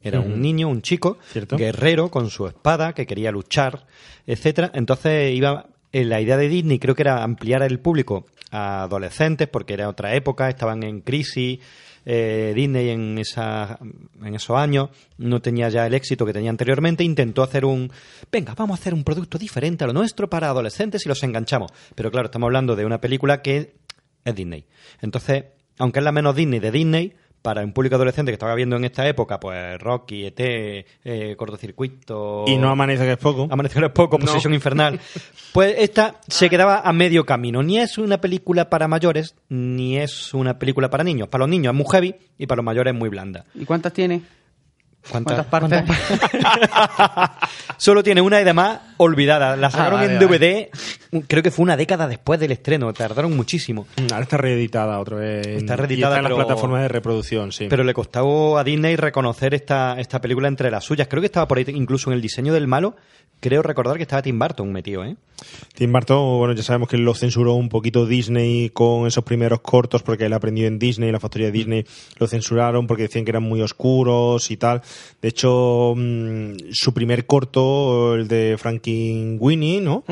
D: Era
A: Ujú.
D: un niño, un chico, guerrero con su espada que quería luchar, etcétera. Entonces iba eh, la idea de Disney creo que era ampliar el público a adolescentes porque era otra época, estaban en crisis. eh, Disney en, esa, en esos años no tenía ya el éxito que tenía anteriormente, intentó hacer un, venga, vamos a hacer un producto diferente a lo nuestro para adolescentes y los enganchamos. Pero claro, estamos hablando de una película que es Disney. Entonces, aunque es la menos Disney de Disney, para un público adolescente que estaba viendo en esta época, pues Rocky, ET, eh, cortocircuito.
A: Y no amanece que es poco.
D: Amanece que es poco,
A: No.
D: Posesión Infernal. Pues esta se quedaba a medio camino. Ni es una película para mayores, ni es una película para niños. Para los niños es muy heavy y para los mayores es muy blanda.
C: ¿Y cuántas tiene?
D: ¿Cuántas,
C: partes?
D: Solo tiene una y demás olvidada. La sacaron
A: vale,
D: en DVD, creo que fue una década después del estreno. Tardaron muchísimo.
A: Ahora está reeditada otra vez.
D: Está
A: Y está
D: reeditada
A: en las
D: pero-
A: plataformas de reproducción, sí.
D: Pero le costó a Disney reconocer esta, esta película entre las suyas. Creo que estaba por ahí incluso en el diseño del malo. Creo recordar que estaba Tim Burton metido, ¿eh?
A: Tim Burton, bueno, ya sabemos que lo censuró un poquito Disney con esos primeros cortos porque él aprendió en Disney, la factoría de Disney lo censuraron porque decían que eran muy oscuros y tal. De hecho, mm, su primer corto, el de Franklin Winnie, ¿no?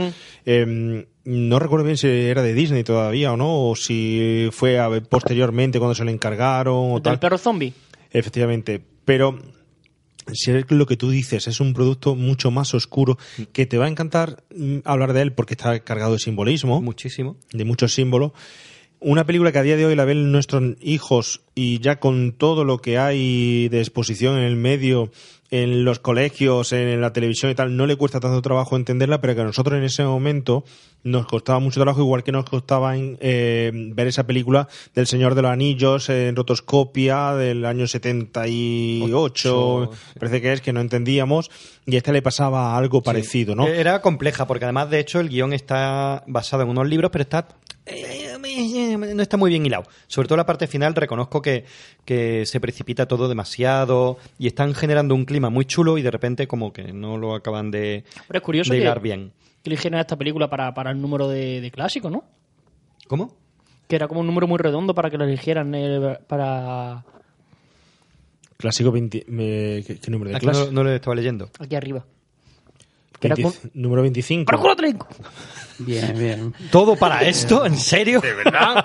A: Eh, no recuerdo bien si era de Disney todavía o no, o si fue a ver posteriormente cuando se lo encargaron o
E: Del
A: tal.
E: perro zombie.
A: Efectivamente, pero si es lo que tú dices, es un producto mucho más oscuro que te va a encantar mm, hablar de él porque está cargado de simbolismo.
D: Muchísimo.
A: De muchos símbolos. Una película que a día de hoy la ven nuestros hijos y ya con todo lo que hay de exposición en el medio, en los colegios, en la televisión y tal, no le cuesta tanto trabajo entenderla, pero que a nosotros en ese momento nos costaba mucho trabajo, igual que nos costaba en, eh, ver esa película del Señor de los Anillos en rotoscopia del año 78, parece que es que no entendíamos, y a esta le pasaba algo parecido, ¿no?
D: Era compleja, porque además, de hecho, el guión está basado en unos libros, pero está eh, no está muy bien hilado. Sobre todo la parte final, reconozco que, que se precipita todo demasiado y están generando un clima muy chulo y de repente como que no lo acaban de,
E: Pero es curioso
D: de
E: que,
D: hilar bien.
E: que eligieran esta película para, para el número de, de clásico, ¿no?
D: ¿Cómo?
E: Que era como un número muy redondo para que lo eligieran eh, para
A: Clásico 20... me- ¿qué, qué número de
D: Aquí
A: clase?
D: Ah, no, no lo estaba leyendo.
E: aquí arriba. era
A: 20 Número 25.
E: ¡Para culo trinco!
C: Bien, bien.
D: ¿Todo para esto? ¿En serio?
A: ¿De verdad?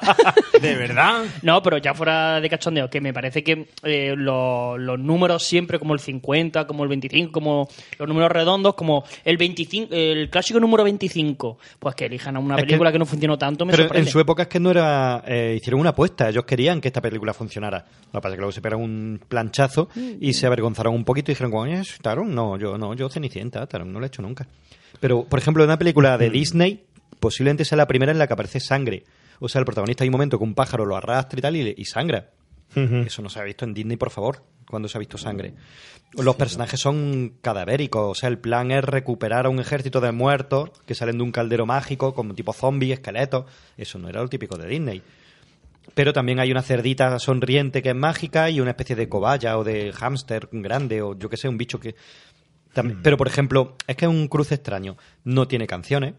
A: ¿De verdad?
E: No, pero ya fuera de cachondeo, que me parece que eh, lo- los números siempre, como el 50, como el 25, como los números redondos, como el 25, el clásico número 25, pues que elijan a una
D: Es que-
E: película que, no funcionó tanto, me
D: Pero
E: sorprende.
D: en su época es que no era. eh, hicieron una apuesta. Ellos querían que esta película funcionara. Lo que pasa es que luego se pegaron un planchazo y se avergonzaron un poquito y dijeron, coño, es Taron, no, yo no, yo Cenicienta, Taron no lo he hecho nunca. Pero, por ejemplo, en una película
E: Mm.
D: de Disney, posiblemente sea la primera en la que aparece sangre. O sea, el protagonista hay un momento que un pájaro lo arrastra y tal y, le- y sangra. Eso no se ha visto en Disney, por favor, cuando se ha visto sangre. Los personajes son cadavéricos, o sea, el plan es recuperar a un ejército de muertos que salen de un caldero mágico, como tipo zombies, esqueletos. Eso no era lo típico de Disney. Pero también hay una cerdita sonriente que es mágica y una especie de cobaya o de hámster grande o yo que sé, un bicho que... también- Pero, por ejemplo, es que es un cruce extraño. No tiene canciones.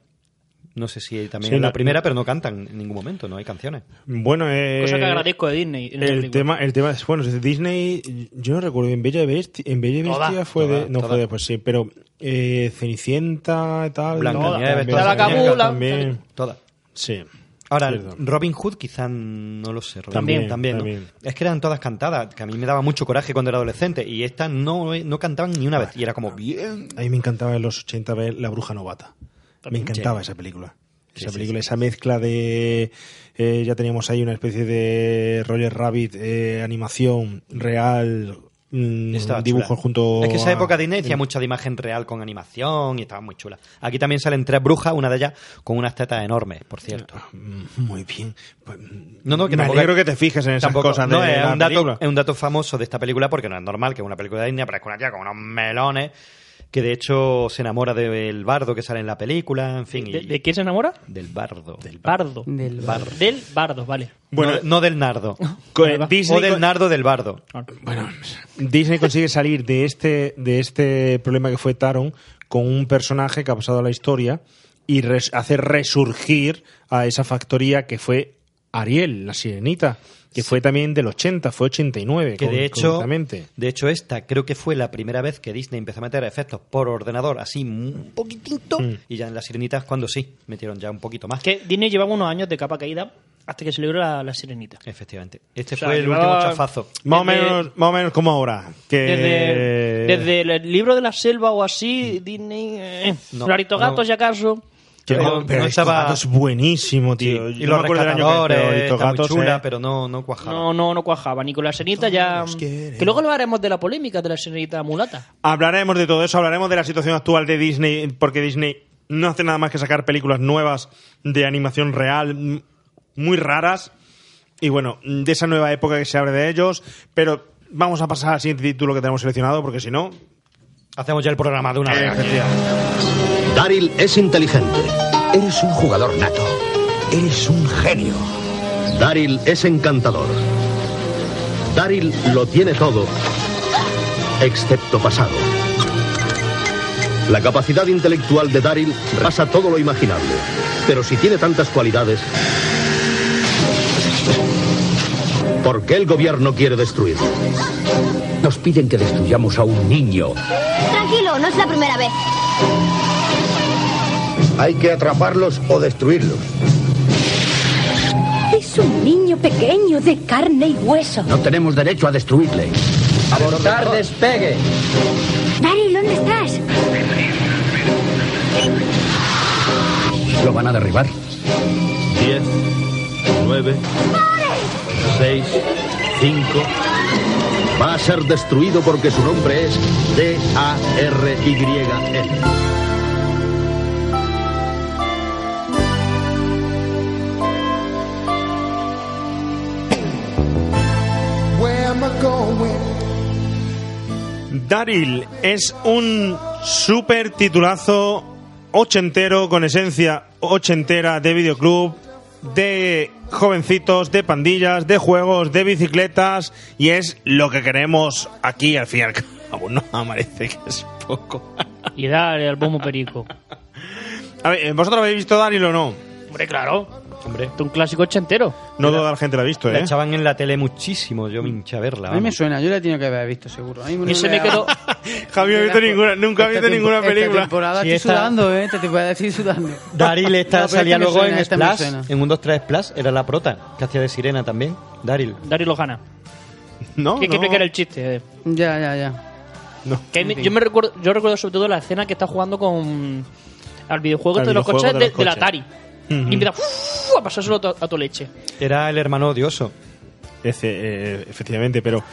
D: No sé si también
A: Sí,
D: es la
A: no-
D: primera, pero no cantan en ningún momento, no hay canciones.
A: Bueno, eh,
E: Cosa que agradezco de Disney. en esta
A: El
E: película.
A: tema, el tema es, bueno, es de Disney, yo no recuerdo, en Bella y Bestia, en Bella y
E: Toda,
A: Bestia fue
E: toda,
A: de, no
E: toda.
A: fue después, sí, pero eh, Cenicienta, tal,
D: Blancanieves,
A: toda,
D: todas
A: también,
D: las muñecas
A: también,
D: Todas.
A: sí.
D: Ahora,
A: Cierto.
D: Robin Hood quizá no lo sé. Robin
A: También,
D: Hood también, ¿no?
A: también.
D: Es que eran todas cantadas, que a mí me daba mucho coraje cuando era adolescente. Y estas no, no cantaban ni una vez. Y era como bien.
A: A mí me encantaba en los 80 ver La Bruja Novata. Me
D: También.
A: encantaba
D: Sí.
A: esa película.
D: Sí,
A: Esa
D: sí,
A: película, esa mezcla de. eh, ya teníamos ahí una especie de Roger Rabbit, eh, animación real, mm,
D: Estaba
A: dibujos
D: chula.
A: junto.
D: Es que esa
A: a-
D: época Disney hacía mucha de imagen real con animación y estaba muy chula. Aquí también salen tres brujas, una de ellas con unas tetas enormes, por cierto.
A: Muy bien. Pues,
D: No, no, que
A: me
D: tampoco-
A: alegro que te fijes en esas
D: tampoco-
A: cosas.
D: No,
A: de- de
D: es,
A: la
D: un dato,
A: película.
D: es un dato famoso de esta película porque no es normal que una película de Disney aparezca una tía con unos melones que de hecho se enamora del bardo que sale en la película, en fin. y-
E: ¿De, de quién se enamora?
D: Del bardo. Del
E: Bardo.
D: Del bardo.
E: Del bardo, vale.
A: Bueno,
D: no, no del nardo.
A: Co- eh, Disney
D: o del
A: con-
D: nardo del bardo.
A: Disney consigue salir de este, de este problema que fue Taron con un personaje que ha pasado a la historia y res- hace resurgir a esa factoría que fue Ariel, la sirenita, que fue también del 80, fue 89.
D: Que
A: con-
D: de hecho,
A: concretamente.
D: de hecho esta creo que fue la primera vez que Disney empezó a meter efectos por ordenador así un poquitito y ya en las sirenitas cuando sí metieron ya un poquito más.
E: Que Disney llevaba unos años de capa caída hasta que se libró la, la sirenita.
D: Efectivamente. Este
E: O sea,
D: fue el
E: llevaba-
D: último chafazo.
A: Más, o
E: desde-
A: menos, más o menos como ahora. Que...
D: Eh.
E: Desde, desde el libro de la selva o así, Disney. Eh,
A: No,
E: Rarito Gato,
A: no.
E: si acaso.
A: Que
D: Pero-
A: no,
D: no
A: pero Aristogato
D: estaba-
A: es buenísimo, tío.
D: Y
A: Yo
D: los
A: me acuerdo del año que- pero
D: rescatadores, está muy
A: Aristogato,
D: chula,
A: eh,
D: pero no, no cuajaba.
E: No, no, no cuajaba. Ni con la sirenita ya. mm, Que luego lo haremos de la polémica de la sirenita mulata.
A: Hablaremos de todo eso, hablaremos de la situación actual de Disney, porque Disney no hace nada más que sacar películas nuevas de animación real, m- muy raras, y bueno, de esa nueva época que se abre de ellos, pero vamos a pasar al siguiente título que tenemos seleccionado, porque si no...
D: Hacemos ya el programa de una vez.
Q: Daryl es inteligente. Eres un jugador nato. Eres un genio. Daryl es encantador. Daryl lo tiene todo, excepto pasado. La capacidad intelectual de Daryl pasa todo lo imaginable. Pero si tiene tantas cualidades, ¿por qué el gobierno quiere destruirlo? Nos piden que destruyamos a un niño.
R: Tranquilo, no es la primera vez.
Q: Hay que atraparlos o destruirlos.
R: Es un niño pequeño de carne y hueso.
Q: No tenemos derecho a destruirle.
M: Abortar despegue.
R: Dani, ¿dónde estás?
Q: Lo van a derribar.
J: 10, 9,
Q: 6, 5. Va a ser destruido porque su nombre es
C: E.
Q: D-A-R-Y-N.
I: Where am I going?
A: Daryl es un super titulazo ochentero con esencia ochentera de videoclub, de jovencitos, de pandillas, de juegos, de bicicletas y es lo que queremos aquí al fin y al cabo. No, parece que es poco.
E: Y dale al bombo perico.
A: A ver, ¿vosotros habéis visto Daryl o no?
E: Hombre, claro. Hombre. Un clásico ochentero.
A: No toda la gente la ha visto,
D: La
A: ¿eh?
D: echaban en la tele muchísimo, yo me hincha a verla.
C: A mí me
D: vamos.
C: suena, yo la he tenido que haber visto seguro. A mí no
E: Ese me
C: le
E: quedó-
A: Javier ha visto ninguna, nunca ha visto ninguna
C: Esta
A: película.
C: temporada
D: Sí,
C: estoy
D: esta-
C: sudando, eh. Esta temporada estoy sudando.
D: Daryl esta
C: No, pero este
D: salía
C: me
D: luego
C: suena,
D: en
C: esta me
D: Splash,
C: suena.
D: en un 2-3 Splash, era la prota, que hacía de sirena también. Daryl.
E: Daryl Lojana.
A: No,
E: que, que, que era el chiste. eh.
C: Ya, ya, ya.
E: Que ahí me- yo, me recuerdo, yo recuerdo sobre todo la escena que está jugando con. Al videojuego,
D: Al
E: de los
D: videojuego
E: coches de,
D: de los
E: del
D: coches.
E: Atari.
D: Ujú.
E: Y empieza ¡fuu! a pasárselo a tu, a tu leche.
D: Era el hermano odioso.
A: Ese, eh, efectivamente, pero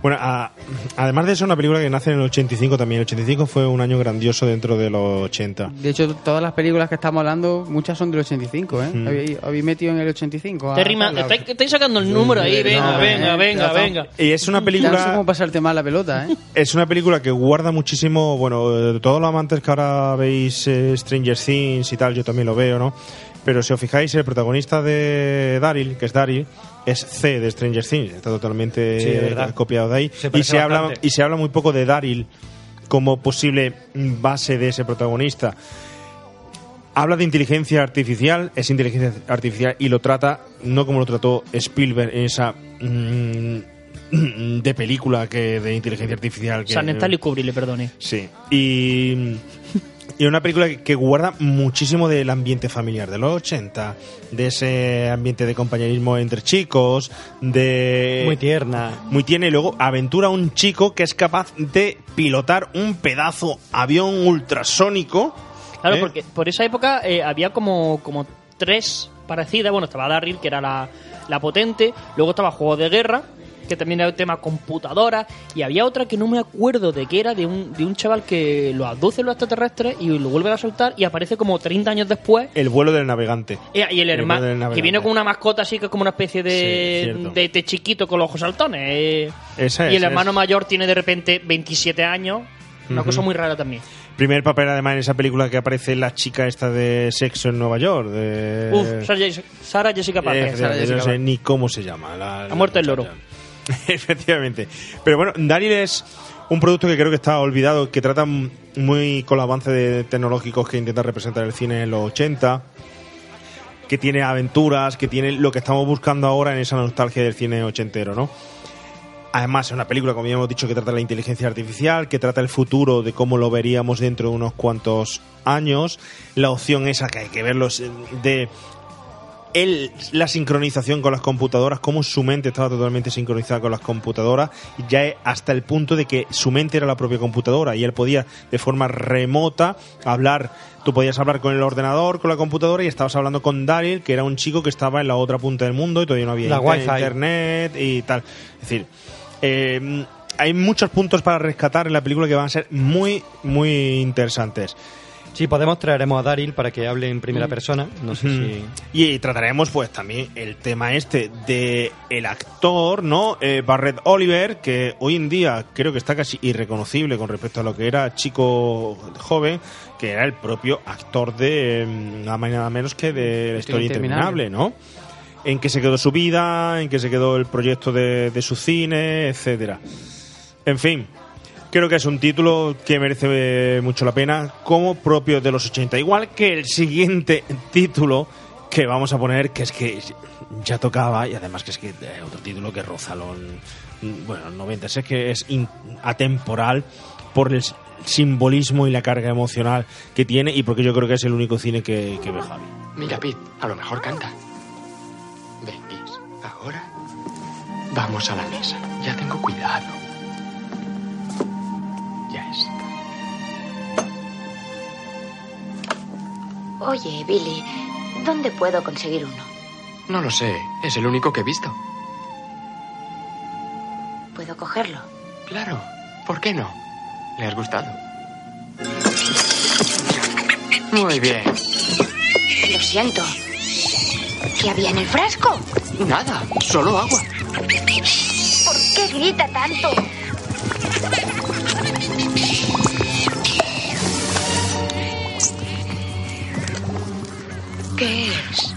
A: bueno, a- además de eso, una película que nace en el 85 también. El 85 fue un año grandioso dentro de los 80.
C: De hecho, todas las películas que estamos hablando, muchas son del 85, ¿eh?
A: Mm.
C: Habéis, habéis metido en el 85. a-
E: Te rima,
C: Carla.
E: estáis, estáis sacando el número ahí, venga,
C: No,
E: venga,
C: eh,
E: venga,
C: ya está.
E: venga.
A: Y es una
C: Ya no sé
A: película
C: cómo pasarte mal la pelota, ¿eh?
A: es una película que guarda muchísimo, bueno, eh, todos los amantes que ahora veis eh, Stranger Things y tal, yo también lo veo, ¿no? Pero si os fijáis, el protagonista de Daryl, que es Daryl, es C de Stranger Things, está totalmente
D: Sí, es verdad.
A: copiado de ahí.
D: Se
A: y,
D: parece
A: se habla,
D: bastante.
A: y se habla muy poco de Daryl como posible mm, base de ese protagonista. Habla de inteligencia artificial, es inteligencia artificial y lo trata no como lo trató Spielberg en esa mm, de película que de inteligencia artificial que
E: San Nental y Cubrile, perdone.
A: Sí. Y, y una película que- que guarda muchísimo del ambiente familiar de los 80, de ese ambiente de compañerismo entre chicos, de...
D: Muy tierna.
A: Muy tiene y luego aventura a un chico que es capaz de pilotar un pedazo avión ultrasónico.
E: Claro,
A: ¿eh?
E: porque por esa época eh, había como, como tres parecidas. Bueno, estaba Darryl, que era la, la potente. Luego estaba Juego de Guerra, que también era el tema computadora. Y había otra que no me acuerdo de que era, de un, de un chaval que lo abduce los extraterrestres y lo vuelve a soltar y aparece como 30 años después.
A: El vuelo del navegante.
E: Eh, Y el
A: vuelo del
E: hermano,
A: navegante.
E: que viene con una mascota así que es como una especie
A: Sí,
E: de,
A: cierto.
E: de, de chiquito con los ojos saltones. eh.
A: Esa es,
E: y el hermano
A: es.
E: mayor tiene de repente 27 años. Una
A: Ujú.
E: cosa muy rara también.
A: Primer papel además en esa película que aparece la chica esta de sexo en Nueva York. de-
E: Uf, Sarah Jessica- Sarah Jessica
A: Eh,
E: Parker.
A: efectivamente, no sé ni cómo se llama. La,
E: Ha muerto el loro.
A: Efectivamente. Pero bueno, Daryl es un producto que creo que está olvidado, que trata m- muy con los avances de- tecnológicos que intenta representar el cine en los 80, que tiene aventuras, que tiene lo que estamos buscando ahora en esa nostalgia del cine ochentero, ¿no? Además, es una película, como ya hemos dicho, que trata la inteligencia artificial, que trata el futuro de cómo lo veríamos dentro de unos cuantos años. La opción esa que hay que verlo es, eh, de el- la sincronización con las computadoras, cómo su mente estaba totalmente sincronizada con las computadoras, ya he- hasta el punto de que su mente era la propia computadora y él podía de forma remota hablar, tú podías hablar con el ordenador, con la computadora y estabas hablando con Daryl, que era un chico que estaba en la otra punta del mundo y todavía no había
D: La
A: inter-
D: Wi-Fi.
A: internet y tal. Es decir, eh, hay muchos puntos para rescatar en la película que van a ser muy, muy interesantes.
D: Sí, podemos traeremos a Daryl para que hable en
C: Mm.
D: primera persona. No sé si.
A: Y, trataremos pues también el tema este de el actor, ¿no? Eh, Barrett Oliver, que hoy en día creo que está casi irreconocible con respecto a lo que era chico joven, que era el propio actor de eh, nada más y nada menos que de la historia
C: Interminable.
A: interminable, ¿no? En qué se quedó su vida, en qué se quedó el proyecto de, de su cine, etcétera. En fin, creo que es un título que merece eh, mucho la pena como propio de los 80. Igual que el siguiente título que vamos a poner, que es que ya tocaba, y además que es que es otro título que roza los mm, bueno, los 90, es que es in- atemporal por el s- simbolismo y la carga emocional que tiene y porque yo creo que es el único cine que, que ve Javi.
S: Mira, Pete, a lo mejor canta. Ven, Liz, ahora vamos a la mesa. Ya tengo cuidado.
G: cosas. Oye, Billy, ¿dónde puedo conseguir uno?
B: No lo sé, es el único que he visto.
G: ¿Puedo cogerlo?
B: Claro, ¿por qué no? ¿Le has gustado? Muy bien.
G: Lo siento. ¿Qué había en el frasco?
B: Nada, solo agua.
G: ¿Por qué grita tanto?
B: ¿Qué es?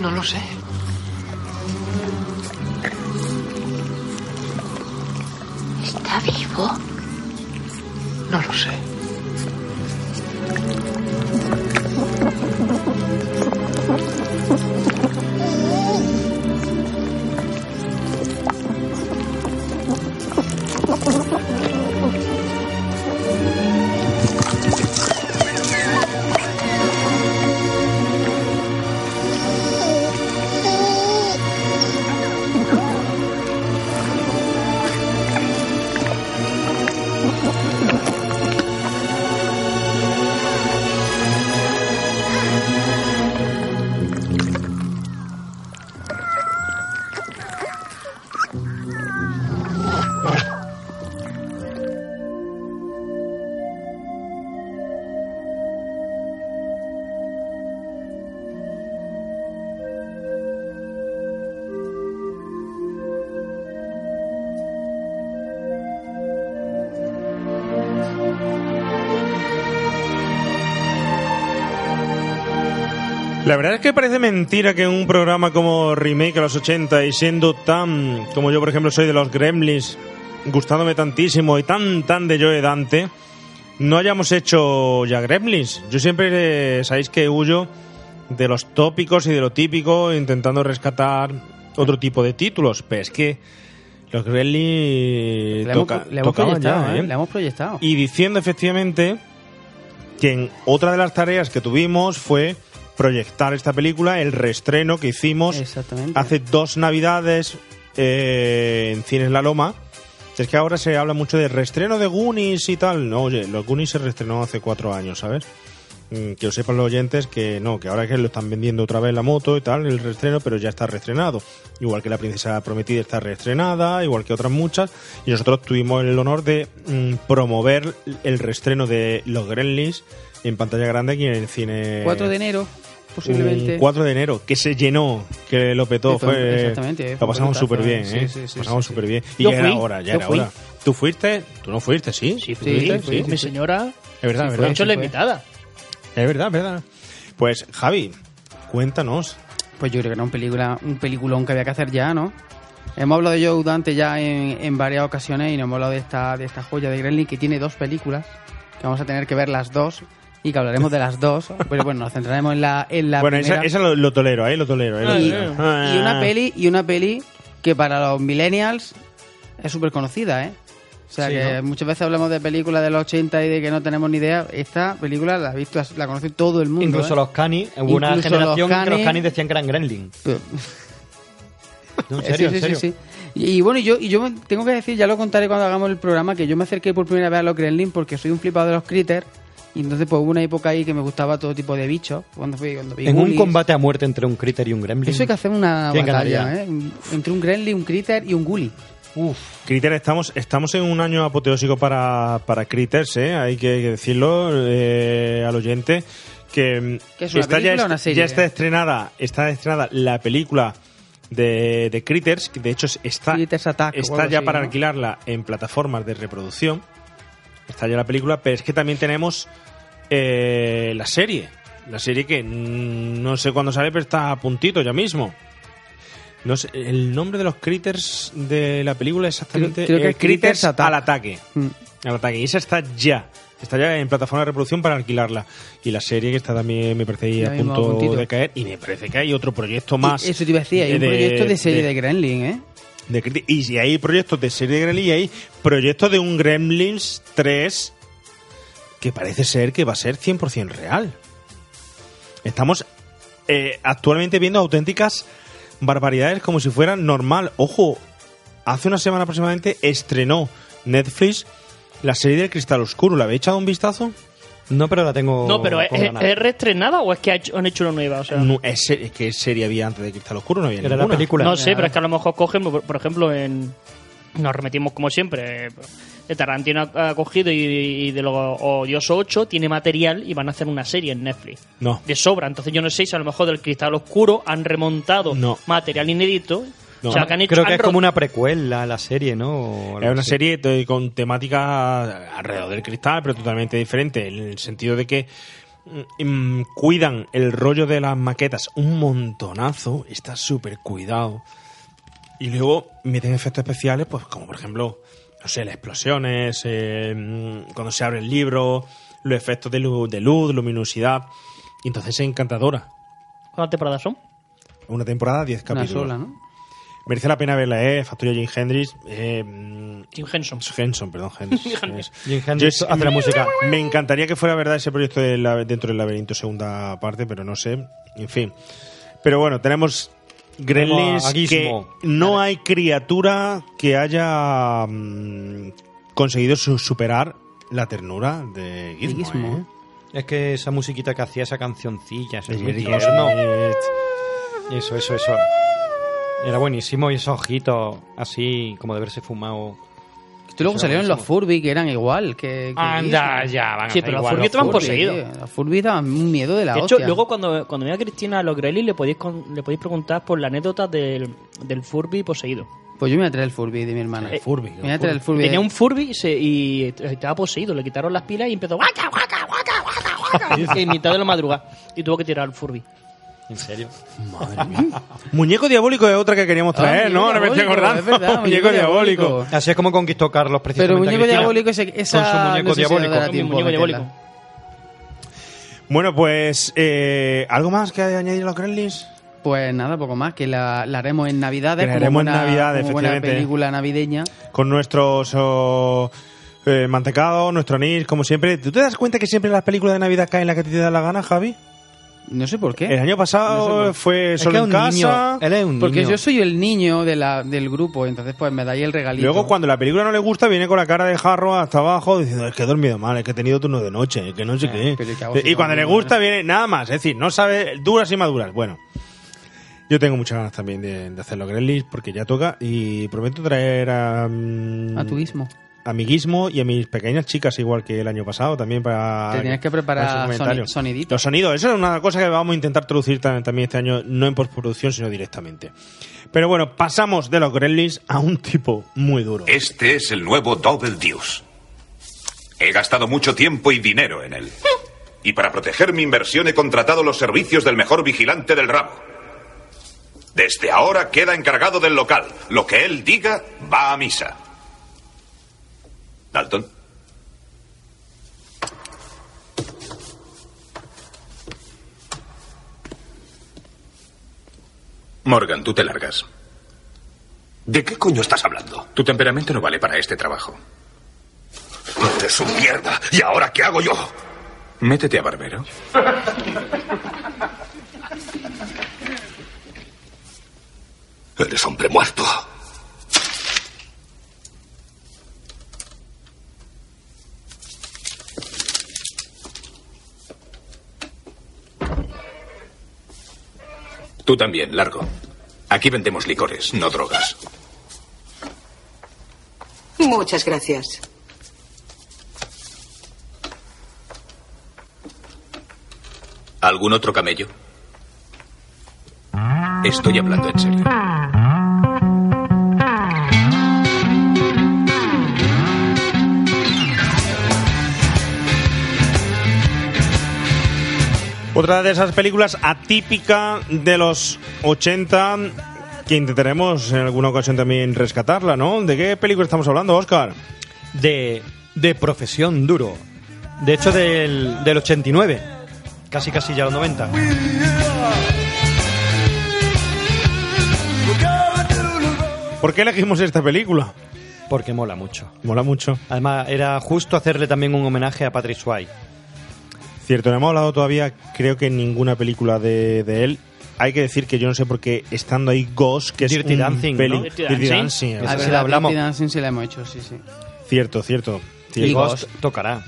B: No lo sé.
G: ¿Está vivo?
B: No lo sé.
A: La verdad es que parece mentira que en un programa como Remake a los 80 y siendo tan, como yo por ejemplo soy de los Gremlins, gustándome tantísimo y tan tan de Joe Dante, no hayamos hecho ya Gremlins. Yo siempre eh, sabéis que huyo de los tópicos y de lo típico intentando rescatar otro tipo de títulos, pero es que los Gremlins
C: Le hemos,
A: toca,
C: le hemos
A: tocaban
C: proyectado,
A: ya,
C: ¿eh?
A: ¿eh?
C: Le hemos proyectado.
A: Y diciendo efectivamente que en otra de las tareas que tuvimos fue proyectar esta película, el reestreno que hicimos hace dos navidades eh, en Cines La Loma. Es que ahora se habla mucho de reestreno de Goonies y tal. No, oye, los Goonies se reestrenó hace cuatro años, ¿sabes? Mm, Que lo sepan los oyentes que no, que ahora que lo están vendiendo otra vez la moto y tal, el reestreno, pero ya está reestrenado. Igual que La Princesa Prometida está reestrenada, igual que otras muchas. Y nosotros tuvimos el honor de mm, promover el reestreno de Los Gremlins en pantalla grande aquí en el cine.
C: 4 de enero, posiblemente.
A: eh, Un 4 de enero, que se llenó, que lo petó.
C: Petó,
A: fue-
C: exactamente, eh, fue
A: Lo
C: un
A: pasamos
C: pelotazo,
A: súper bien,
C: eh,
A: ¿eh?
C: sí, sí, sí,
A: pasamos
C: sí,
A: súper
C: sí.
A: bien. Y
C: Yo
A: ya era
C: fui,
A: hora, ya
C: yo
A: era
C: fui.
A: hora. ¿Tú fuiste? ¿Tú no fuiste? Sí, sí,
E: Sí,
A: fuiste,
E: fui, mi señora.
A: Es verdad,
E: Sí,
A: es
E: fue.
A: verdad.
E: De hecho, la
A: Sí, fue.
E: invitada.
A: Es verdad, es verdad. Pues, Javi, cuéntanos.
C: Pues yo creo que era un, película, un peliculón que había que hacer ya, ¿no? Hemos hablado de Joe Dante ya en, en varias ocasiones y nos hemos hablado de esta, de esta joya de Gremlin que tiene dos películas, que vamos a tener que ver las dos y que hablaremos de las dos, pero bueno, nos centraremos en la, en la
A: bueno,
C: primera.
A: esa, esa lo, lo tolero, ¿eh? Lo tolero. ¿eh? Lo
C: Y,
A: tolero.
C: y una peli y una peli que para los millennials es súper conocida, ¿eh? O sea
A: Sí,
C: que
A: ¿no?
C: muchas veces hablamos de películas de los 80 y de que no tenemos ni idea. Esta película la ha visto, la conoce todo el mundo.
D: Incluso
C: ¿eh?
D: los canis, hubo una
C: Incluso los
D: generación que los
C: canis-
D: canis decían que eran gremlin. No, en
C: Eh,
D: serio,
C: sí,
D: en
C: sí, sí,
D: serio.
C: sí. Y, y bueno, yo, y yo me- tengo que decir, ya lo contaré cuando hagamos el programa, que yo me acerqué por primera vez a los Gremlin porque soy un flipado de los critters. Y entonces pues hubo una época ahí que me gustaba todo tipo de bichos. Cuando fui, cuando vi
D: En un
C: Ghoulies.
D: combate a muerte entre un critter y un gremlin.
C: Eso hay que hacer una
D: ¿Quién
C: batalla,
D: ganaría?
C: ¿eh? Un- Entre un Gremlin, un critter y un Gully.
A: Uf. Critter, estamos, estamos en un año apoteósico para, para Critters, ¿eh? hay que, que decirlo eh, al oyente. Que, mm,
C: ¿Que es una
A: está ya,
C: película o una
A: est-
C: serie?
A: ya está estrenada, está estrenada la película de, de Critters, que de hecho es- está,
C: Critters Attack. o
A: está
C: algo
A: ya
C: así,
A: para
C: ¿no?
A: alquilarla en plataformas de reproducción. Está ya la película, pero es que también tenemos eh, la serie. La serie que mm, no sé cuándo sale, pero está a puntito ya mismo. No sé, el nombre de los critters de la película exactamente
C: Creo- creo que
A: eh,
C: es Critters Attack.
A: al ataque.
C: Mm.
A: Al ataque. Y esa está ya. Está ya en plataforma de reproducción para alquilarla. Y la serie que está también, me parece, ahí
C: Ya
A: a
C: mismo a
A: punto
C: puntito.
A: de caer. Y me parece que hay otro proyecto más.
C: Eso te iba a decir, hay un
A: de-
C: proyecto de serie de, Gremlin, ¿eh?
A: de Critter. Y si hay proyectos de serie de Gremlins, y hay proyectos de un Gremlins 3 que parece ser que va a ser 100% real. Estamos eh, actualmente viendo auténticas barbaridades como si fueran normal. Ojo, hace una semana aproximadamente estrenó Netflix La serie del cristal oscuro, ¿la habéis echado un vistazo?
D: No, pero la tengo.
E: No, pero ¿es,
D: con ganas.
E: es reestrenada o es que ha hecho- han hecho una nueva? O sea,
A: No, es se- ¿Qué serie había antes de Cristal Oscuro? No había
D: Era la
A: ninguna.
D: película.
E: No sé, pero es que a lo mejor cogen, por por ejemplo, en... nos remetimos como siempre. eh, De Tarantino ha ha cogido y, y de los Odioso 8 tiene material y van a hacer una serie en Netflix.
A: No.
E: De sobra. Entonces yo no sé si a lo mejor del Cristal Oscuro han remontado
A: No.
E: material inédito.
A: No.
E: O sea, que han hecho,
D: Creo que
E: han
D: es como una precuela a la serie, ¿no? O
A: Es
D: algo
A: una
D: así.
A: serie de- con temática alrededor del cristal, pero totalmente diferente, en el sentido de que mm, mm, cuidan el rollo de las maquetas un montonazo, está súper cuidado. Y luego meten efectos especiales, pues como por ejemplo, no sé, las explosiones, eh, mm, cuando se abre el libro, los efectos de luz, de luz luminosidad. Y entonces es encantadora.
E: ¿Cuántas temporadas son?
A: Una temporada, 10
K: Una
A: capítulos.
K: sola, ¿no?
A: Merece la pena verla, ¿eh? Factoría Jim Hendrix. Eh, mm,
E: Jim Henson.
A: Henson, perdón, Hendrix. Es-
D: Jim Hendrix
A: Yo-
D: hace la música.
A: Me encantaría que fuera verdad ese proyecto de la- dentro del laberinto, segunda parte, pero no sé. En fin. Pero bueno, tenemos
D: Tenemos
A: Gremlins
D: a
A: que
D: Gizmo.
A: no hay criatura que haya mm, conseguido su- superar la ternura de Gizmo.
D: Gizmo.
A: ¿eh?
D: Es que esa musiquita que hacía, esa cancioncilla, eso es
A: Sí,
D: muy
A: sí,
D: tierno.
A: sí.
D: Eso, eso, eso. Era buenísimo y esos ojitos así, como de haberse fumado.
K: Tú luego salieron los Furby que eran igual que. que
D: Anda,
K: Gizmo.
D: ya, van a
E: Sí,
D: hacer
E: pero los
D: igual,
E: Furby
D: los
E: estaban
D: Furby.
E: poseídos.
K: Sí, Los Furby daban un miedo de la
E: De hecho,
K: hostia.
E: luego cuando, cuando vea a Cristina a los Gremlins le podéis, con- le podéis preguntar por la anécdota del, del Furby poseído.
K: Pues yo me voy a traer el Furby de mi hermana.
E: El
A: Furby,
K: Me voy a traer el Furby.
E: Tenía un Furby y, se- y estaba poseído, le quitaron las pilas y empezó guaca, guaca, guaca, guaca, guaca, en mitad de la madrugada y tuvo que tirar el Furby.
D: ¿En serio?
A: Muñeco diabólico es otra que queríamos
D: Ah,
A: traer, ¿no? Ahora me estoy
K: diabólico,
A: acordando.
K: es verdad,
A: muñeco
K: muñeco
A: diabólico.
K: diabólico.
D: Así es como conquistó Carlos precisamente.
K: Pero
D: a
K: muñeco
D: Cristina.
K: diabólico, ese, esa.
D: Con su muñeco
K: no sé si
D: diabólico.
K: dará
D: Con
E: mi
K: tiempo a
E: muñeco
K: meterla.
E: diabólico.
A: Bueno, pues eh, algo más que añadir a los Gremlins.
K: Pues nada, poco más, que la, la haremos en Navidades.
A: Que la
K: como
A: haremos en
K: buena-
A: Navidades,
K: como buena
A: efectivamente.
K: película navideña.
A: con nuestros oh, eh, mantecados, nuestro anís, como siempre. ¿Tú te das cuenta que siempre las películas de Navidad caen la que a ti te da la gana, Javi?
K: No sé por qué.
A: El año
K: No
A: pasado
K: sé por-
A: fue
D: Es que
A: solo
D: es
A: en
D: un
A: casa.
D: niño. Él es un
K: Porque
D: niño.
K: yo soy el niño de la, del grupo, entonces pues me dais el regalito.
A: Luego, cuando la película no le gusta, viene con la cara de jarro hasta abajo diciendo: Es que he dormido mal, es que he tenido turno de noche, es que no sé
K: Eh, pero que hago
A: qué.
K: si
A: Y cuando le
K: dormido,
A: gusta, viene nada más. Es decir, no sabe duras y maduras. Bueno, yo tengo muchas ganas también de, de hacerlo, Gremlins, porque ya toca y prometo traer a. mm,
K: A tu guismo.
A: a mi guismo y a mis pequeñas chicas, igual que el año pasado, también para.
K: Te tienes que preparar
A: para sus
K: soni-
A: comentarios.
K: soniditos.
A: Los sonidos, eso es una cosa que vamos a intentar traducir tam- también este año, no en postproducción, sino directamente. Pero bueno, pasamos de los Gremlins a un tipo muy duro.
T: Este es el nuevo Double Deuce. He gastado mucho tiempo y dinero en él. Y para proteger mi inversión he contratado los servicios del mejor vigilante del ramo. Desde ahora queda encargado del local. Lo que él diga va a misa. Dalton.
U: Morgan, tú te largas.
T: ¿De qué coño estás hablando?
U: Tu temperamento no vale para este trabajo.
T: Es un mierda. ¿Y ahora qué hago yo?
U: Métete a barbero.
T: Eres hombre muerto.
U: Tú también, largo. Aquí vendemos licores, no drogas.
H: Muchas gracias.
U: ¿Algún otro camello? Estoy hablando en serio.
A: Otra de esas películas atípica de los 80 que intentaremos en alguna ocasión también rescatarla, ¿no? ¿De qué película estamos hablando, Oscar?
D: de, de profesión duro. De hecho, del, del 89. Casi, casi ya los 90.
A: ¿Por qué elegimos esta película?
D: Porque mola mucho.
A: Mola mucho.
D: Además, era justo hacerle también un homenaje a Patrick Swayze.
A: Cierto, no hemos hablado todavía, creo que en ninguna película de, de él. Hay que decir que yo no sé por qué estando ahí Ghost, que
D: Dirty
A: es un
D: Dancing,
A: peli-
D: ¿no?
A: Dirty Dancing.
D: Dirty Dancing.
A: es
K: A
D: Esa sí
K: ver,
D: la
K: la
D: hablamos.
K: Dirty Dancing sí la hemos hecho, sí, sí.
A: Cierto, cierto.
D: Y
A: Y
D: Ghost
A: Ghost.
D: tocará.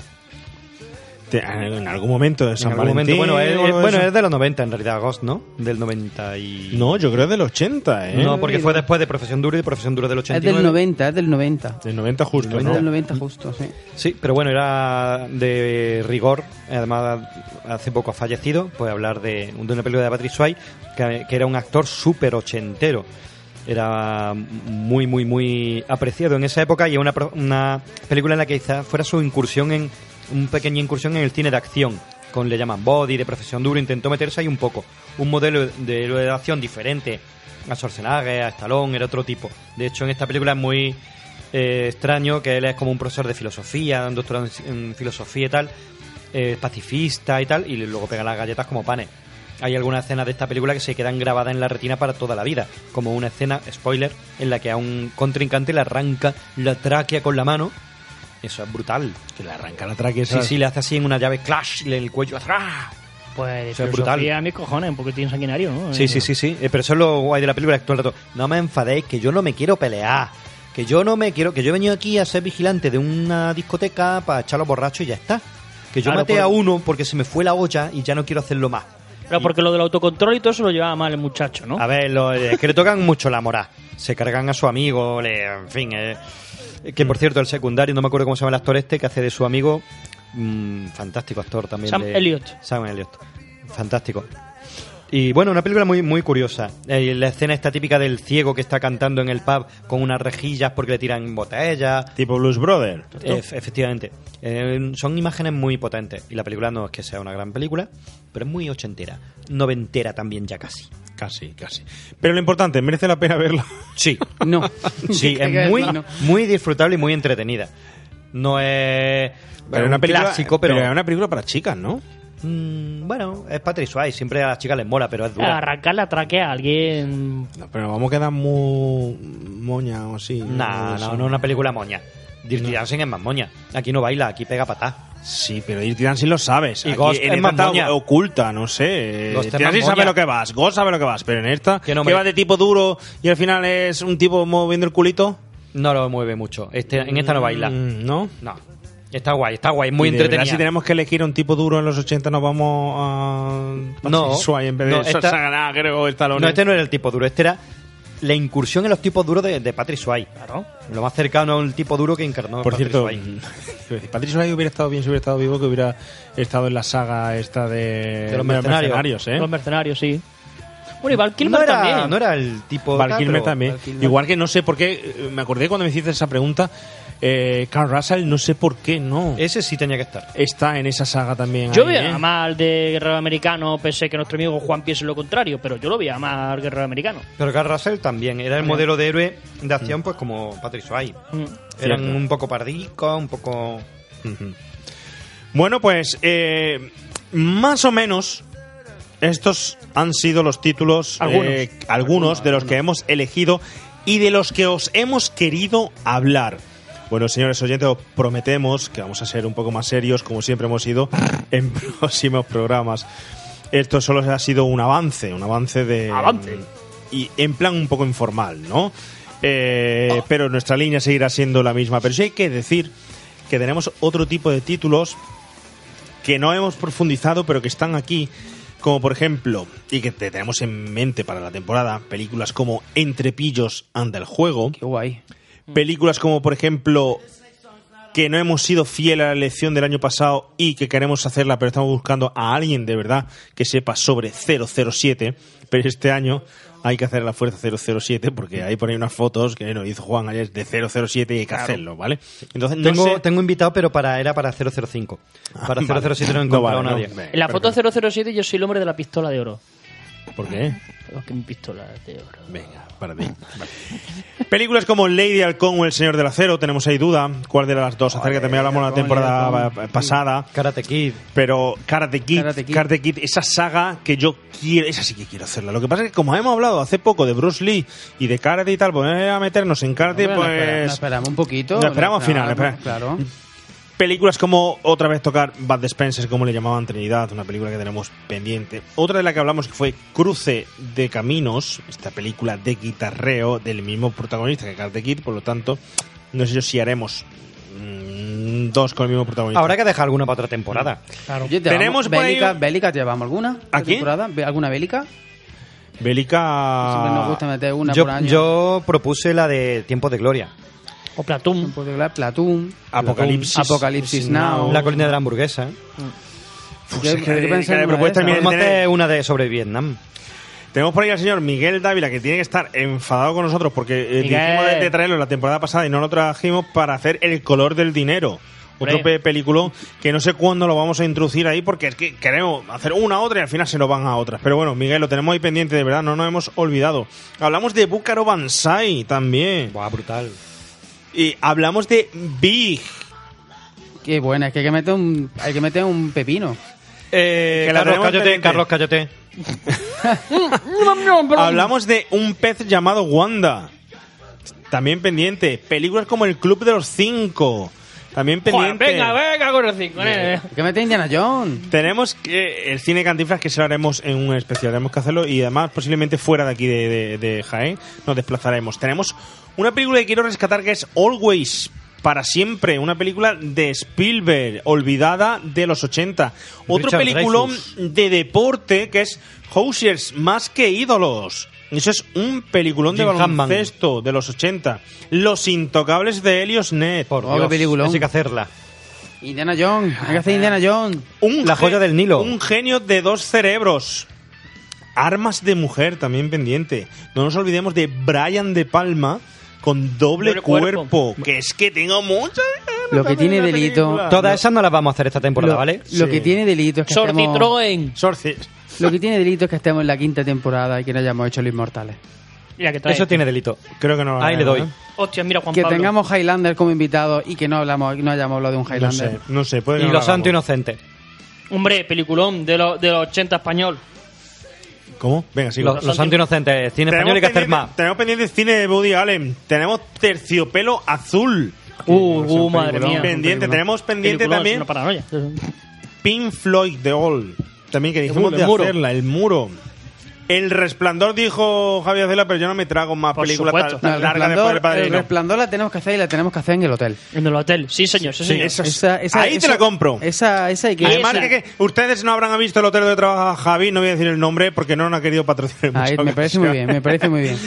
A: Te- En algún momento de San
D: en algún
A: Valentín,
D: momento. Bueno, es,
A: o algo de
D: bueno,
A: eso.
D: es de los 90 en realidad, Ghost, ¿no? Del 90 y...
A: No, yo creo es del 80, ¿eh?
D: No, porque fue después de Profesión Dura y Profesión Dura del
K: Es
D: 89.
K: del 90, es del 90.
A: Del 90 justo,
K: Es
A: ¿no?
K: del 90 justo, sí.
D: Sí, pero bueno, era de rigor. Además, hace poco ha fallecido. Pues hablar de, de una película de Patrick Swayze, que, que era un actor súper ochentero. Era muy, muy, muy apreciado en esa época y era una, pro- una película en la que quizás fuera su incursión en. un pequeña incursión en el cine de acción. Con le llaman Body, de profesión duro, intentó meterse ahí un poco. Un modelo de héroe de acción diferente a Schwarzenegger, a Stallone, era otro tipo. De hecho, en esta película es muy eh, extraño que él es como un profesor de filosofía, un doctorado en, en filosofía y tal, eh, pacifista y tal, y luego pega las galletas como panes. Hay algunas escenas de esta película que se quedan grabadas en la retina para toda la vida, como una escena, spoiler, en la que a un contrincante le arranca la tráquea con la mano. Eso es brutal.
A: Que le arranca la tráquea.
D: Sí, sí, le hace así en una llave clash, le- el cuello atrás.
E: Pues
D: Eso es
E: filosofía
D: brutal.
E: a mis cojones, un poquitín sanguinario, ¿no?
D: Sí, sí, sí, sí. Eh, pero eso es lo guay de la película, que todo el rato, no me enfadéis, que yo no me quiero pelear. Que yo no me quiero, que yo he venido aquí a ser vigilante de una discoteca para echar los borrachos y ya está. Que yo
E: Claro,
D: maté
E: por-
D: a uno porque se me fue la olla y ya no quiero hacerlo más.
E: Pero porque lo del autocontrol y todo eso lo llevaba mal el muchacho, ¿no?
D: A ver, lo- es que le tocan mucho la moral. Se cargan a su amigo, le- en fin. eh. Que
E: Mm.
D: por cierto, el secundario, no me acuerdo cómo se llama el actor este, que hace de su amigo. mm, fantástico actor también.
E: Sam
D: de-
E: Elliott.
D: Sam Elliott. Fantástico. Y bueno, una película muy, muy curiosa. Eh, La escena está típica del ciego que está cantando en el pub con unas rejillas porque le tiran botellas.
A: Tipo Blues Brother.
D: Ef- efectivamente. Eh, son imágenes muy potentes. Y la película no es que sea una gran película, pero es muy ochentera. Noventera también ya casi.
A: Casi, casi. Pero lo importante, ¿merece la pena verla?
D: Sí.
K: No.
D: Sí,
K: Creo
D: es
K: que
D: muy,
K: no.
D: muy disfrutable y muy entretenida. No es
A: Pero
D: un
A: una película,
D: clásico, pero,
A: es una película para chicas, ¿no?
D: Mm, bueno, es Patrick Swayze. Siempre a las chicas les mola, pero es dura.
E: Arrancar la tráquea a alguien.
A: No, pero vamos a quedar muy moña o así.
D: Nah, no, no es una película moña. Dirty Dancing es más moña. Aquí no baila, aquí pega patá.
A: Sí, pero Dirty Dancing lo sabes.
D: Y
A: Aquí
D: Ghost
A: en
D: es más
A: esta
D: moña.
A: está oculta, no sé.
D: Ghost es
A: Dirty
D: más
A: Dancing sabe
D: moña.
A: lo que vas, Ghost sabe lo que vas, pero en esta que,
D: no me-
A: va de tipo duro y al final es un tipo moviendo el culito.
D: No lo mueve mucho. Este, en esta no baila.
A: Mm, ¿No?
D: No. Está guay, está guay, muy
A: Y de verdad,
D: entretenida.
A: Si tenemos que elegir a un tipo duro en los 80, nos vamos a.
D: No.
A: Patrick Swayze en vez de
D: No, esta-
A: Schwarzenegger, Gregory Stallone.
D: No, este no era el tipo duro, este era la incursión en los tipos duros de, de Patrick Swayze. Lo más cercano a un tipo duro que encarnó
A: Por
D: Patrick
A: cierto,
D: Swayze.
A: Patrick Swayze hubiera estado bien si hubiera estado vivo, que hubiera estado en la saga esta de,
D: De los mercenarios.
A: ¿eh?
E: Los mercenarios, sí. Bueno, y Val Kilmer
D: no era,
E: también.
D: no era el tipo
A: Val
D: tal,
A: Kilmer
D: pero-
A: también.
D: Val Kilmer.
A: Igual que no sé por qué, eh, me acordé cuando me hiciste esa pregunta, eh, Carl Russell, no sé por qué no
D: Ese sí tenía que estar.
A: está en esa saga también.
E: Yo
A: ahí, ¿eh?
E: veía mal de Guerrero Americano, pensé que nuestro amigo Juan piense lo contrario, pero yo lo veía mal Guerrero Americano.
D: Pero Carl Russell también era el modelo de héroe de acción, pues como Patrick Swayze. Eran
A: Cierto.
D: un poco pardicos, un poco.
A: Bueno, pues eh, más o menos estos han sido los títulos,
E: Algunos.
A: eh, algunos de los que hemos elegido y de los que os hemos querido hablar. Bueno, señores oyentes, os prometemos que vamos a ser un poco más serios, como siempre hemos sido en próximos programas. Esto solo ha sido un avance, un avance de...
E: Avance.
A: Y en plan un poco informal, ¿no? Eh, Pero nuestra línea seguirá siendo la misma. Pero sí hay que decir que tenemos otro tipo de títulos que no hemos profundizado, pero que están aquí, como por ejemplo, y que te tenemos en mente para la temporada, películas como Entrepillos ante el juego,
K: Qué guay.
A: Mm. películas como por ejemplo que no hemos sido fiel a la elección del año pasado y que queremos hacerla, pero estamos buscando a alguien de verdad que sepa sobre 007, pero este año hay que hacer la fuerza 007 porque ahí pone unas fotos que nos hizo Juan ayer de 007 y hay que hacerlo, ¿vale? Entonces no
D: Tengo,
A: sé-
D: tengo invitado, pero para era para 005. Para 007 no he encontrado
A: vale,
D: a nadie.
A: no. Venga.
E: En la foto 007 yo soy el hombre de la pistola de oro.
A: ¿Por qué?
E: Porque mi pistola de oro.
A: Venga, para ti. Películas como Lady Halcón o El Señor del Acero, tenemos ahí duda. ¿Cuál de las dos? Acerca, también hablamos la
K: Halcón, Lady
A: temporada
K: Halcón.
A: pa- pasada.
D: Karate Kid.
A: Pero Karate Kid,
K: Karate Kid.
A: Karate Kid, esa saga que yo quiero, esa sí que quiero hacerla. Lo que pasa es que como hemos hablado hace poco de Bruce Lee y de Karate y tal, pues eh, a meternos en Karate,
K: Hombre, nos espera- nos
A: pues...
K: esperamos un poquito.
A: Nos esperamos al final,
K: Claro,
A: espera.
K: Claro.
A: Películas como otra vez tocar Bad Spencer, como le llamaban Trinidad, una película que tenemos pendiente. Otra de la que hablamos que fue Cruce de Caminos, esta película de guitarreo del mismo protagonista que Karate Kid, por lo tanto, no sé yo si haremos mm, mm, dos con el mismo protagonista.
D: Habrá que dejar alguna para otra temporada.
A: Claro.
K: Oye, ¿te vamos-
A: Tenemos por ahí-
K: bélica, bélica, ¿te llevamos alguna?
A: ¿A
K: ¿La
A: quién? Ah,
K: temporada? ¿Ve- ¿Alguna bélica?
A: Bélica.
K: Siempre Pues nos gusta meter una
D: yo,
K: por año.
D: yo propuse la de Tiempo de Gloria.
E: O Platón.
K: Puedo hablar Platón.
D: Apocalipsis.
K: Apocalipsis Now.
D: La colina de la hamburguesa.
K: Yo-
A: es que-
K: hay que pensar
A: es que la
K: en una
A: propuesta
K: de esas.
A: mía
D: Podemos
A: es tener-
D: hacer una de sobre Vietnam.
A: Tenemos por ahí al señor Miguel Dávila, que tiene que estar enfadado con nosotros porque eh,
E: Miguel.
A: dijimos de, de traerlo la temporada pasada y no lo trajimos para hacer El color del dinero. Otro
E: Hombre.
A: pe- película que no sé cuándo lo vamos a introducir ahí porque es que queremos hacer una a otra y al final se nos van a otras. Pero bueno, Miguel, lo tenemos ahí pendiente, de verdad, no nos hemos olvidado. Hablamos de Búcaro Banzai también.
D: Buah, brutal.
A: Y hablamos de Big.
K: Qué buena, es que hay que meter un, hay que meter un pepino.
A: Eh, que la
D: Eh, Carlos,
A: tenemos
D: cállate,
A: pendiente.
D: Carlos, cállate.
A: Hablamos de un pez llamado Wanda. También pendiente. Películas como El Club de los Cinco. También
E: Joder,
A: pendiente.
E: venga, venga con los cinco. nene.
K: Hay que meter Indiana Jones.
A: Tenemos que, el cine Cantinflas, que se lo haremos en un especial. Tenemos que hacerlo y además posiblemente fuera de aquí de, de- de Jaén nos desplazaremos. Tenemos una película que quiero rescatar que es Always. Para siempre, una película de Spielberg, olvidada de los 80. Otro
D: Richard
A: peliculón
D: Dreyfuss.
A: de deporte que es Hoosiers, más que ídolos. Eso es un peliculón de
D: Jim Hammond.
A: baloncesto de los 80. Los intocables de Helios Net.
D: Por
K: Oh, qué
D: Dios,
K: peliculón.
D: Hay que hacerla.
K: Indiana Jones, hay que hacer Indiana Jones.
A: Un
D: La
A: ge-
D: joya del Nilo.
A: Un genio de dos cerebros. Armas de mujer también pendiente. No nos olvidemos de Brian de Palma con doble,
E: Doble
A: cuerpo.
E: cuerpo.
A: Que es que tengo muchas ganas
K: Lo que
A: de
K: tiene
A: ver la
K: delito-
A: película.
D: Todas esas no las vamos a hacer esta temporada,
K: lo,
D: ¿vale?
K: lo que tiene delito es que estemos,
E: Sorcitroen.
A: Sorci-
K: Lo que tiene delito es que estemos en la quinta temporada y que no hayamos hecho los inmortales.
E: Mira que trae.
D: Eso tiene delito.
A: Creo que no. lo
D: Ahí le
A: haremos,
D: doy.
A: ¿eh?
E: Hostia, mira Juan
K: que
E: Pablo.
K: tengamos Highlander como invitado y que no hablamos, no hayamos hablado de un
A: No
K: Highlander.
A: sé, no sé. Puede que
D: Y
A: no lo
D: los santos
A: hagamos.
D: inocentes.
E: Hombre, peliculón de, los de los 80 español.
A: ¿Cómo? Venga, sigo.
D: Los, los santos inocentes. Cine
A: Tenemos
D: español hay que hacer
A: pendiente-
D: más.
A: Tenemos pendiente cine de Woody Allen. Tenemos Terciopelo Azul.
E: Uh,
A: Que es un
E: uh, madre
A: peliculón
E: mía.
A: Pendiente.
E: Un peliculón.
A: Tenemos pendiente
E: Peliculón,
A: también
E: Es una paranoia.
A: Pink Floyd The All. También que dijimos
E: muro,
A: de
E: el muro.
A: hacerla, el muro. El resplandor dijo Javier Cela, pero yo no me trago más
E: Por
A: películas
E: supuesto.
A: tan, tan
K: el,
A: largas después del
K: resplandor, el
A: padrino.
K: resplandor la tenemos que hacer y la tenemos que hacer en el hotel.
E: En el hotel. Sí, señor, sí,
A: Sí,
E: señor.
A: esa es- Ahí te la compro.
K: Esa, esa hay que.
A: Además,
E: esa.
A: que, que ustedes no habrán visto el hotel de trabajo Javi, no voy a decir el nombre porque no nos ha querido patrocinar. en
K: Ahí,
A: muchas
K: me parece muy bien, me parece muy bien.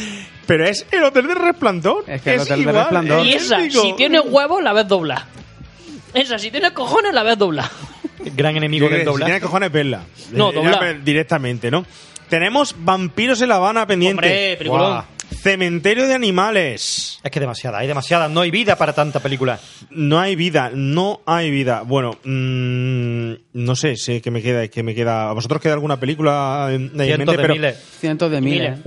A: Pero es el hotel del resplandor.
K: Es que el hotel del
A: igual,
K: resplandor.
A: es
E: Y esa,
A: idéntico.
E: si tiene huevos, la ves dobla. Esa, si tiene cojones, la ves dobla.
D: Gran
A: Yo
D: enemigo
A: creo
D: del
A: que Si tiene
D: doblaje.
A: cojones, verla.
E: No,
A: Eh,
E: doblar.
A: ya, Directamente, ¿no? Tenemos Vampiros en La Habana pendiente.
E: Hombre, peliculón.
A: Guau. Cementerio de animales.
D: Es que demasiada, hay demasiada. No hay vida para tanta película.
A: No hay vida, no hay vida. Bueno, mm, no sé, sé que me queda, que me queda. ¿A vosotros queda alguna película en, ahí en
D: Cientos
A: mente?
D: de
A: pero,
D: miles.
K: Cientos de miles.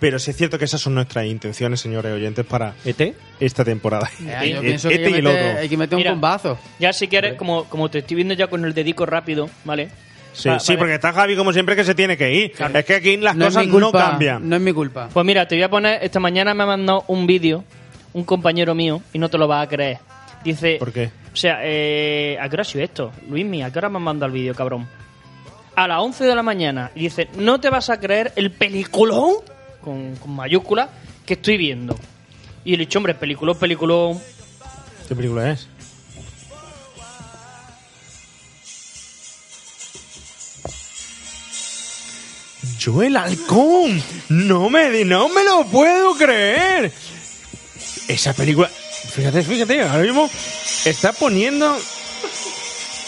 A: pero sí es cierto que esas son nuestras intenciones, señores oyentes, para
D: ¿ET?
A: esta temporada.
K: Eh, yo
A: Eh,
K: pienso que
A: este
K: hay
A: y
K: que
A: el
K: meter,
A: otro.
K: hay que meter un
E: Mira.
K: bombazo.
E: Ya si quieres, como, como te estoy viendo ya con el dedico rápido, ¿vale?
A: Sí,
E: Va-
A: sí,
E: vale.
A: porque está Javi como siempre que se tiene que ir. Es que aquí las
K: No es
A: cosas
K: mi culpa.
A: no cambian.
K: No es mi culpa.
E: Pues mira, te voy a poner, esta mañana me ha mandado un vídeo, un compañero mío, y no te lo vas a creer. Dice...
A: ¿Por qué?
E: O sea, eh, ¿a qué hora ha sido esto? Luismi, ¿a qué hora me han mandado el vídeo, cabrón? A las 11 de la mañana. Y dice, no te vas a creer el peliculón, con, con mayúscula, que estoy viendo. Y el dicho, hombre, peliculón, peliculón.
A: ¿Qué película es? Joel Halcón, no me, di- no me lo puedo creer. Esa película, fíjate, fíjate, ahora mismo está poniendo,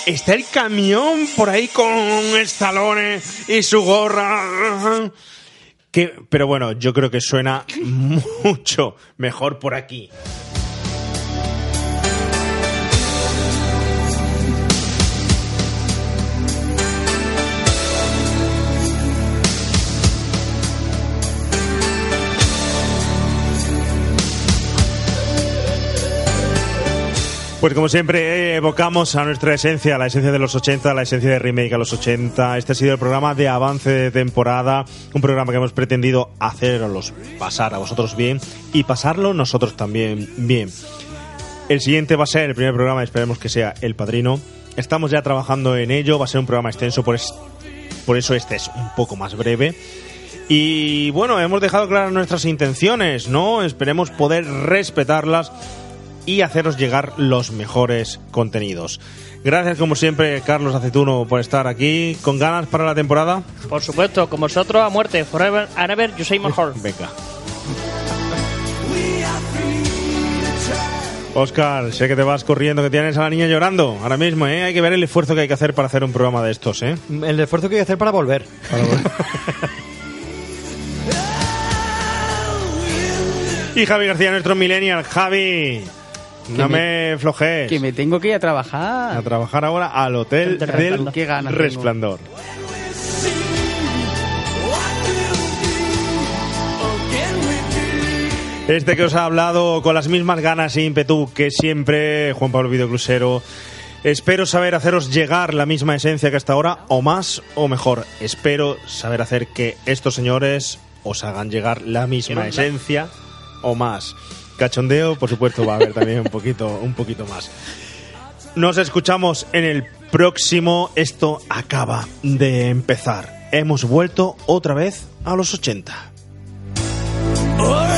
A: está el camión por ahí con estalones y su gorra. Que, pero bueno, yo creo que suena mucho mejor por aquí. Pues como siempre, eh, evocamos a nuestra esencia, la esencia de los 80, la esencia de Remake a los 80. Este ha sido el programa de avance de temporada, un programa que hemos pretendido haceros pasar a vosotros bien y pasarlo nosotros también bien. El siguiente va a ser el primer programa, esperemos que sea El Padrino. Estamos ya trabajando en ello, va a ser un programa extenso, por, es- por eso este es un poco más breve. Y bueno, hemos dejado claras nuestras intenciones, ¿no? Esperemos poder respetarlas y haceros llegar los mejores contenidos. Gracias como siempre Carlos Aceituno por estar aquí. ¿Con ganas para la temporada?
E: Por supuesto, con vosotros a muerte. Forever and ever, you say my heart.
A: Venga. Oscar, sé que te vas corriendo, que tienes a la niña llorando ahora mismo, ¿eh? Hay que ver el esfuerzo que hay que hacer para hacer un programa de estos, ¿eh?
D: El esfuerzo que hay que hacer para volver.
A: y Javi García, nuestro millennial. Javi, no me, flojees.
K: Que me tengo que ir a trabajar.
A: A trabajar ahora al hotel
K: Del
A: del
K: Resplandor. Qué ganas tengo.
A: resplandor. Este que os ha hablado con las mismas ganas e ímpetu que siempre, Juan Pablo Videoclusero. Espero saber haceros llegar la misma esencia que hasta ahora, o más o mejor. Espero saber hacer que estos señores os hagan llegar la misma esencia o más. Cachondeo, por supuesto, va a haber también un poquito, un poquito más. Nos escuchamos en el próximo. Esto acaba de empezar. Hemos vuelto otra vez a los 80.
I: Oh!
G: Oh,